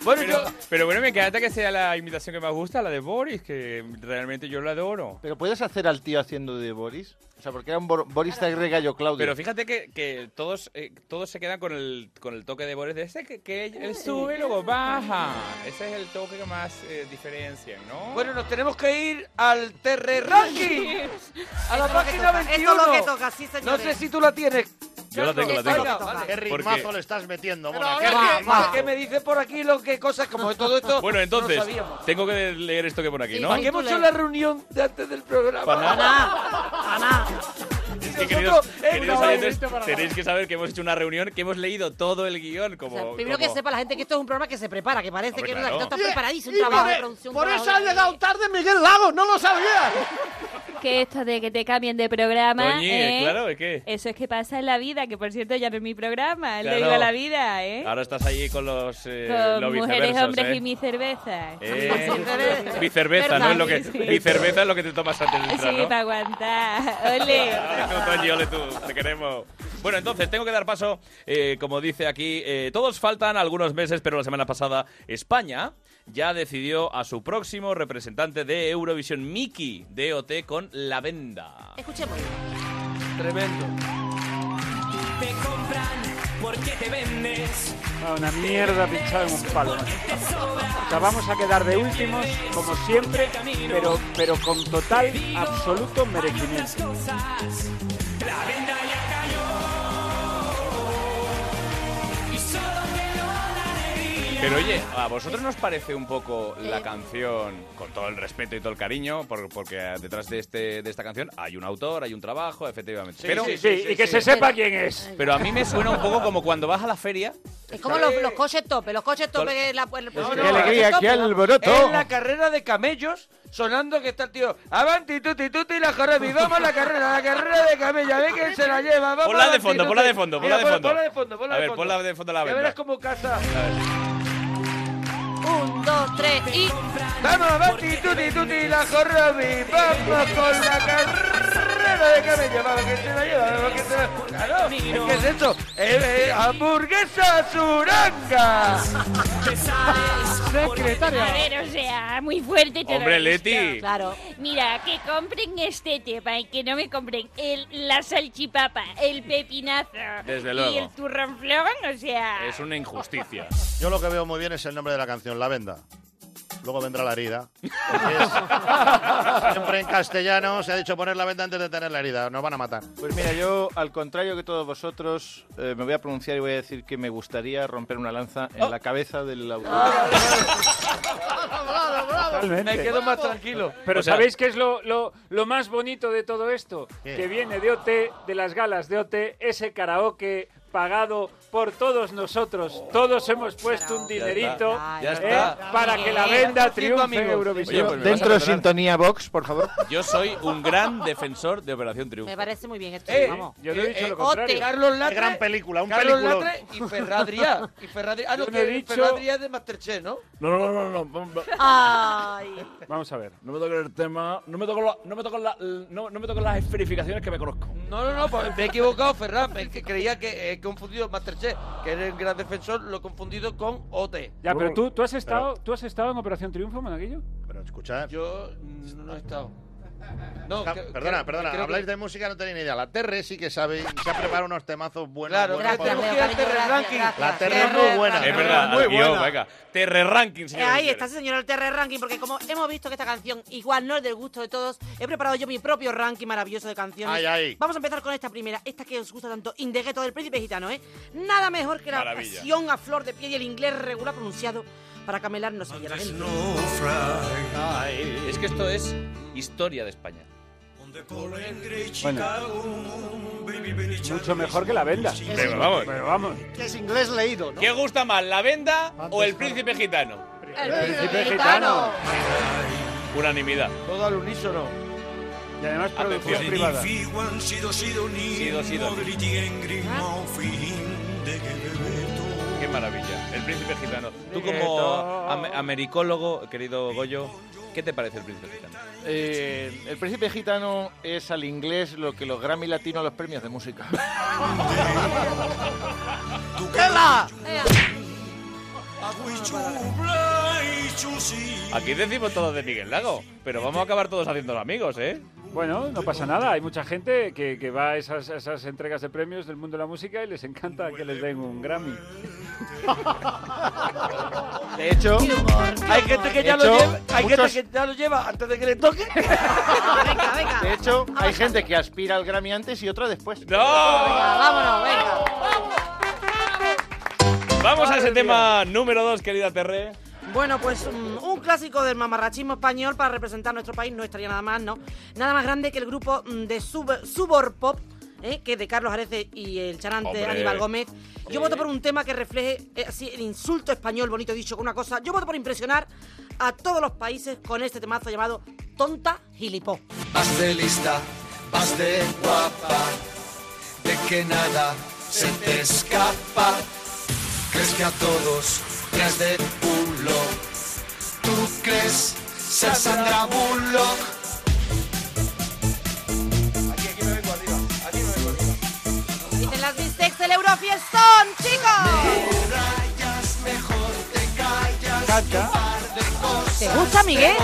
Speaker 5: Bueno,
Speaker 1: pero,
Speaker 5: yo-
Speaker 1: pero bueno, me encanta que sea la imitación que más gusta, la de Boris, que realmente yo la adoro.
Speaker 6: ¿Pero puedes hacer al tío haciendo de Boris? O sea, porque era un Bor- Boris Tagre Gallo Claudio.
Speaker 1: Pero fíjate que, que todos, eh, todos se quedan con el, con el toque de Boris de ese que, que él sube y luego baja. Ese es el toque que más eh, diferencian, ¿no?
Speaker 5: Bueno, nos tenemos que ir al Terre Ranking. A la
Speaker 1: Esto es lo que
Speaker 5: página
Speaker 1: toca,
Speaker 5: 21.
Speaker 1: esto es lo que toca, sí,
Speaker 5: no
Speaker 4: señores.
Speaker 5: sé si tú la tienes.
Speaker 1: Yo la tengo, la tengo.
Speaker 5: Venga, vale.
Speaker 4: Qué ritmazo le estás metiendo,
Speaker 5: Pero
Speaker 4: mona,
Speaker 5: a
Speaker 4: qué
Speaker 5: ver, ¿qué,
Speaker 4: ritmazo.
Speaker 5: qué me dice por aquí lo que cosas como todo esto?
Speaker 1: Bueno,
Speaker 5: no
Speaker 1: entonces,
Speaker 5: sabíamos.
Speaker 1: tengo que leer esto que pone aquí, ¿no?
Speaker 5: ¿Para qué hemos hecho la reunión de antes del programa?
Speaker 1: Para nada.
Speaker 5: Y
Speaker 1: Es que, queridos,
Speaker 5: nosotros, eh,
Speaker 1: queridos
Speaker 5: no,
Speaker 1: oyentes,
Speaker 5: esto para nada.
Speaker 1: tenéis que saber que hemos hecho una reunión, que hemos leído todo el guión. Como,
Speaker 5: Oh,
Speaker 11: Primero que
Speaker 1: como-
Speaker 11: sepa la gente que esto es un programa que se prepara, que parece
Speaker 1: Hombre,
Speaker 11: que no-
Speaker 1: claro.
Speaker 11: no está
Speaker 1: Y-
Speaker 11: preparadísimo,
Speaker 2: y
Speaker 11: un trabajo
Speaker 2: por-
Speaker 11: de producción.
Speaker 2: por
Speaker 11: un
Speaker 2: eso
Speaker 11: trabajo
Speaker 2: ha
Speaker 11: de-
Speaker 2: llegado tarde Miguel Lago, no lo sabía.
Speaker 17: Que esto de que te cambien de programa.
Speaker 1: Coñi,
Speaker 17: ¿eh?
Speaker 1: claro, es que-
Speaker 17: Eso es que pasa en la vida, que por cierto ya no es mi programa, el de
Speaker 1: Claro.
Speaker 17: Viva la Vida, ¿eh?
Speaker 1: Ahora estás ahí con los, eh,
Speaker 17: Con
Speaker 1: los
Speaker 17: mujeres,
Speaker 1: viceversos,
Speaker 17: hombres
Speaker 1: ¿eh?
Speaker 17: y mi cerveza.
Speaker 1: Eh, bicerveza, ¿no? Es lo que,
Speaker 17: Sí,
Speaker 1: bicerveza es lo que te tomas antes de
Speaker 17: Sí,
Speaker 1: entrar, ¿no?
Speaker 17: para aguantar. Ole.
Speaker 1: Ole tú, Toñi, ole tú, te queremos. Bueno, entonces tengo que dar paso, eh, como dice aquí, eh, todos faltan algunos meses, pero la semana pasada España ya decidió a su próximo representante de Eurovisión, Miki, DOT, con La Venda.
Speaker 11: Escuchemos.
Speaker 5: Tremendo.
Speaker 29: Te compran porque te vendes.
Speaker 10: Ah, una mierda pinchada en un palo. macho. O sea, vamos a quedar de últimos, como siempre, pero, pero con total, absoluto merecimiento.
Speaker 29: Cosas. La venda ya cayó. Y solo quedó la alegría.
Speaker 1: Pero oye, ¿a vosotros nos parece un poco la canción, con todo el respeto y todo el cariño, por- porque detrás de, este, de esta canción hay un autor, hay un trabajo, efectivamente.
Speaker 10: Sí,
Speaker 1: pero,
Speaker 10: sí, sí, y que se sepa quién es.
Speaker 1: Pero a mí me suena un poco como cuando vas a la feria.
Speaker 11: Es como los, los coches tope, los coches tope
Speaker 1: Tol-
Speaker 11: que la, el-
Speaker 1: No,
Speaker 11: el-
Speaker 1: no, Qué alegría,
Speaker 5: Esto
Speaker 1: qué
Speaker 5: pega-
Speaker 1: alboroto.
Speaker 5: En la carrera de camellos, sonando que está el tío. Avanti, tuti, tuti, la jorobi. Vamos a la carrera, la carrera de camellos. A ver quién se la lleva. Vamos
Speaker 1: Ponla de
Speaker 5: avanti,
Speaker 1: fondo,
Speaker 5: tuti.
Speaker 1: ponla de fondo,
Speaker 5: Mira,
Speaker 1: ponla de
Speaker 5: pon-
Speaker 1: fondo.
Speaker 5: Ponla de fondo, ponla
Speaker 1: A
Speaker 5: de
Speaker 1: ver,
Speaker 5: fondo.
Speaker 1: ponla de fondo la
Speaker 5: Ya verás
Speaker 1: venda.
Speaker 5: cómo casa.
Speaker 11: Un, dos, tres y.
Speaker 5: Vamos, avanti, tuti, tuti, la jorobi. Vamos con la carrera de camellos. Vamos, que se la lleva. Vamos, que se la... Claro, es que es eso. Eh, eh, hamburguesa suranga. Secretaria.
Speaker 17: A ver, o sea, muy fuerte todo
Speaker 1: Hombre,
Speaker 17: esto.
Speaker 1: Leti.
Speaker 17: Claro. Mira, que compren este tema y que no me compren el, la salchipapa, el pepinazo
Speaker 1: Desde
Speaker 17: y el
Speaker 1: luego. Eh,
Speaker 17: turronflón, o sea...
Speaker 1: Es una injusticia.
Speaker 4: Yo lo que veo muy bien es el nombre de la canción, La Venda. Luego vendrá la herida. porque es- siempre en castellano se ha dicho poner la venda antes de tener la herida. Nos van a matar.
Speaker 6: Pues mira, yo, al contrario que todos vosotros, eh, me voy a pronunciar y voy a decir que me gustaría romper una lanza
Speaker 1: Oh.
Speaker 6: en la cabeza del autor. Totalmente.
Speaker 5: Me quedo más tranquilo.
Speaker 10: Pero
Speaker 6: O sea-
Speaker 10: ¿sabéis qué es lo, lo- lo más bonito de todo esto?
Speaker 6: ¿Qué?
Speaker 10: Que viene de OT, de las galas de OT, ese karaoke pagado por todos nosotros. todos hemos puesto un
Speaker 1: Ya está,
Speaker 10: dinerito ¿eh?
Speaker 1: ya está.
Speaker 10: para que la venda triunfe en Eurovisión.
Speaker 1: Oye, pues me vas a
Speaker 6: Dentro
Speaker 1: perdonar.
Speaker 6: sintonía box, por favor.
Speaker 1: Yo soy un gran defensor de Operación Triunfo.
Speaker 11: Me parece muy bien esto.
Speaker 5: Eh,
Speaker 11: vamos.
Speaker 5: yo no he dicho lo contrario. Carlos Latre- Gran
Speaker 4: película,
Speaker 5: un Carlos Latre y Ferradría. Y Ferradría. Ah, no,
Speaker 10: Yo no he
Speaker 5: que
Speaker 10: dicho-
Speaker 5: Ferradría es de Masterchef, ¿no?
Speaker 3: No, no, no, no, no. no.
Speaker 10: Ah.
Speaker 11: Ay.
Speaker 10: Vamos a ver.
Speaker 3: No me toques el tema. No me toques la- no me toques la- no- no me toques las esferificaciones que me conozco.
Speaker 5: No, no, no, pues me he equivocado, Ferran. Es que creía que he confundido Masterchef, que era el gran defensor, lo he confundido con OT.
Speaker 10: Ya, pero tú, tú has estado, tú has estado en Operación Triunfo, Monaguillo.
Speaker 4: Pero escuchad.
Speaker 5: Yo no he estado. No,
Speaker 4: Ja-
Speaker 5: que-
Speaker 4: perdona,
Speaker 5: que-
Speaker 4: perdona.
Speaker 5: creo que-
Speaker 4: Habláis de música, no tenéis ni idea. La Terre sí que sabe y se ha preparado unos temazos buenos.
Speaker 5: Claro,
Speaker 4: buenos
Speaker 5: gracias,
Speaker 4: para-
Speaker 5: Leo, cariño, gracias, gracias.
Speaker 4: La Terre es muy buena.
Speaker 1: Es verdad,
Speaker 4: muy
Speaker 1: al guión,
Speaker 4: buena.
Speaker 1: venga. Terre ranking,
Speaker 11: Eh,
Speaker 1: señores.
Speaker 11: ahí está, sí, señor, el TR Ranking, porque como hemos visto que esta canción igual no es del gusto de todos, he preparado yo mi propio ranking maravilloso de canciones.
Speaker 4: Ay, ay.
Speaker 11: Vamos a empezar con esta primera, esta que os gusta tanto, Indegueto del Príncipe Gitano, ¿eh? Nada mejor que la
Speaker 13: Maravilla.
Speaker 11: pasión a flor de pie y el inglés regular pronunciado para camelar no se oye a la gente.
Speaker 1: Es que esto es historia de España.
Speaker 10: Bueno. Mucho mejor que la venda.
Speaker 1: Pero vamos.
Speaker 10: Pero vamos.
Speaker 7: Que es inglés leído, ¿no?
Speaker 1: ¿Qué gusta más, la venda o el príncipe gitano?
Speaker 7: príncipe
Speaker 1: gitano. Unanimidad.
Speaker 5: Todo al unísono.
Speaker 10: Y además
Speaker 1: producción Atención. privada. Sido, sido.
Speaker 2: Ah.
Speaker 1: Qué maravilla. El príncipe gitano. Tú como am- americólogo, querido Goyo, ¿qué te parece el príncipe gitano?
Speaker 6: Eh, el príncipe gitano es al inglés lo que los Grammy latinos a los premios de música.
Speaker 1: Aquí decimos todos de Miguel Lago, pero vamos a acabar todos haciéndolo amigos, ¿eh?
Speaker 10: Bueno, no pasa nada. Hay mucha gente que, que va a esas, a esas entregas de premios del mundo de la música y les encanta que les den un Grammy.
Speaker 5: De hecho, hay gente que ya
Speaker 6: De
Speaker 5: lo
Speaker 6: hecho,
Speaker 5: lleva, hay
Speaker 6: muchos-
Speaker 5: gente que ya lo lleva antes de que le toque.
Speaker 6: De hecho, hay gente que aspira al Grammy antes y otra después.
Speaker 1: ¡No! Vamos a ese tema número 2, querida Terre.
Speaker 11: Bueno, pues mm, un clásico del mamarrachismo español para representar nuestro país no estaría nada más, ¿no? Nada más grande que el grupo mm, de sub, Subor Pop, ¿eh? que es de Carlos Arece y el charante
Speaker 20: Hombre.
Speaker 11: Aníbal Gómez.
Speaker 20: Hombre.
Speaker 11: Yo voto por un tema que refleje eh, así el insulto español, bonito dicho, con una cosa. Yo voto por impresionar a todos los países con este temazo llamado Tonta Gilipó.
Speaker 12: Vas de lista, vas de guapa, de que nada se te escapa. Crees que a todos crees de culo. Tú crees ser Sandra Bullock.
Speaker 11: Dicen las bistecs del Eurofiestón, chicos. ¿Te gusta, Miguel?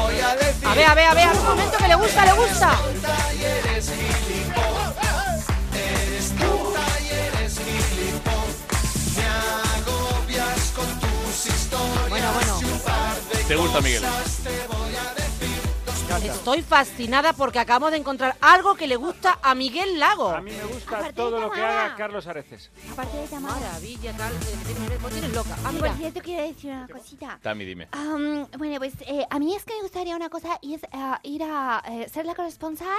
Speaker 11: A ver, a ver, a ver, un momento que le gusta, le
Speaker 12: Eres
Speaker 11: gusta.
Speaker 12: puta y eres gilipollas. Me agobias con tus historias. Bueno, bueno.
Speaker 1: ¿Te gusta, Miguel?
Speaker 11: Estoy fascinada porque acabamos de encontrar algo que le gusta a Miguel Lago. A
Speaker 10: mí me gusta todo lo que haga Carlos Areces.
Speaker 2: Aparte de llamada.
Speaker 11: Maravilla, tal. Vos tienes loca. Ah,
Speaker 2: Por
Speaker 11: mira.
Speaker 2: cierto, quiero decir una cosita.
Speaker 1: Tami, dime.
Speaker 2: Ah, Am, bueno, pues eh, a mí es que me gustaría una cosa y es eh, ir a eh, ser la corresponsal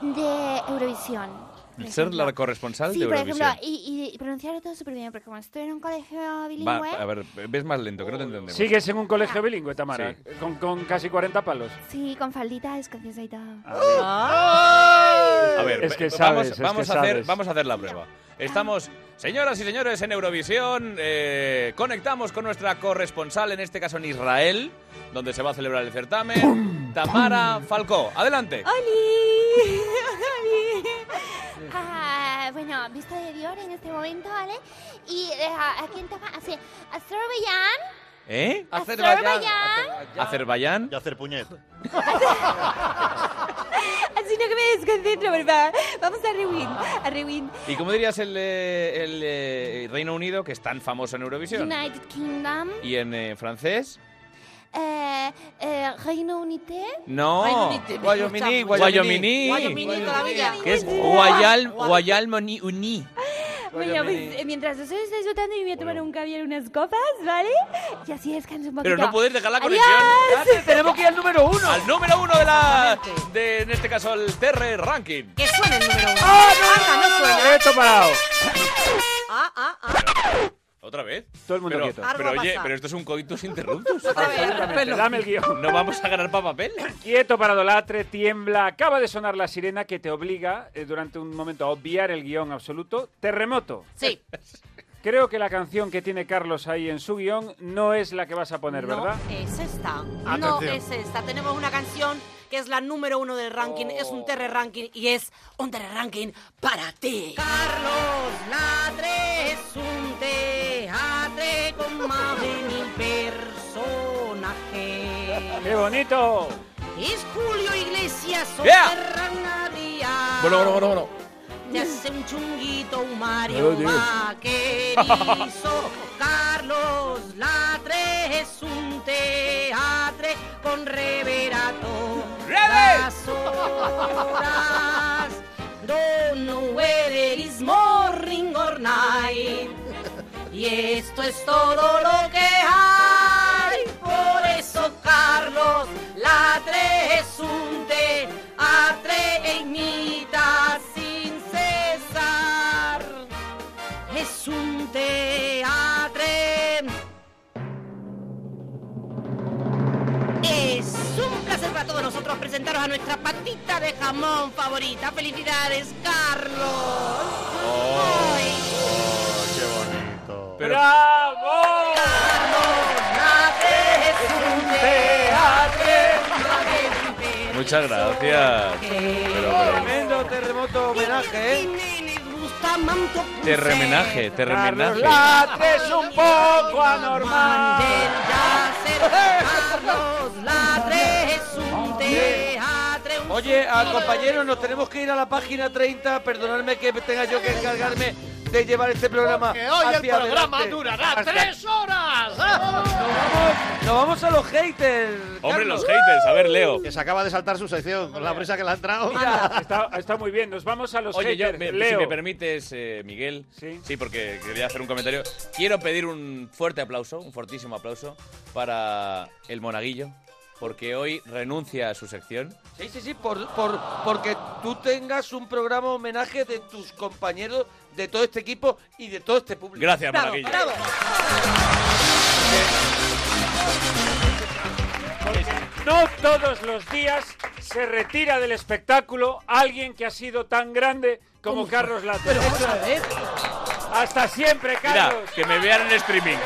Speaker 2: de Eurovisión. por
Speaker 1: Ser
Speaker 2: ejemplo.
Speaker 1: la corresponsal
Speaker 2: sí,
Speaker 1: de
Speaker 2: por
Speaker 1: Eurovisión.
Speaker 2: ejemplo, y, y pronunciarlo todo súper bien, porque como estoy en un colegio
Speaker 1: Va,
Speaker 2: bilingüe,
Speaker 1: a ver, ves más lento, que no te entendemos.
Speaker 10: Sigues en un colegio bilingüe, Tamara,
Speaker 1: Sí.
Speaker 10: con, con casi 40 palos.
Speaker 2: sí, con faldita, descalciosa y todo.
Speaker 1: A ver,
Speaker 10: Es que
Speaker 1: ve-
Speaker 10: sabes, es
Speaker 1: vamos, vamos
Speaker 10: que
Speaker 1: a hacer,
Speaker 10: sabes.
Speaker 1: vamos a hacer la prueba. Estamos, señoras y señores, en Eurovisión. eh, conectamos con nuestra corresponsal, en este caso en Israel, donde se va a celebrar el certamen, Tamara Falcó. Adelante.
Speaker 2: ¡Oli! Ah, bueno, visto de Dior en este momento, ¿vale? Y eh, a a quién toca, así, Azerbaiyán.
Speaker 1: ¿Eh?
Speaker 2: Azerbaiyán.
Speaker 1: Azerbaiyán.
Speaker 4: Y hacer puñet.
Speaker 20: Así no que me desconcentro, por favor. Vamos a rewind, a rewind.
Speaker 1: ¿Y cómo dirías el, eh, el, eh, Reino Unido, que es tan famoso en Eurovisión?
Speaker 2: United Kingdom.
Speaker 1: ¿Y en eh, francés?
Speaker 2: Eh, eh, Reino Unité.
Speaker 1: No.
Speaker 2: Reino Unité, me
Speaker 5: Guayominí,
Speaker 2: gusta.
Speaker 1: Guayominí.
Speaker 2: Guayominí, todavía.
Speaker 1: Que es
Speaker 2: Guayominí.
Speaker 1: Guayal, Guayal Moni- Uní.
Speaker 20: Bueno, pues eh, mientras ustedes estáis votando, yo voy a tomar un caviar, unas copas, ¿vale? Y así descanso un poquito.
Speaker 1: Pero no podéis dejar la
Speaker 20: ¡Adiós!
Speaker 1: conexión. tenemos que ir al número uno. Al número uno de la. De, en este caso, el TR Ranking.
Speaker 11: Que suene el número uno.
Speaker 1: ¡Ah, no! ¡Esto parado!
Speaker 11: Ah, ah, ah.
Speaker 1: ¿Otra vez? Todo el mundo pero,
Speaker 11: quieto.
Speaker 1: Pero
Speaker 11: Algo
Speaker 1: oye,
Speaker 11: pasa.
Speaker 1: pero esto es un coitus interruptus.
Speaker 11: Otra vez, Absolutamente.
Speaker 10: Dame el guión.
Speaker 1: No vamos a ganar para papel.
Speaker 10: Quieto, paradolatre, tiembla. Acaba de sonar la sirena que te obliga eh, durante un momento a obviar el guión absoluto. Terremoto.
Speaker 11: Sí.
Speaker 10: Creo que la canción que tiene Carlos ahí en su guión no es la que vas a poner, ¿verdad?
Speaker 11: No es esta. No
Speaker 10: Atención.
Speaker 11: es esta. Tenemos una canción que es la número uno del ranking, es un terre ranking y es un terre ranking para ti. Carlos Latre es un teatro con más de mil personajes.
Speaker 10: ¡Qué bonito!
Speaker 11: Es Julio Iglesias,
Speaker 10: Yeah.
Speaker 11: Soterranabia.
Speaker 10: Bueno, bueno, bueno, bueno.
Speaker 11: Te hace un chunguito, un
Speaker 10: Yo
Speaker 11: Mario
Speaker 10: lo digo.
Speaker 11: Vaquerizo. Carlos Latre es un teatre con reverato.
Speaker 3: ¡Reve!
Speaker 11: Las horas. Don't know where it is morning or night. Y esto es todo lo que hay. Por eso, Carlos, la tres es un te a tres e imita sin cesar. Es un teatre. Es un placer para todos nosotros presentaros a nuestra patita de jamón favorita. ¡Felicidades, Carlos!
Speaker 12: Oh,
Speaker 4: Pero-
Speaker 11: ¡Bravo! es un
Speaker 1: Muchas gracias. Pero, pero,
Speaker 5: Tremendo terremoto homenaje, ¿eh?
Speaker 1: eh, terremenaje, terremenaje.
Speaker 5: Latre es un poco anormal.
Speaker 11: Oye,
Speaker 5: a compañeros, nos tenemos que ir a la página 30. Perdonadme que tenga yo que encargarme de llevar este programa.
Speaker 7: Que hoy el
Speaker 5: hacia
Speaker 7: programa
Speaker 5: adelante.
Speaker 7: durará
Speaker 5: Hasta-
Speaker 7: tres horas.
Speaker 5: Nos vamos a los haters.
Speaker 1: Hombre, los
Speaker 5: Carlos.
Speaker 1: haters. A ver, Leo.
Speaker 4: Que se acaba de saltar su sección con la prisa que le ha entrado.
Speaker 10: está, Ah, está muy bien, nos vamos a los
Speaker 1: Oye, yo,
Speaker 10: haters.
Speaker 1: me- si
Speaker 10: Leo.
Speaker 1: me permites, eh, Miguel. ¿Sí? porque quería hacer un comentario. Quiero pedir un fuerte aplauso, un fortísimo aplauso para el monaguillo, porque hoy renuncia a su sección.
Speaker 5: Sí, sí, sí, por, por- porque tú tengas un programa homenaje de tus compañeros, de todo este equipo y de todo este público.
Speaker 1: Gracias, Monaguillo.
Speaker 10: No todos los días se retira del espectáculo alguien que ha sido tan grande como Carlos Latre. Hasta siempre,
Speaker 1: Mira,
Speaker 10: Carlos.
Speaker 1: que me vean en streaming.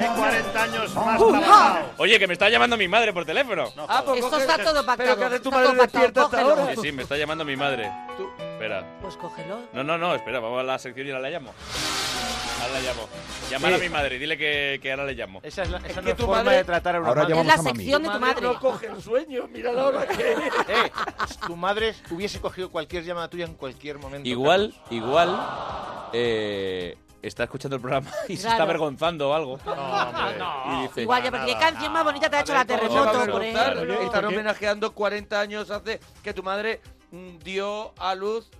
Speaker 4: En 40 años más
Speaker 1: Uh,
Speaker 4: trabajado.
Speaker 1: Oye, que me está llamando mi madre por teléfono.
Speaker 4: Ah, pues
Speaker 11: Esto
Speaker 4: coge-
Speaker 11: está todo pactado.
Speaker 4: pero que hace tu
Speaker 11: está
Speaker 4: madre
Speaker 11: todo pactado,
Speaker 4: despierta hasta
Speaker 11: cógelo.
Speaker 4: ahora.
Speaker 1: Sí, sí, me está llamando mi madre. Espera.
Speaker 11: Pues cógelo.
Speaker 1: No, no, no, espera, vamos a la sección y ahora la llamo. Ahora la llamo. Llamar
Speaker 6: Sí.
Speaker 1: a mi madre, dile que, que ahora le llamo.
Speaker 6: Esa es la esa
Speaker 1: que
Speaker 6: no es
Speaker 1: tu
Speaker 6: forma
Speaker 1: madre-
Speaker 6: de tratar a una
Speaker 1: Ahora
Speaker 6: madre.
Speaker 1: llamamos Es la a mami. sección
Speaker 5: de tu madre.
Speaker 6: no
Speaker 5: coge el sueño, mira la hora que
Speaker 6: Eh, tu madre hubiese cogido cualquier llamada tuya en cualquier momento.
Speaker 1: Igual, igual, eh, está escuchando el programa y se está
Speaker 11: Claro.
Speaker 1: avergonzando o algo. Y dice,
Speaker 11: Igual ya, pero qué canción más bonita te ha hecho la
Speaker 5: ¿Cómo se
Speaker 11: terremoto,
Speaker 5: va a
Speaker 11: hombre.
Speaker 5: preguntar?
Speaker 1: Claro.
Speaker 5: Están
Speaker 1: ¿Por qué?
Speaker 5: homenajeando 40 años hace que tu madre mm, dio a luz,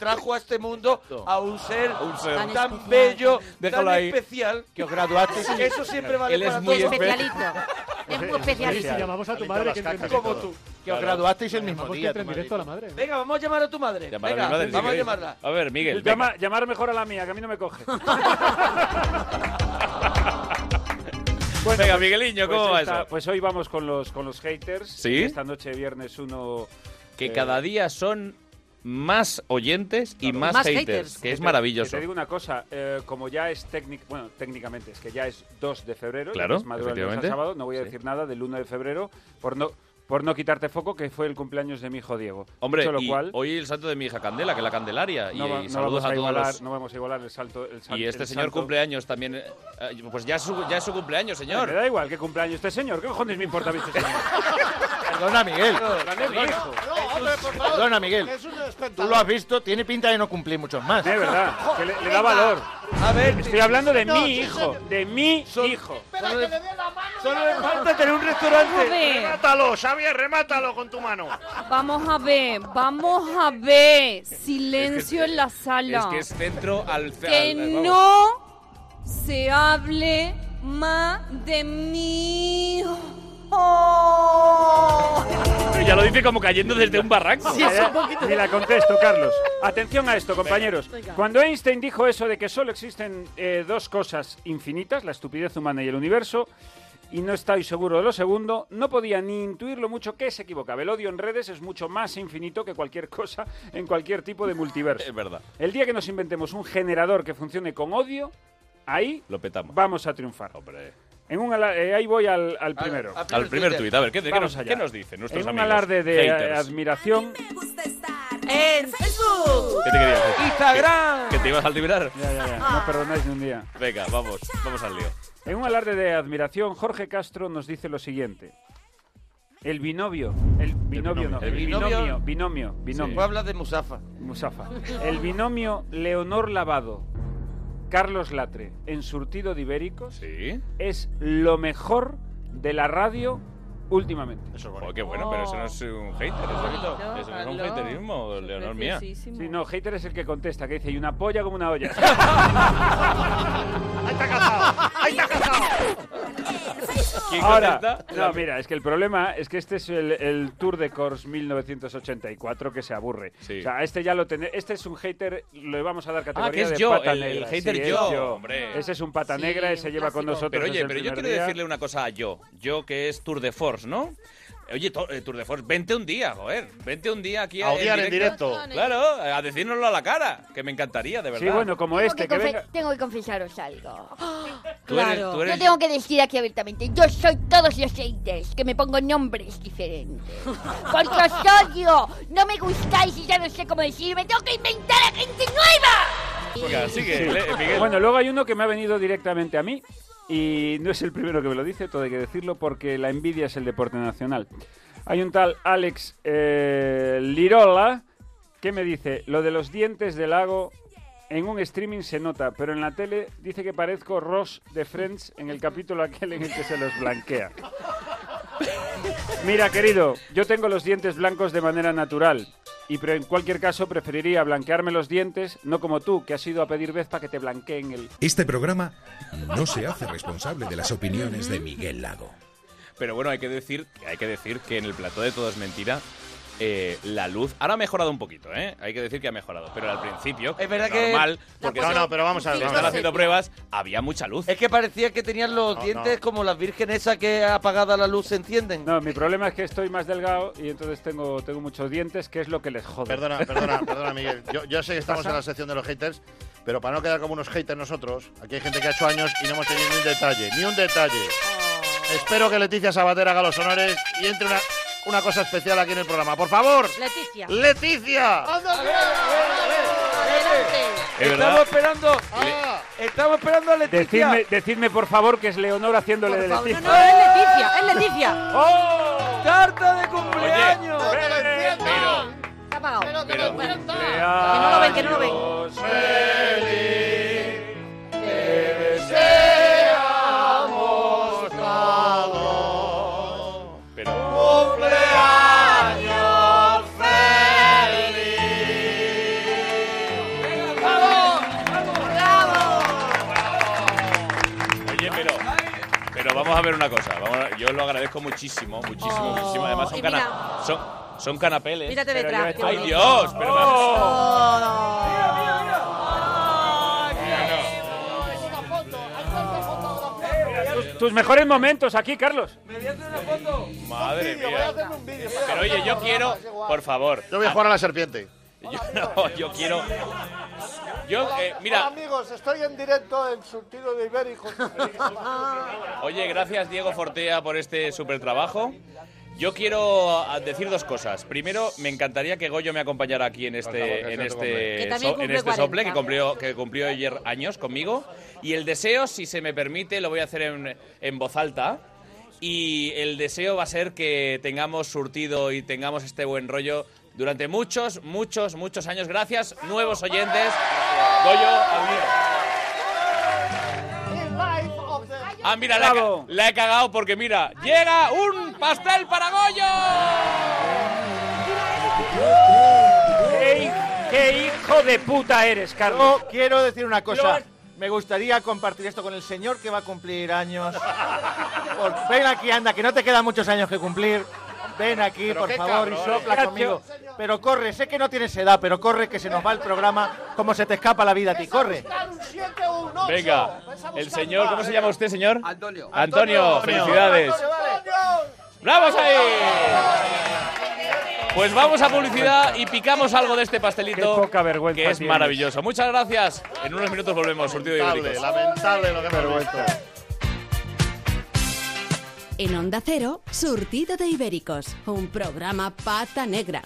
Speaker 5: trajo a este mundo a un ser,
Speaker 1: ser.
Speaker 5: tan,
Speaker 1: Tan
Speaker 5: bello,
Speaker 1: Déjalo
Speaker 5: tan
Speaker 1: ahí.
Speaker 5: especial.
Speaker 6: Que os graduaste.
Speaker 5: Eso siempre vale
Speaker 1: Él es
Speaker 5: para
Speaker 1: muy
Speaker 5: todos.
Speaker 1: espe-
Speaker 11: Es muy
Speaker 5: Pues es
Speaker 11: especialista.
Speaker 5: especial.
Speaker 13: Llamamos a tu
Speaker 5: Alito
Speaker 13: madre
Speaker 5: las
Speaker 13: que
Speaker 5: cajas
Speaker 13: entre
Speaker 5: y
Speaker 13: como
Speaker 5: todo.
Speaker 13: tú.
Speaker 5: Que os
Speaker 6: graduasteis el mismo
Speaker 13: Llamamos
Speaker 1: pues
Speaker 6: día,
Speaker 13: que entre en
Speaker 6: tu
Speaker 13: directo a la madre.
Speaker 5: Venga, vamos a llamar a tu madre.
Speaker 1: Llamar a
Speaker 5: Venga,
Speaker 1: mi madre, si
Speaker 5: vamos a
Speaker 1: queréis.
Speaker 5: llamarla.
Speaker 1: A ver, Miguel.
Speaker 10: Llama- llamar mejor a la mía, que a mí no me coge.
Speaker 1: venga. Venga, Migueliño, ¿cómo va
Speaker 10: esta-
Speaker 1: eso?
Speaker 10: Pues hoy vamos con los, con los haters.
Speaker 1: ¿Sí?
Speaker 10: Esta noche, viernes 1.
Speaker 1: Que cada día son más oyentes y más, haters, que es maravilloso.
Speaker 10: Te, digo una cosa, eh, como ya es técnic, bueno, técnicamente es que ya es 2 de febrero,
Speaker 1: Claro,
Speaker 10: ya es madrugada del lunes a
Speaker 1: efectivamente.
Speaker 10: sábado, no voy a
Speaker 1: Sí.
Speaker 10: decir nada del 1 de febrero por no por no quitarte foco que fue el cumpleaños de mi hijo Diego.
Speaker 1: Hombre,
Speaker 10: Dicho lo
Speaker 1: y
Speaker 10: cual,
Speaker 1: hoy el santo de mi hija Candela, que es la Candelaria. y,
Speaker 10: no, va-
Speaker 1: y
Speaker 10: no
Speaker 1: saludos
Speaker 10: vamos
Speaker 1: a,
Speaker 10: a,
Speaker 1: todos
Speaker 10: igualar,
Speaker 1: los-
Speaker 10: no vamos a igualar el salto el sal-
Speaker 1: Y este
Speaker 10: el
Speaker 1: señor
Speaker 10: santo.
Speaker 1: cumpleaños también. eh, eh, Pues ya es su, ya es su cumpleaños, señor.
Speaker 10: Me da igual qué cumpleaños este señor, qué cojones me importa a mí este señor.
Speaker 6: Perdona, Miguel.
Speaker 10: Grande mi hijo.
Speaker 6: Perdona, Miguel. Tú lo has visto, tiene pinta de no cumplir muchos más.
Speaker 10: De verdad, que le, le da valor.
Speaker 5: A ver,
Speaker 10: estoy hablando de
Speaker 6: No,
Speaker 10: mi
Speaker 6: sí,
Speaker 10: hijo, de mi hijo.
Speaker 5: Solo le,
Speaker 10: Solo
Speaker 5: le falta tener un restaurante.
Speaker 18: Joder.
Speaker 4: Remátalo, Xavier, remátalo con tu mano.
Speaker 18: Vamos a ver, vamos a ver. Silencio en la sala.
Speaker 1: Es que es centro al.
Speaker 18: que
Speaker 1: al- vamos.
Speaker 18: no se hable más de mí.
Speaker 11: Oh.
Speaker 1: Ya lo dice como cayendo desde un barranco.
Speaker 10: Sí, es un poquito. Ni la contesto, Carlos. Atención a esto, compañeros.
Speaker 1: Venga.
Speaker 10: Cuando Einstein dijo eso de que solo existen eh, dos cosas infinitas, la estupidez humana y el universo, y no estoy seguro de lo segundo, no podía ni intuir lo mucho que se equivocaba. El odio en redes es mucho más infinito que cualquier cosa en cualquier tipo de multiverso.
Speaker 1: Es verdad.
Speaker 10: El día que nos inventemos un generador que funcione con odio, ahí
Speaker 1: Lo petamos.
Speaker 10: vamos a triunfar. En un ala- eh, ahí voy al, al primero.
Speaker 1: al primer primer tuit. eh. tuit. A ver, ¿qué- qué
Speaker 10: Vamos
Speaker 1: nos-
Speaker 10: allá.
Speaker 1: qué nos dicen nuestros
Speaker 10: En un
Speaker 1: amigos
Speaker 10: alarde de
Speaker 1: haters?
Speaker 10: admiración.
Speaker 11: En Facebook.
Speaker 1: ¿Qué te quería decir?
Speaker 10: Instagram.
Speaker 1: ¿Que, que te ibas a librar?
Speaker 10: Ya, ya, ya. No perdonáis ni un día.
Speaker 1: Venga, vamos, vamos al lío.
Speaker 10: En un alarde de admiración, Jorge Castro nos dice lo siguiente. El binomio. El binomio, no.
Speaker 5: El
Speaker 10: El
Speaker 5: binomio.
Speaker 10: binomio. Binomio. binomio.
Speaker 5: Tú hablas de Musafa.
Speaker 10: Musafa. El binomio Leonor Lavado, Carlos Latre, en surtido de Ibéricos, es lo mejor de la radio últimamente.
Speaker 1: Eso es qué bueno, pero eso no es un hater.
Speaker 10: Bonito,
Speaker 1: Eso, eso no es un
Speaker 10: hazlo.
Speaker 1: haterismo, Leonor mía.
Speaker 10: Sí, no, hater es el que contesta, que dice, y una polla como una olla.
Speaker 4: ¡Ahí está casado! ¡Ahí está casado!
Speaker 1: ¿Quién
Speaker 10: Ahora,
Speaker 1: contesta?
Speaker 10: no, mira, es que el problema es que este es el, el Tour de Corse 1984 que se aburre. O sea, este ya lo tenemos. Este es un hater, le vamos a dar categoría
Speaker 1: Ah, que es
Speaker 10: de
Speaker 1: yo,
Speaker 10: pata
Speaker 1: el- el
Speaker 10: negra.
Speaker 1: hater
Speaker 10: Sí, es
Speaker 1: yo, hombre.
Speaker 10: Ese es un pata
Speaker 1: Sí,
Speaker 10: negra,
Speaker 1: un
Speaker 10: y se lleva con nosotros.
Speaker 1: Pero
Speaker 10: desde
Speaker 1: oye,
Speaker 10: el
Speaker 1: pero yo
Speaker 10: primer
Speaker 1: quiero
Speaker 10: día.
Speaker 1: decirle una cosa a yo. Yo que es Tour de Force, ¿no? Oye, to- eh, Tour de Force, vente un día, joder. Vente un día aquí
Speaker 4: A odiar en directo.
Speaker 1: Claro, a decírnoslo a la cara, que me encantaría, de verdad.
Speaker 10: Sí, bueno, como este,
Speaker 13: Tengo que, confe- tengo que confesaros algo. ¡Ah!
Speaker 1: Tú eres- tú eres-
Speaker 13: Yo tengo que decir aquí abiertamente, yo soy todos los haters, que me pongo nombres diferentes. Porque os odio, no me gustáis y ya no sé cómo decirme, tengo que inventar a gente nueva.
Speaker 1: Venga, sigue,
Speaker 10: Sí.
Speaker 1: Le- Miguel.
Speaker 10: Bueno, luego hay uno que me ha venido directamente a mí y no es el primero que me lo dice, todo hay que decirlo, porque la envidia es el deporte nacional. Hay un tal Alex eh, Lirola que me dice, lo de los dientes del lago en un streaming se nota, pero en la tele dice que parezco Ross de Friends en el capítulo aquel en el que se los blanquea. Mira, querido, yo tengo los dientes blancos de manera natural. Y pero en cualquier caso preferiría blanquearme los dientes, no como tú, que has ido a pedir vez para que te blanqueen el...
Speaker 9: Este programa no se hace responsable de las opiniones de Miguel Lago.
Speaker 1: Pero bueno, hay que decir, hay que decir que en el plató de todo es mentira. eh, la luz ahora ha mejorado un poquito, ¿eh? Hay que decir que ha mejorado, pero al principio es
Speaker 5: verdad que-
Speaker 1: normal,
Speaker 5: La
Speaker 1: porque
Speaker 5: pusieron No, no, pero vamos a ver,
Speaker 1: estaban
Speaker 5: vamos a ver.
Speaker 1: haciendo pruebas, había mucha luz.
Speaker 5: Es que parecía que tenían los
Speaker 1: No,
Speaker 5: dientes
Speaker 1: no.
Speaker 5: como las virgen esas que apagada la luz se encienden.
Speaker 10: No, mi problema es que estoy más delgado y entonces tengo, tengo muchos dientes, que es lo que les jode.
Speaker 4: Perdona, perdona, perdona, Miguel. Yo, yo sé que estamos
Speaker 10: ¿Pasa?
Speaker 4: en la sección de los haters, pero para no quedar como unos haters nosotros, aquí hay gente que ha hecho años y no hemos tenido ni un detalle, ni un detalle. Espero que Leticia Sabater haga los honores y entre una, una cosa especial aquí en el programa. Por favor,
Speaker 11: Leticia.
Speaker 4: Leticia.
Speaker 1: Es verdad.
Speaker 5: Estamos esperando, Ah. estamos esperando a Leticia.
Speaker 10: Ah, Decidme, decidme, por favor, que es Leonor haciéndole de Leticia.
Speaker 11: Leticia, es Leticia.
Speaker 5: ¡Oh! ¡Tarta de cumpleaños!
Speaker 11: Está apagado.
Speaker 1: Pero-
Speaker 11: Que no lo ven, que no lo ven.
Speaker 5: Deseamos
Speaker 1: Pero...
Speaker 5: ¡Cumpleaños feliz! ¡Vamos!
Speaker 1: Oye, pero, pero vamos a ver una cosa. Vamos a- yo lo agradezco muchísimo, muchísimo, muchísimo. Además son,
Speaker 11: Oh. y mira.
Speaker 1: cana- son, son canapeles.
Speaker 11: Mírate
Speaker 1: Pero
Speaker 11: detrás,
Speaker 1: yo-
Speaker 11: qué
Speaker 1: ¡Ay,
Speaker 11: bonito. Oh.
Speaker 1: Dios! Pero me-
Speaker 10: Tus- Tus mejores momentos aquí, Carlos.
Speaker 1: Madre mía. Pero oye, yo quiero, por favor.
Speaker 4: Yo voy a jugar a la serpiente.
Speaker 1: Yo, no, yo quiero. Yo, eh, mira,
Speaker 7: amigos, estoy en directo en surtido de Ibérico.
Speaker 1: Oye, gracias Diego Fortea por este super trabajo. Yo quiero ah, decir dos cosas. Primero, me encantaría que Goyo me acompañara aquí en
Speaker 3: favor,
Speaker 1: este,
Speaker 3: que
Speaker 1: en
Speaker 3: sea tu cumple. Que
Speaker 1: este,
Speaker 3: también
Speaker 1: so- en
Speaker 3: cumple
Speaker 1: este sople que
Speaker 3: 40.
Speaker 1: cumplió, que cumplió ayer años conmigo. Y el deseo, si se me permite, lo voy a hacer en, en voz alta. Y el deseo va a ser que tengamos surtido y tengamos este buen rollo durante muchos, muchos, muchos años. Gracias, nuevos oyentes. Goyo, adiós. Ah, mira, la, he ca- la he cagado porque mira, llega un pastel para Goyo.
Speaker 10: ¡Qué, hi- qué hijo de puta eres, Carlos!
Speaker 6: Yo quiero decir una cosa.
Speaker 10: Lo-
Speaker 6: Me gustaría compartir esto con el señor que va a cumplir años. Por- ven aquí, anda, que no te quedan muchos años que cumplir. Ven aquí,
Speaker 4: Pero
Speaker 6: por
Speaker 4: qué
Speaker 6: favor,
Speaker 4: cabrones.
Speaker 6: y sopla conmigo. Pero corre, sé que no tienes edad, pero corre, que se nos va el programa, como se te escapa la vida a ti. Corre.
Speaker 1: Venga, el señor, ¿cómo se llama usted, señor? Antonio. Antonio,
Speaker 6: Antonio.
Speaker 1: felicidades. ¡Bravos ahí! Pues vamos a publicidad y picamos algo de este pastelito. Que es
Speaker 10: tienes.
Speaker 1: maravilloso. Muchas gracias. En unos minutos volvemos, surtido y
Speaker 4: Lamentable,
Speaker 1: Ibéricos.
Speaker 4: lamentable lo que hemos visto.
Speaker 21: En Onda Cero, Surtido de Ibéricos, un programa pata negra.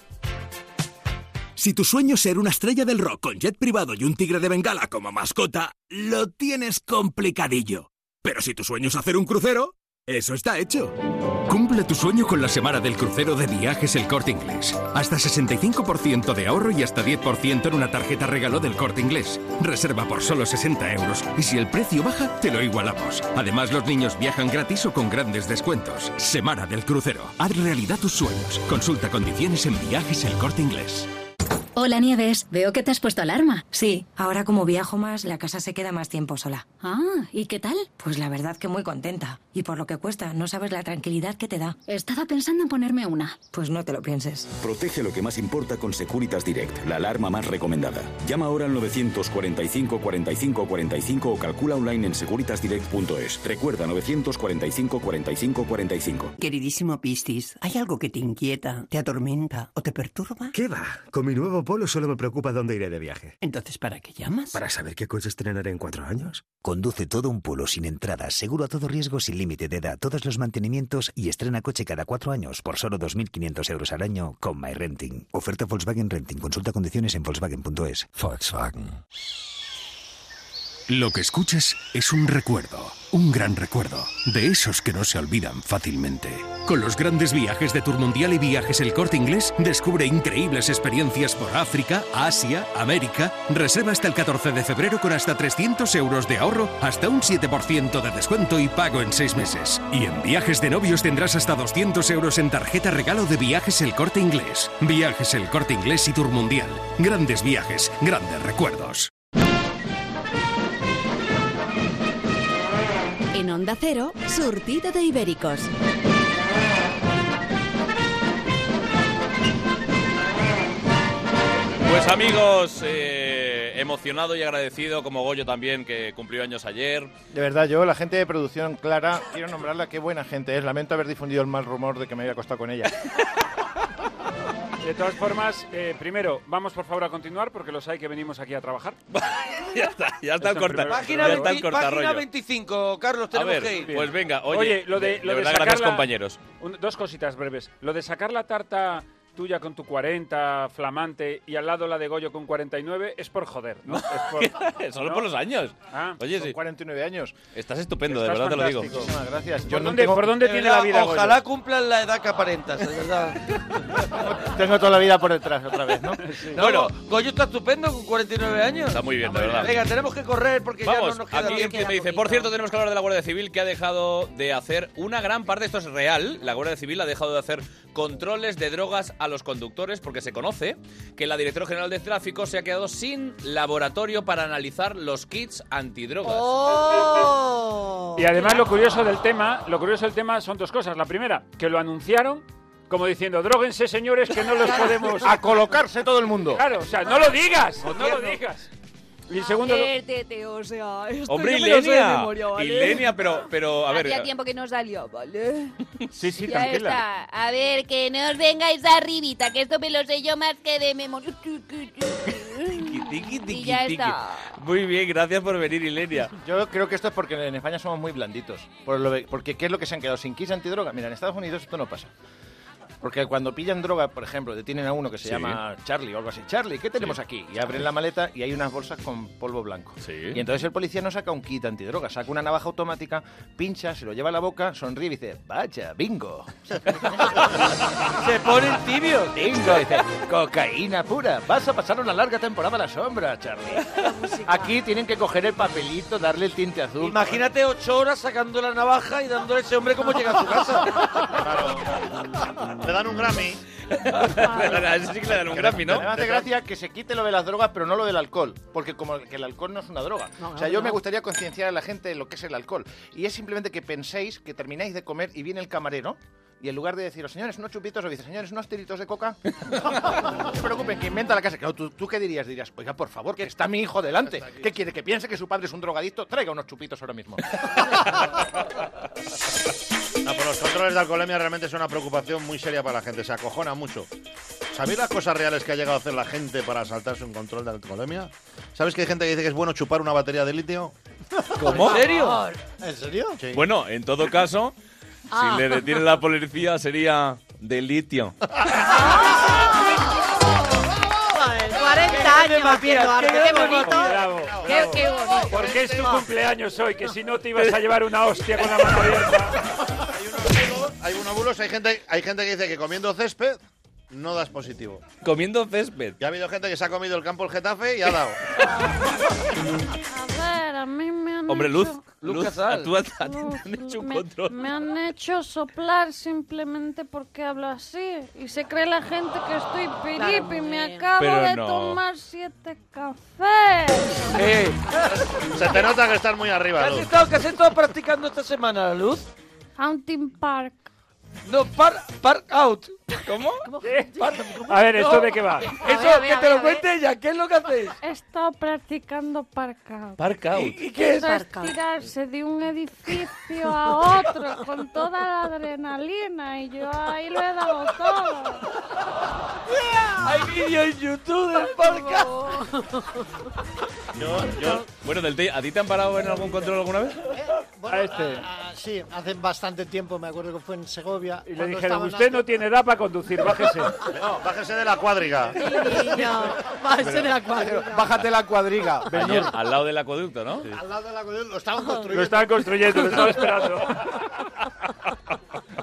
Speaker 22: Si tu sueño es ser una estrella del rock con jet privado y un tigre de bengala como mascota, lo tienes complicadillo. Pero si tu sueño es hacer un crucero, eso está hecho.
Speaker 9: Cumple tu sueño con la semana del crucero de viajes El Corte Inglés. Hasta 65% de ahorro y hasta 10% en una tarjeta regalo del Corte Inglés. Reserva por solo 60 euros y si el precio baja, te lo igualamos. Además, los niños viajan gratis o con grandes descuentos. Semana del crucero. Haz realidad tus sueños. Consulta condiciones en viajes El Corte Inglés.
Speaker 23: Hola Nieves, veo que te has puesto alarma. Sí, ahora como viajo más, la casa se queda más tiempo sola. Ah, ¿y qué tal? Pues la verdad que muy contenta. Y por lo que cuesta, no sabes la tranquilidad que te da. Estaba pensando en ponerme una. Pues no te lo pienses.
Speaker 24: Protege lo que más importa con Securitas Direct, la alarma más recomendada. Llama ahora al 945 45 45 o calcula online en securitasdirect.es. Recuerda 945 45 45.
Speaker 25: Queridísimo Pistis, ¿hay algo que te inquieta, te atormenta o te perturba?
Speaker 26: ¿Qué va? Con mi nuevo polo solo me preocupa dónde iré de viaje.
Speaker 25: Entonces, ¿para qué llamas?
Speaker 26: ¿Para saber qué coche estrenaré en cuatro años?
Speaker 27: Conduce todo un polo sin entrada, seguro a todo riesgo, sin límite de edad, todos los mantenimientos y estrena coche cada cuatro años por solo 2.500 euros al año con MyRenting. Oferta Volkswagen Renting. Consulta condiciones en volkswagen.es. Volkswagen.
Speaker 9: Lo que escuchas es un recuerdo, un gran recuerdo, de esos que no se olvidan fácilmente. Con los grandes viajes de Tour Mundial y Viajes El Corte Inglés, descubre increíbles experiencias por África, Asia, América. Reserva hasta el 14 de febrero con hasta 300 euros de ahorro, hasta un 7% de descuento y pago en seis meses. Y en Viajes de Novios tendrás hasta 200 euros en tarjeta regalo de Viajes El Corte Inglés. Viajes El Corte Inglés y Tour Mundial. Grandes viajes, grandes recuerdos.
Speaker 21: En Onda Cero, Surtido de Ibéricos.
Speaker 1: Pues amigos, eh, emocionado y agradecido, como Goyo también, que cumplió años ayer.
Speaker 6: De verdad, yo, la gente de producción Clara, quiero nombrarla, qué buena gente es. Lamento haber difundido el mal rumor de que me había acostado con ella.
Speaker 10: De todas formas, eh, primero, vamos por favor a continuar porque los hay que venimos aquí a trabajar.
Speaker 1: ya está, ya está el
Speaker 10: Eso
Speaker 1: corta.
Speaker 10: primero.
Speaker 1: ya
Speaker 5: Página,
Speaker 1: está el
Speaker 5: 20 página
Speaker 1: cortarrollo.
Speaker 5: 25, Carlos,
Speaker 1: A
Speaker 5: tenemos que
Speaker 1: ver,
Speaker 5: ir.
Speaker 1: pues venga, oye,
Speaker 10: lo de, lo de
Speaker 1: verdad,
Speaker 10: sacar
Speaker 1: gracias
Speaker 10: la-
Speaker 1: compañeros.
Speaker 10: un- dos cositas breves. Lo de sacar la tarta tuya con tu 40 flamante y al lado la de Goyo con 49 es por joder, ¿no? Es por,
Speaker 1: Solo por los años.
Speaker 10: Ah,
Speaker 1: Oye,
Speaker 10: con
Speaker 1: sí.
Speaker 6: 49 años.
Speaker 1: Estás estupendo,
Speaker 6: Estás
Speaker 1: de verdad te lo digo.
Speaker 6: fantástico. Muchísimas gracias. Yo
Speaker 5: ¿Por
Speaker 6: no
Speaker 5: dónde,
Speaker 6: tengo-
Speaker 5: por dónde
Speaker 6: De
Speaker 5: tiene
Speaker 6: verdad,
Speaker 5: la vida?
Speaker 6: ojalá
Speaker 5: Ojalá cumplan la edad que aparentas, de verdad.
Speaker 6: Tengo toda la vida por detrás otra vez, ¿no?
Speaker 5: Bueno, Goyo está estupendo con 49 años.
Speaker 1: Está muy bien, de verdad.
Speaker 5: Venga, tenemos que correr porque ya no
Speaker 1: Vamos,
Speaker 5: nos queda
Speaker 1: aquí
Speaker 5: tiempo.
Speaker 1: quien me dice, por cierto, tenemos que hablar de la Guardia Civil que ha dejado de hacer una gran parte, esto es real, la Guardia Civil ha dejado de hacer controles de drogas a los conductores porque se conoce que la Directora General de Tráfico se ha quedado sin laboratorio para analizar los kits antidrogas.
Speaker 10: Oh.
Speaker 11: Oh.
Speaker 6: Oh,
Speaker 10: Y además lo curioso del tema, lo curioso del tema son dos cosas. La primera, que lo anunciaron como diciendo, droguense señores que no los podemos
Speaker 6: A colocarse todo el mundo.
Speaker 10: Claro, o sea, no lo digas, no lo digas. Y segundo,
Speaker 1: Eh,
Speaker 10: lo-
Speaker 18: Tete, o sea, esto
Speaker 1: Hombre,
Speaker 18: Eh, yo me lo sé de
Speaker 1: Ilenia,
Speaker 18: memoria, ¿vale?
Speaker 1: Ilenia, pero, pero, a ver,
Speaker 18: Hacía tiempo que no salía, ¿vale?
Speaker 10: sí, sí,
Speaker 13: Ya
Speaker 10: tranquila.
Speaker 13: está. A ver, que no os vengáis arribita, que esto me lo sé yo más que de memoria.
Speaker 1: Tiki, tiki,
Speaker 13: Y ya
Speaker 1: tiki.
Speaker 13: está.
Speaker 1: Muy bien, gracias por venir, Ilenia.
Speaker 6: Yo creo que esto es porque en España somos muy blanditos. Por lo de- porque ¿qué es lo que se han quedado sin kits antidroga? Mira, en Estados Unidos esto no pasa. Porque cuando pillan droga, por ejemplo, detienen a uno que se
Speaker 1: Sí.
Speaker 6: llama Charlie o algo así. Charlie, ¿qué tenemos aquí? Y abren la maleta y hay unas bolsas con polvo blanco. Y entonces el policía no saca un kit antidroga, saca una navaja automática, pincha, se lo lleva a la boca, sonríe y dice, vaya, bingo. se ponen tibios. Bingo, dice, cocaína pura. Vas a pasar una larga temporada a la sombra, Charlie. Aquí tienen que coger el papelito, darle el tinte azul.
Speaker 5: Imagínate ocho horas sacando la navaja y dándole a ese hombre cómo llega a su casa.
Speaker 4: Le dan un Grammy.
Speaker 1: Así que le dan un Grammy, ¿no?
Speaker 6: Me hace gracia que se quite lo de las drogas, pero no lo del alcohol. Porque como que el alcohol no es una droga.
Speaker 5: No,
Speaker 6: o sea,
Speaker 5: no,
Speaker 6: yo
Speaker 5: no.
Speaker 6: me gustaría concienciar a la gente de lo que es el alcohol. Y es simplemente que penséis que termináis de comer y viene el camarero. Y en lugar de deciros, señores, unos chupitos, os dice, señores, unos tiritos de coca. no se preocupen, que inventa la casa. Claro, ¿tú, tú qué dirías? Dirías, oiga, por favor, que está mi hijo delante. ¿Qué quiere? ¿Que piense que su padre es un drogadicto? Traiga unos chupitos ahora mismo.
Speaker 4: No, pero los controles de alcoholemia realmente es una preocupación muy seria para la gente. Se acojona mucho. ¿Sabéis las cosas reales que ha llegado a hacer la gente para saltarse un control de alcoholemia? ¿Sabes que hay gente que dice que es bueno chupar una batería de litio?
Speaker 1: ¿Cómo? ¿En serio?
Speaker 4: ¿En serio? Sí.
Speaker 1: Bueno, en todo caso,
Speaker 18: Ah.
Speaker 1: Si le detiene la policía sería delitio.
Speaker 11: 40 años haciendo arte,
Speaker 10: qué
Speaker 11: qué
Speaker 10: gran
Speaker 11: bonito.
Speaker 10: memoria, bravo.
Speaker 11: Qué, qué bonito.
Speaker 10: Porque es tu cumpleaños hoy, que si no te ibas a llevar una hostia con la mano abierta.
Speaker 4: Hay unos hay gente, hay gente que dice que comiendo césped no das positivo.
Speaker 1: Comiendo césped.
Speaker 4: Y ha habido gente que se ha comido el campo el Getafe y ha dado.
Speaker 19: a mí me han
Speaker 1: Hombre,
Speaker 19: hecho...
Speaker 1: Luz.
Speaker 5: Luz
Speaker 1: Luz,
Speaker 5: Casal.
Speaker 1: a tú- a ti te han hecho un
Speaker 19: me,
Speaker 1: control.
Speaker 19: me han hecho soplar simplemente porque hablo así. Y se cree la gente que estoy pirip y me acabo
Speaker 4: Pero
Speaker 19: de
Speaker 4: no.
Speaker 19: tomar siete cafés.
Speaker 4: Se te nota que estás muy arriba,
Speaker 5: ¿Qué has
Speaker 4: Luz.
Speaker 5: estado, qué has estado practicando esta semana, la luz?
Speaker 19: Hunting Park.
Speaker 5: No, par, park out. ¿Cómo? Park-
Speaker 10: A ver, ¿esto de qué va? A ver,
Speaker 5: Eso,
Speaker 19: a ver,
Speaker 5: que
Speaker 19: a
Speaker 5: te
Speaker 19: ver,
Speaker 5: lo
Speaker 19: a ver.
Speaker 5: cuente ella. ¿Qué es lo que hacéis?
Speaker 19: He estado practicando park out.
Speaker 1: Park out.
Speaker 5: ¿Y, y qué es?
Speaker 19: Eso es tirarse de un edificio a otro con toda la adrenalina y yo ahí lo he dado todo.
Speaker 5: Hay vídeo en YouTube del park out.
Speaker 1: Yo- yo- bueno, del te- ¿a ti te han parado en algún control alguna vez?
Speaker 7: Bueno,
Speaker 1: A este.
Speaker 7: a- a- Ah, sí, hace bastante tiempo, me acuerdo que fue en Segovia.
Speaker 10: Y le
Speaker 7: cuando
Speaker 10: dijeron,
Speaker 7: estaban
Speaker 10: usted
Speaker 7: las-
Speaker 10: no tiene edad para conducir, bájese.
Speaker 4: No, bájese de la cuadriga.
Speaker 7: Bájese de la cuadriga.
Speaker 6: Bájate la cuadriga.
Speaker 1: Allí, Ah, al lado del acueducto, ¿no?
Speaker 7: Al lado de la colina lo estaban construyendo.
Speaker 10: Lo estaban construyendo, lo estaban esperando.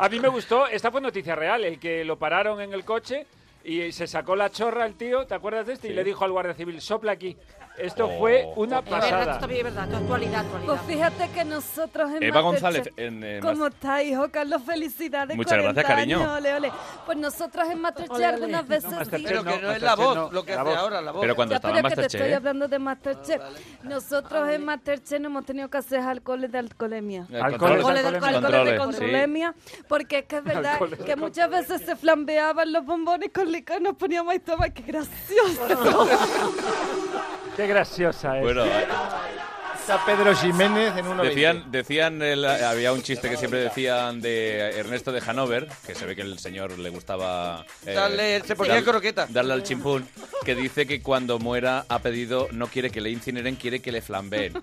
Speaker 10: A mí me gustó, esta fue noticia real, el que lo pararon en el coche y se sacó la chorra el tío, ¿te acuerdas de este? Y
Speaker 6: Sí.
Speaker 10: le dijo al guardia civil, sopla aquí. Esto
Speaker 1: Oh.
Speaker 10: fue una
Speaker 1: Es verdad,
Speaker 10: pasada.
Speaker 11: Esto también es verdad, actualidad, actualidad.
Speaker 18: Pues fíjate que nosotros en
Speaker 1: Eva
Speaker 18: Masterchef-
Speaker 1: González, en, eh,
Speaker 18: ¿Cómo está, hijo Carlos? Felicidades.
Speaker 1: Muchas gracias,
Speaker 18: 40
Speaker 1: cariño.
Speaker 18: años, ole, ole. Pues nosotros en Masterchef
Speaker 5: Ole, ole.
Speaker 18: algunas veces.
Speaker 5: Masterchef
Speaker 18: sí-
Speaker 5: Pero que no, no es la Masterchef voz, no, lo que la hace voz. ahora, la voz. Pero cuando
Speaker 18: Ya,
Speaker 1: estaba
Speaker 18: pero
Speaker 1: en
Speaker 18: es que te
Speaker 1: Masterchef.
Speaker 18: estoy hablando de Masterchef. Nosotros en Masterchef no hemos tenido que hacer alcoholes de alcoholemia.
Speaker 1: Eh, Alcoholes,
Speaker 18: Alcoholes de
Speaker 1: alcoholemia.
Speaker 18: alcoholes de
Speaker 1: Controles, sí.
Speaker 18: controlemia. Porque es que es verdad
Speaker 1: Alcoholes de
Speaker 18: que muchas veces se flambeaban los bombones con licor y nos poníamos y toma, qué gracioso.
Speaker 10: Qué graciosa es.
Speaker 1: Bueno, eh,
Speaker 6: Está Pedro Jiménez en uno
Speaker 1: decían, decían el- había un chiste que siempre decían de Ernesto de Hanover, que se ve que el señor le gustaba... eh,
Speaker 5: Darle- se ponía
Speaker 1: dar-
Speaker 5: croqueta.
Speaker 1: Darle al chimpún, que dice que cuando muera ha pedido, no quiere que le incineren, quiere que le flambeen.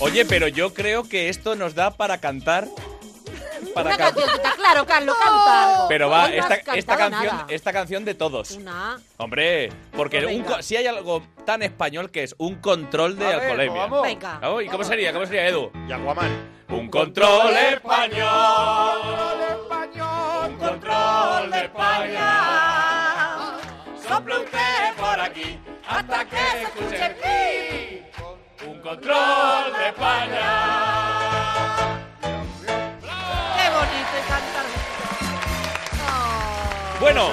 Speaker 1: Oye, pero yo creo que esto nos da para cantar... Para
Speaker 11: Una
Speaker 1: cantar.
Speaker 11: cancioncita, claro, Carlos, canta algo.
Speaker 1: Pero va,
Speaker 11: Hoy no has
Speaker 1: esta, esta,
Speaker 11: cantado
Speaker 1: canción,
Speaker 11: nada.
Speaker 1: esta canción de todos.
Speaker 11: Una.
Speaker 1: Hombre, porque
Speaker 11: Venga.
Speaker 1: un co- si hay algo tan español que es un control de
Speaker 11: A ver,
Speaker 1: alcoholemia.
Speaker 11: vamos. Venga.
Speaker 1: Oh, ¿Y cómo sería? ¿Cómo sería, Edu?
Speaker 4: Y Aquaman.
Speaker 1: Un control
Speaker 3: español.
Speaker 1: Un control
Speaker 3: de España. Sopla usted por aquí hasta que se escuche aquí. Un control de España.
Speaker 11: Qué bonito y cantar.
Speaker 1: Bueno.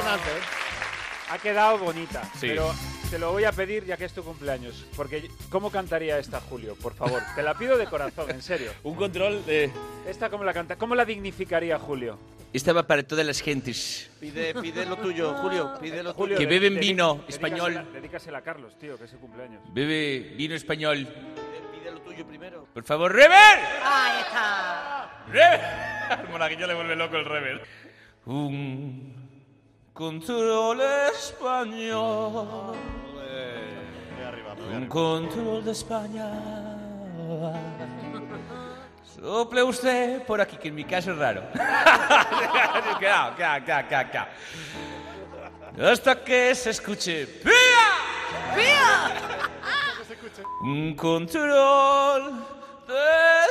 Speaker 10: Ha quedado bonita,
Speaker 1: Sí.
Speaker 10: pero te lo voy a pedir ya que es tu cumpleaños. Porque, ¿cómo cantaría esta, Julio? Por favor, te la pido de corazón, en serio.
Speaker 1: Un control de...
Speaker 10: ¿Esta cómo la canta? ¿Cómo la dignificaría, Julio?
Speaker 1: Esta Este va para todas las gentes
Speaker 5: Pide, pide lo tuyo, Julio. Pide lo tuyo.
Speaker 1: que beben vino
Speaker 10: Dedícasela-
Speaker 1: español.
Speaker 10: Dedícasela a Carlos, tío, que es su cumpleaños.
Speaker 1: Bebe vino español.
Speaker 5: Pide lo tuyo primero.
Speaker 1: Por favor, Rever.
Speaker 11: Ahí está.
Speaker 1: ¡Rever! Al monaguillo le vuelve loco el Rever. Un
Speaker 3: Control español.
Speaker 1: Un control de España. Sople usted por aquí, que en mi caso es raro. Claro, claro, claro, claro, claro. Hasta que se escuche. ¡Pía! Un control de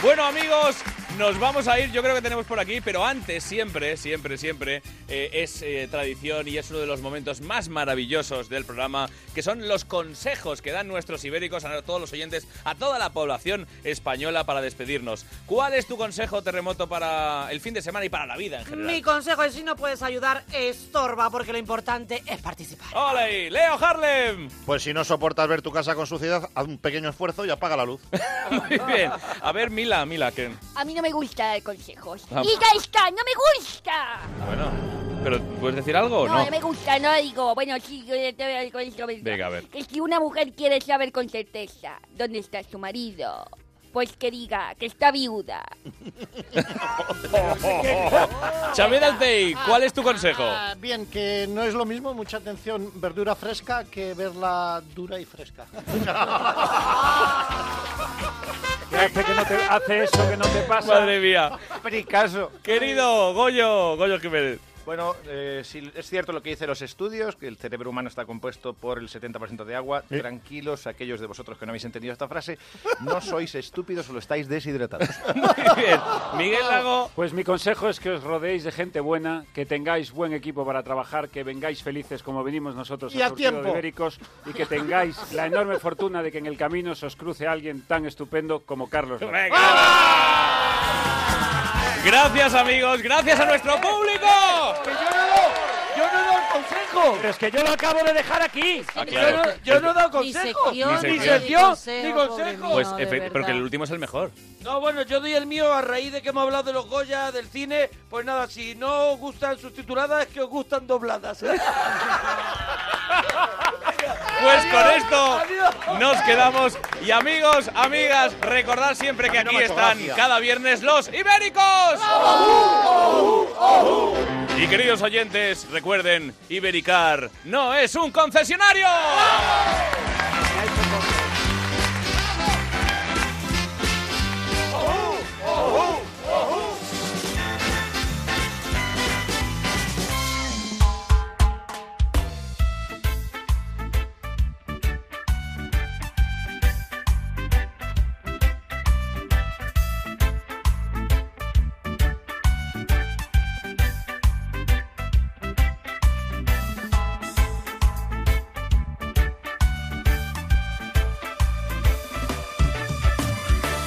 Speaker 1: Bueno, amigos, nos vamos a ir. Yo creo que tenemos por aquí, pero antes, siempre, siempre, siempre, eh, es eh, tradición y es uno de los momentos más maravillosos del programa, que son los consejos que dan nuestros ibéricos a todos los oyentes, a toda la población española para despedirnos. ¿Cuál es tu consejo, terremoto, para el fin de semana y para la vida en general?
Speaker 11: Mi consejo es si no puedes ayudar, estorba, porque lo importante es participar.
Speaker 1: ¡Ole! ¡Leo Harlem!
Speaker 4: Pues si no soportas ver tu casa con suciedad, haz un pequeño esfuerzo y apaga la luz.
Speaker 1: Muy bien. A ver, Mila, Mila, que.
Speaker 13: A mí no me gusta dar consejos.
Speaker 1: Ah.
Speaker 13: Y ya está, no me gusta.
Speaker 1: Bueno, pero ¿puedes decir algo o
Speaker 13: no,
Speaker 1: no?
Speaker 13: me gusta, no digo. Bueno, sí, yo ya te voy a- con esto,
Speaker 1: Venga, a ver.
Speaker 13: Que si una mujer quiere saber con certeza dónde está su marido,
Speaker 17: Pues que diga que está viuda.
Speaker 1: Xavier Altey, ¿cuál es tu consejo?
Speaker 7: Ah, Bien, que no es lo mismo, mucha atención, verdura fresca que verla dura y fresca.
Speaker 10: ¿Qué hace que no te hace eso que no te pasa?
Speaker 1: Madre mía.
Speaker 6: Pricaso.
Speaker 1: Querido Goyo, Goyo Jiménez.
Speaker 6: Bueno, eh, si es cierto lo que dicen los estudios, que el cerebro humano está compuesto por el 70% de agua.
Speaker 1: Sí.
Speaker 6: Tranquilos aquellos de vosotros que no habéis entendido esta frase. No sois estúpidos, solo estáis deshidratados.
Speaker 1: Miguel Lago.
Speaker 10: Pues mi consejo es que os rodeéis de gente buena, que tengáis buen equipo para trabajar, que vengáis felices como venimos nosotros
Speaker 7: Y a
Speaker 10: Surtido
Speaker 7: tiempo.
Speaker 10: de Ibéricos y que tengáis la enorme fortuna de que en el camino se os cruce alguien tan estupendo como Carlos. Latre.
Speaker 1: Gracias, amigos. Gracias a nuestro público.
Speaker 5: ¡Que yo no doy, yo no doy consejo!
Speaker 10: Pero es que yo lo acabo de dejar aquí.
Speaker 1: Ah, claro.
Speaker 5: yo, no, yo no he dado
Speaker 1: Ni
Speaker 5: consejo.
Speaker 1: sección, Ni
Speaker 5: ni
Speaker 1: sección.
Speaker 5: sección, ni
Speaker 1: ni
Speaker 5: consejo.
Speaker 1: Pues, efe- porque el último es el mejor.
Speaker 5: No, bueno, yo doy el mío a raíz de que hemos hablado de los Goya, del cine. Pues nada, si no os gustan sus tituladas, es que os gustan dobladas. ¿eh?
Speaker 1: Pues con esto nos quedamos. Y amigos, amigas, recordad siempre que
Speaker 13: no
Speaker 1: aquí
Speaker 13: me ha hecho
Speaker 1: están
Speaker 13: gracia.
Speaker 1: cada viernes los ibéricos. Y queridos oyentes, recuerden, Ibericar no es un concesionario.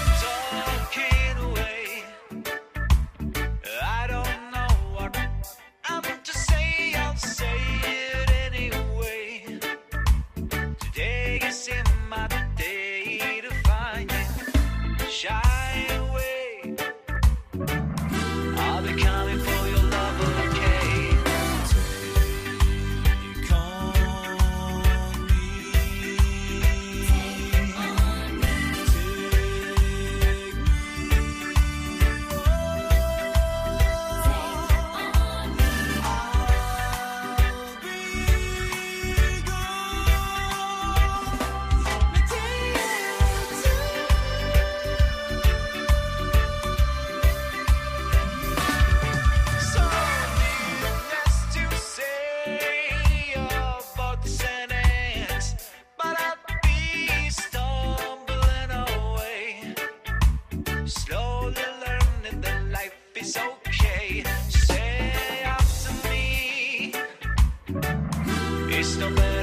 Speaker 12: Talking away. I don't know what I'm to say. I'll say it anyway. Today is in my day to find you. Shy away. I'll be coming for your love, okay? You call me. Slowly learning that life is okay. Say after me. It's no better.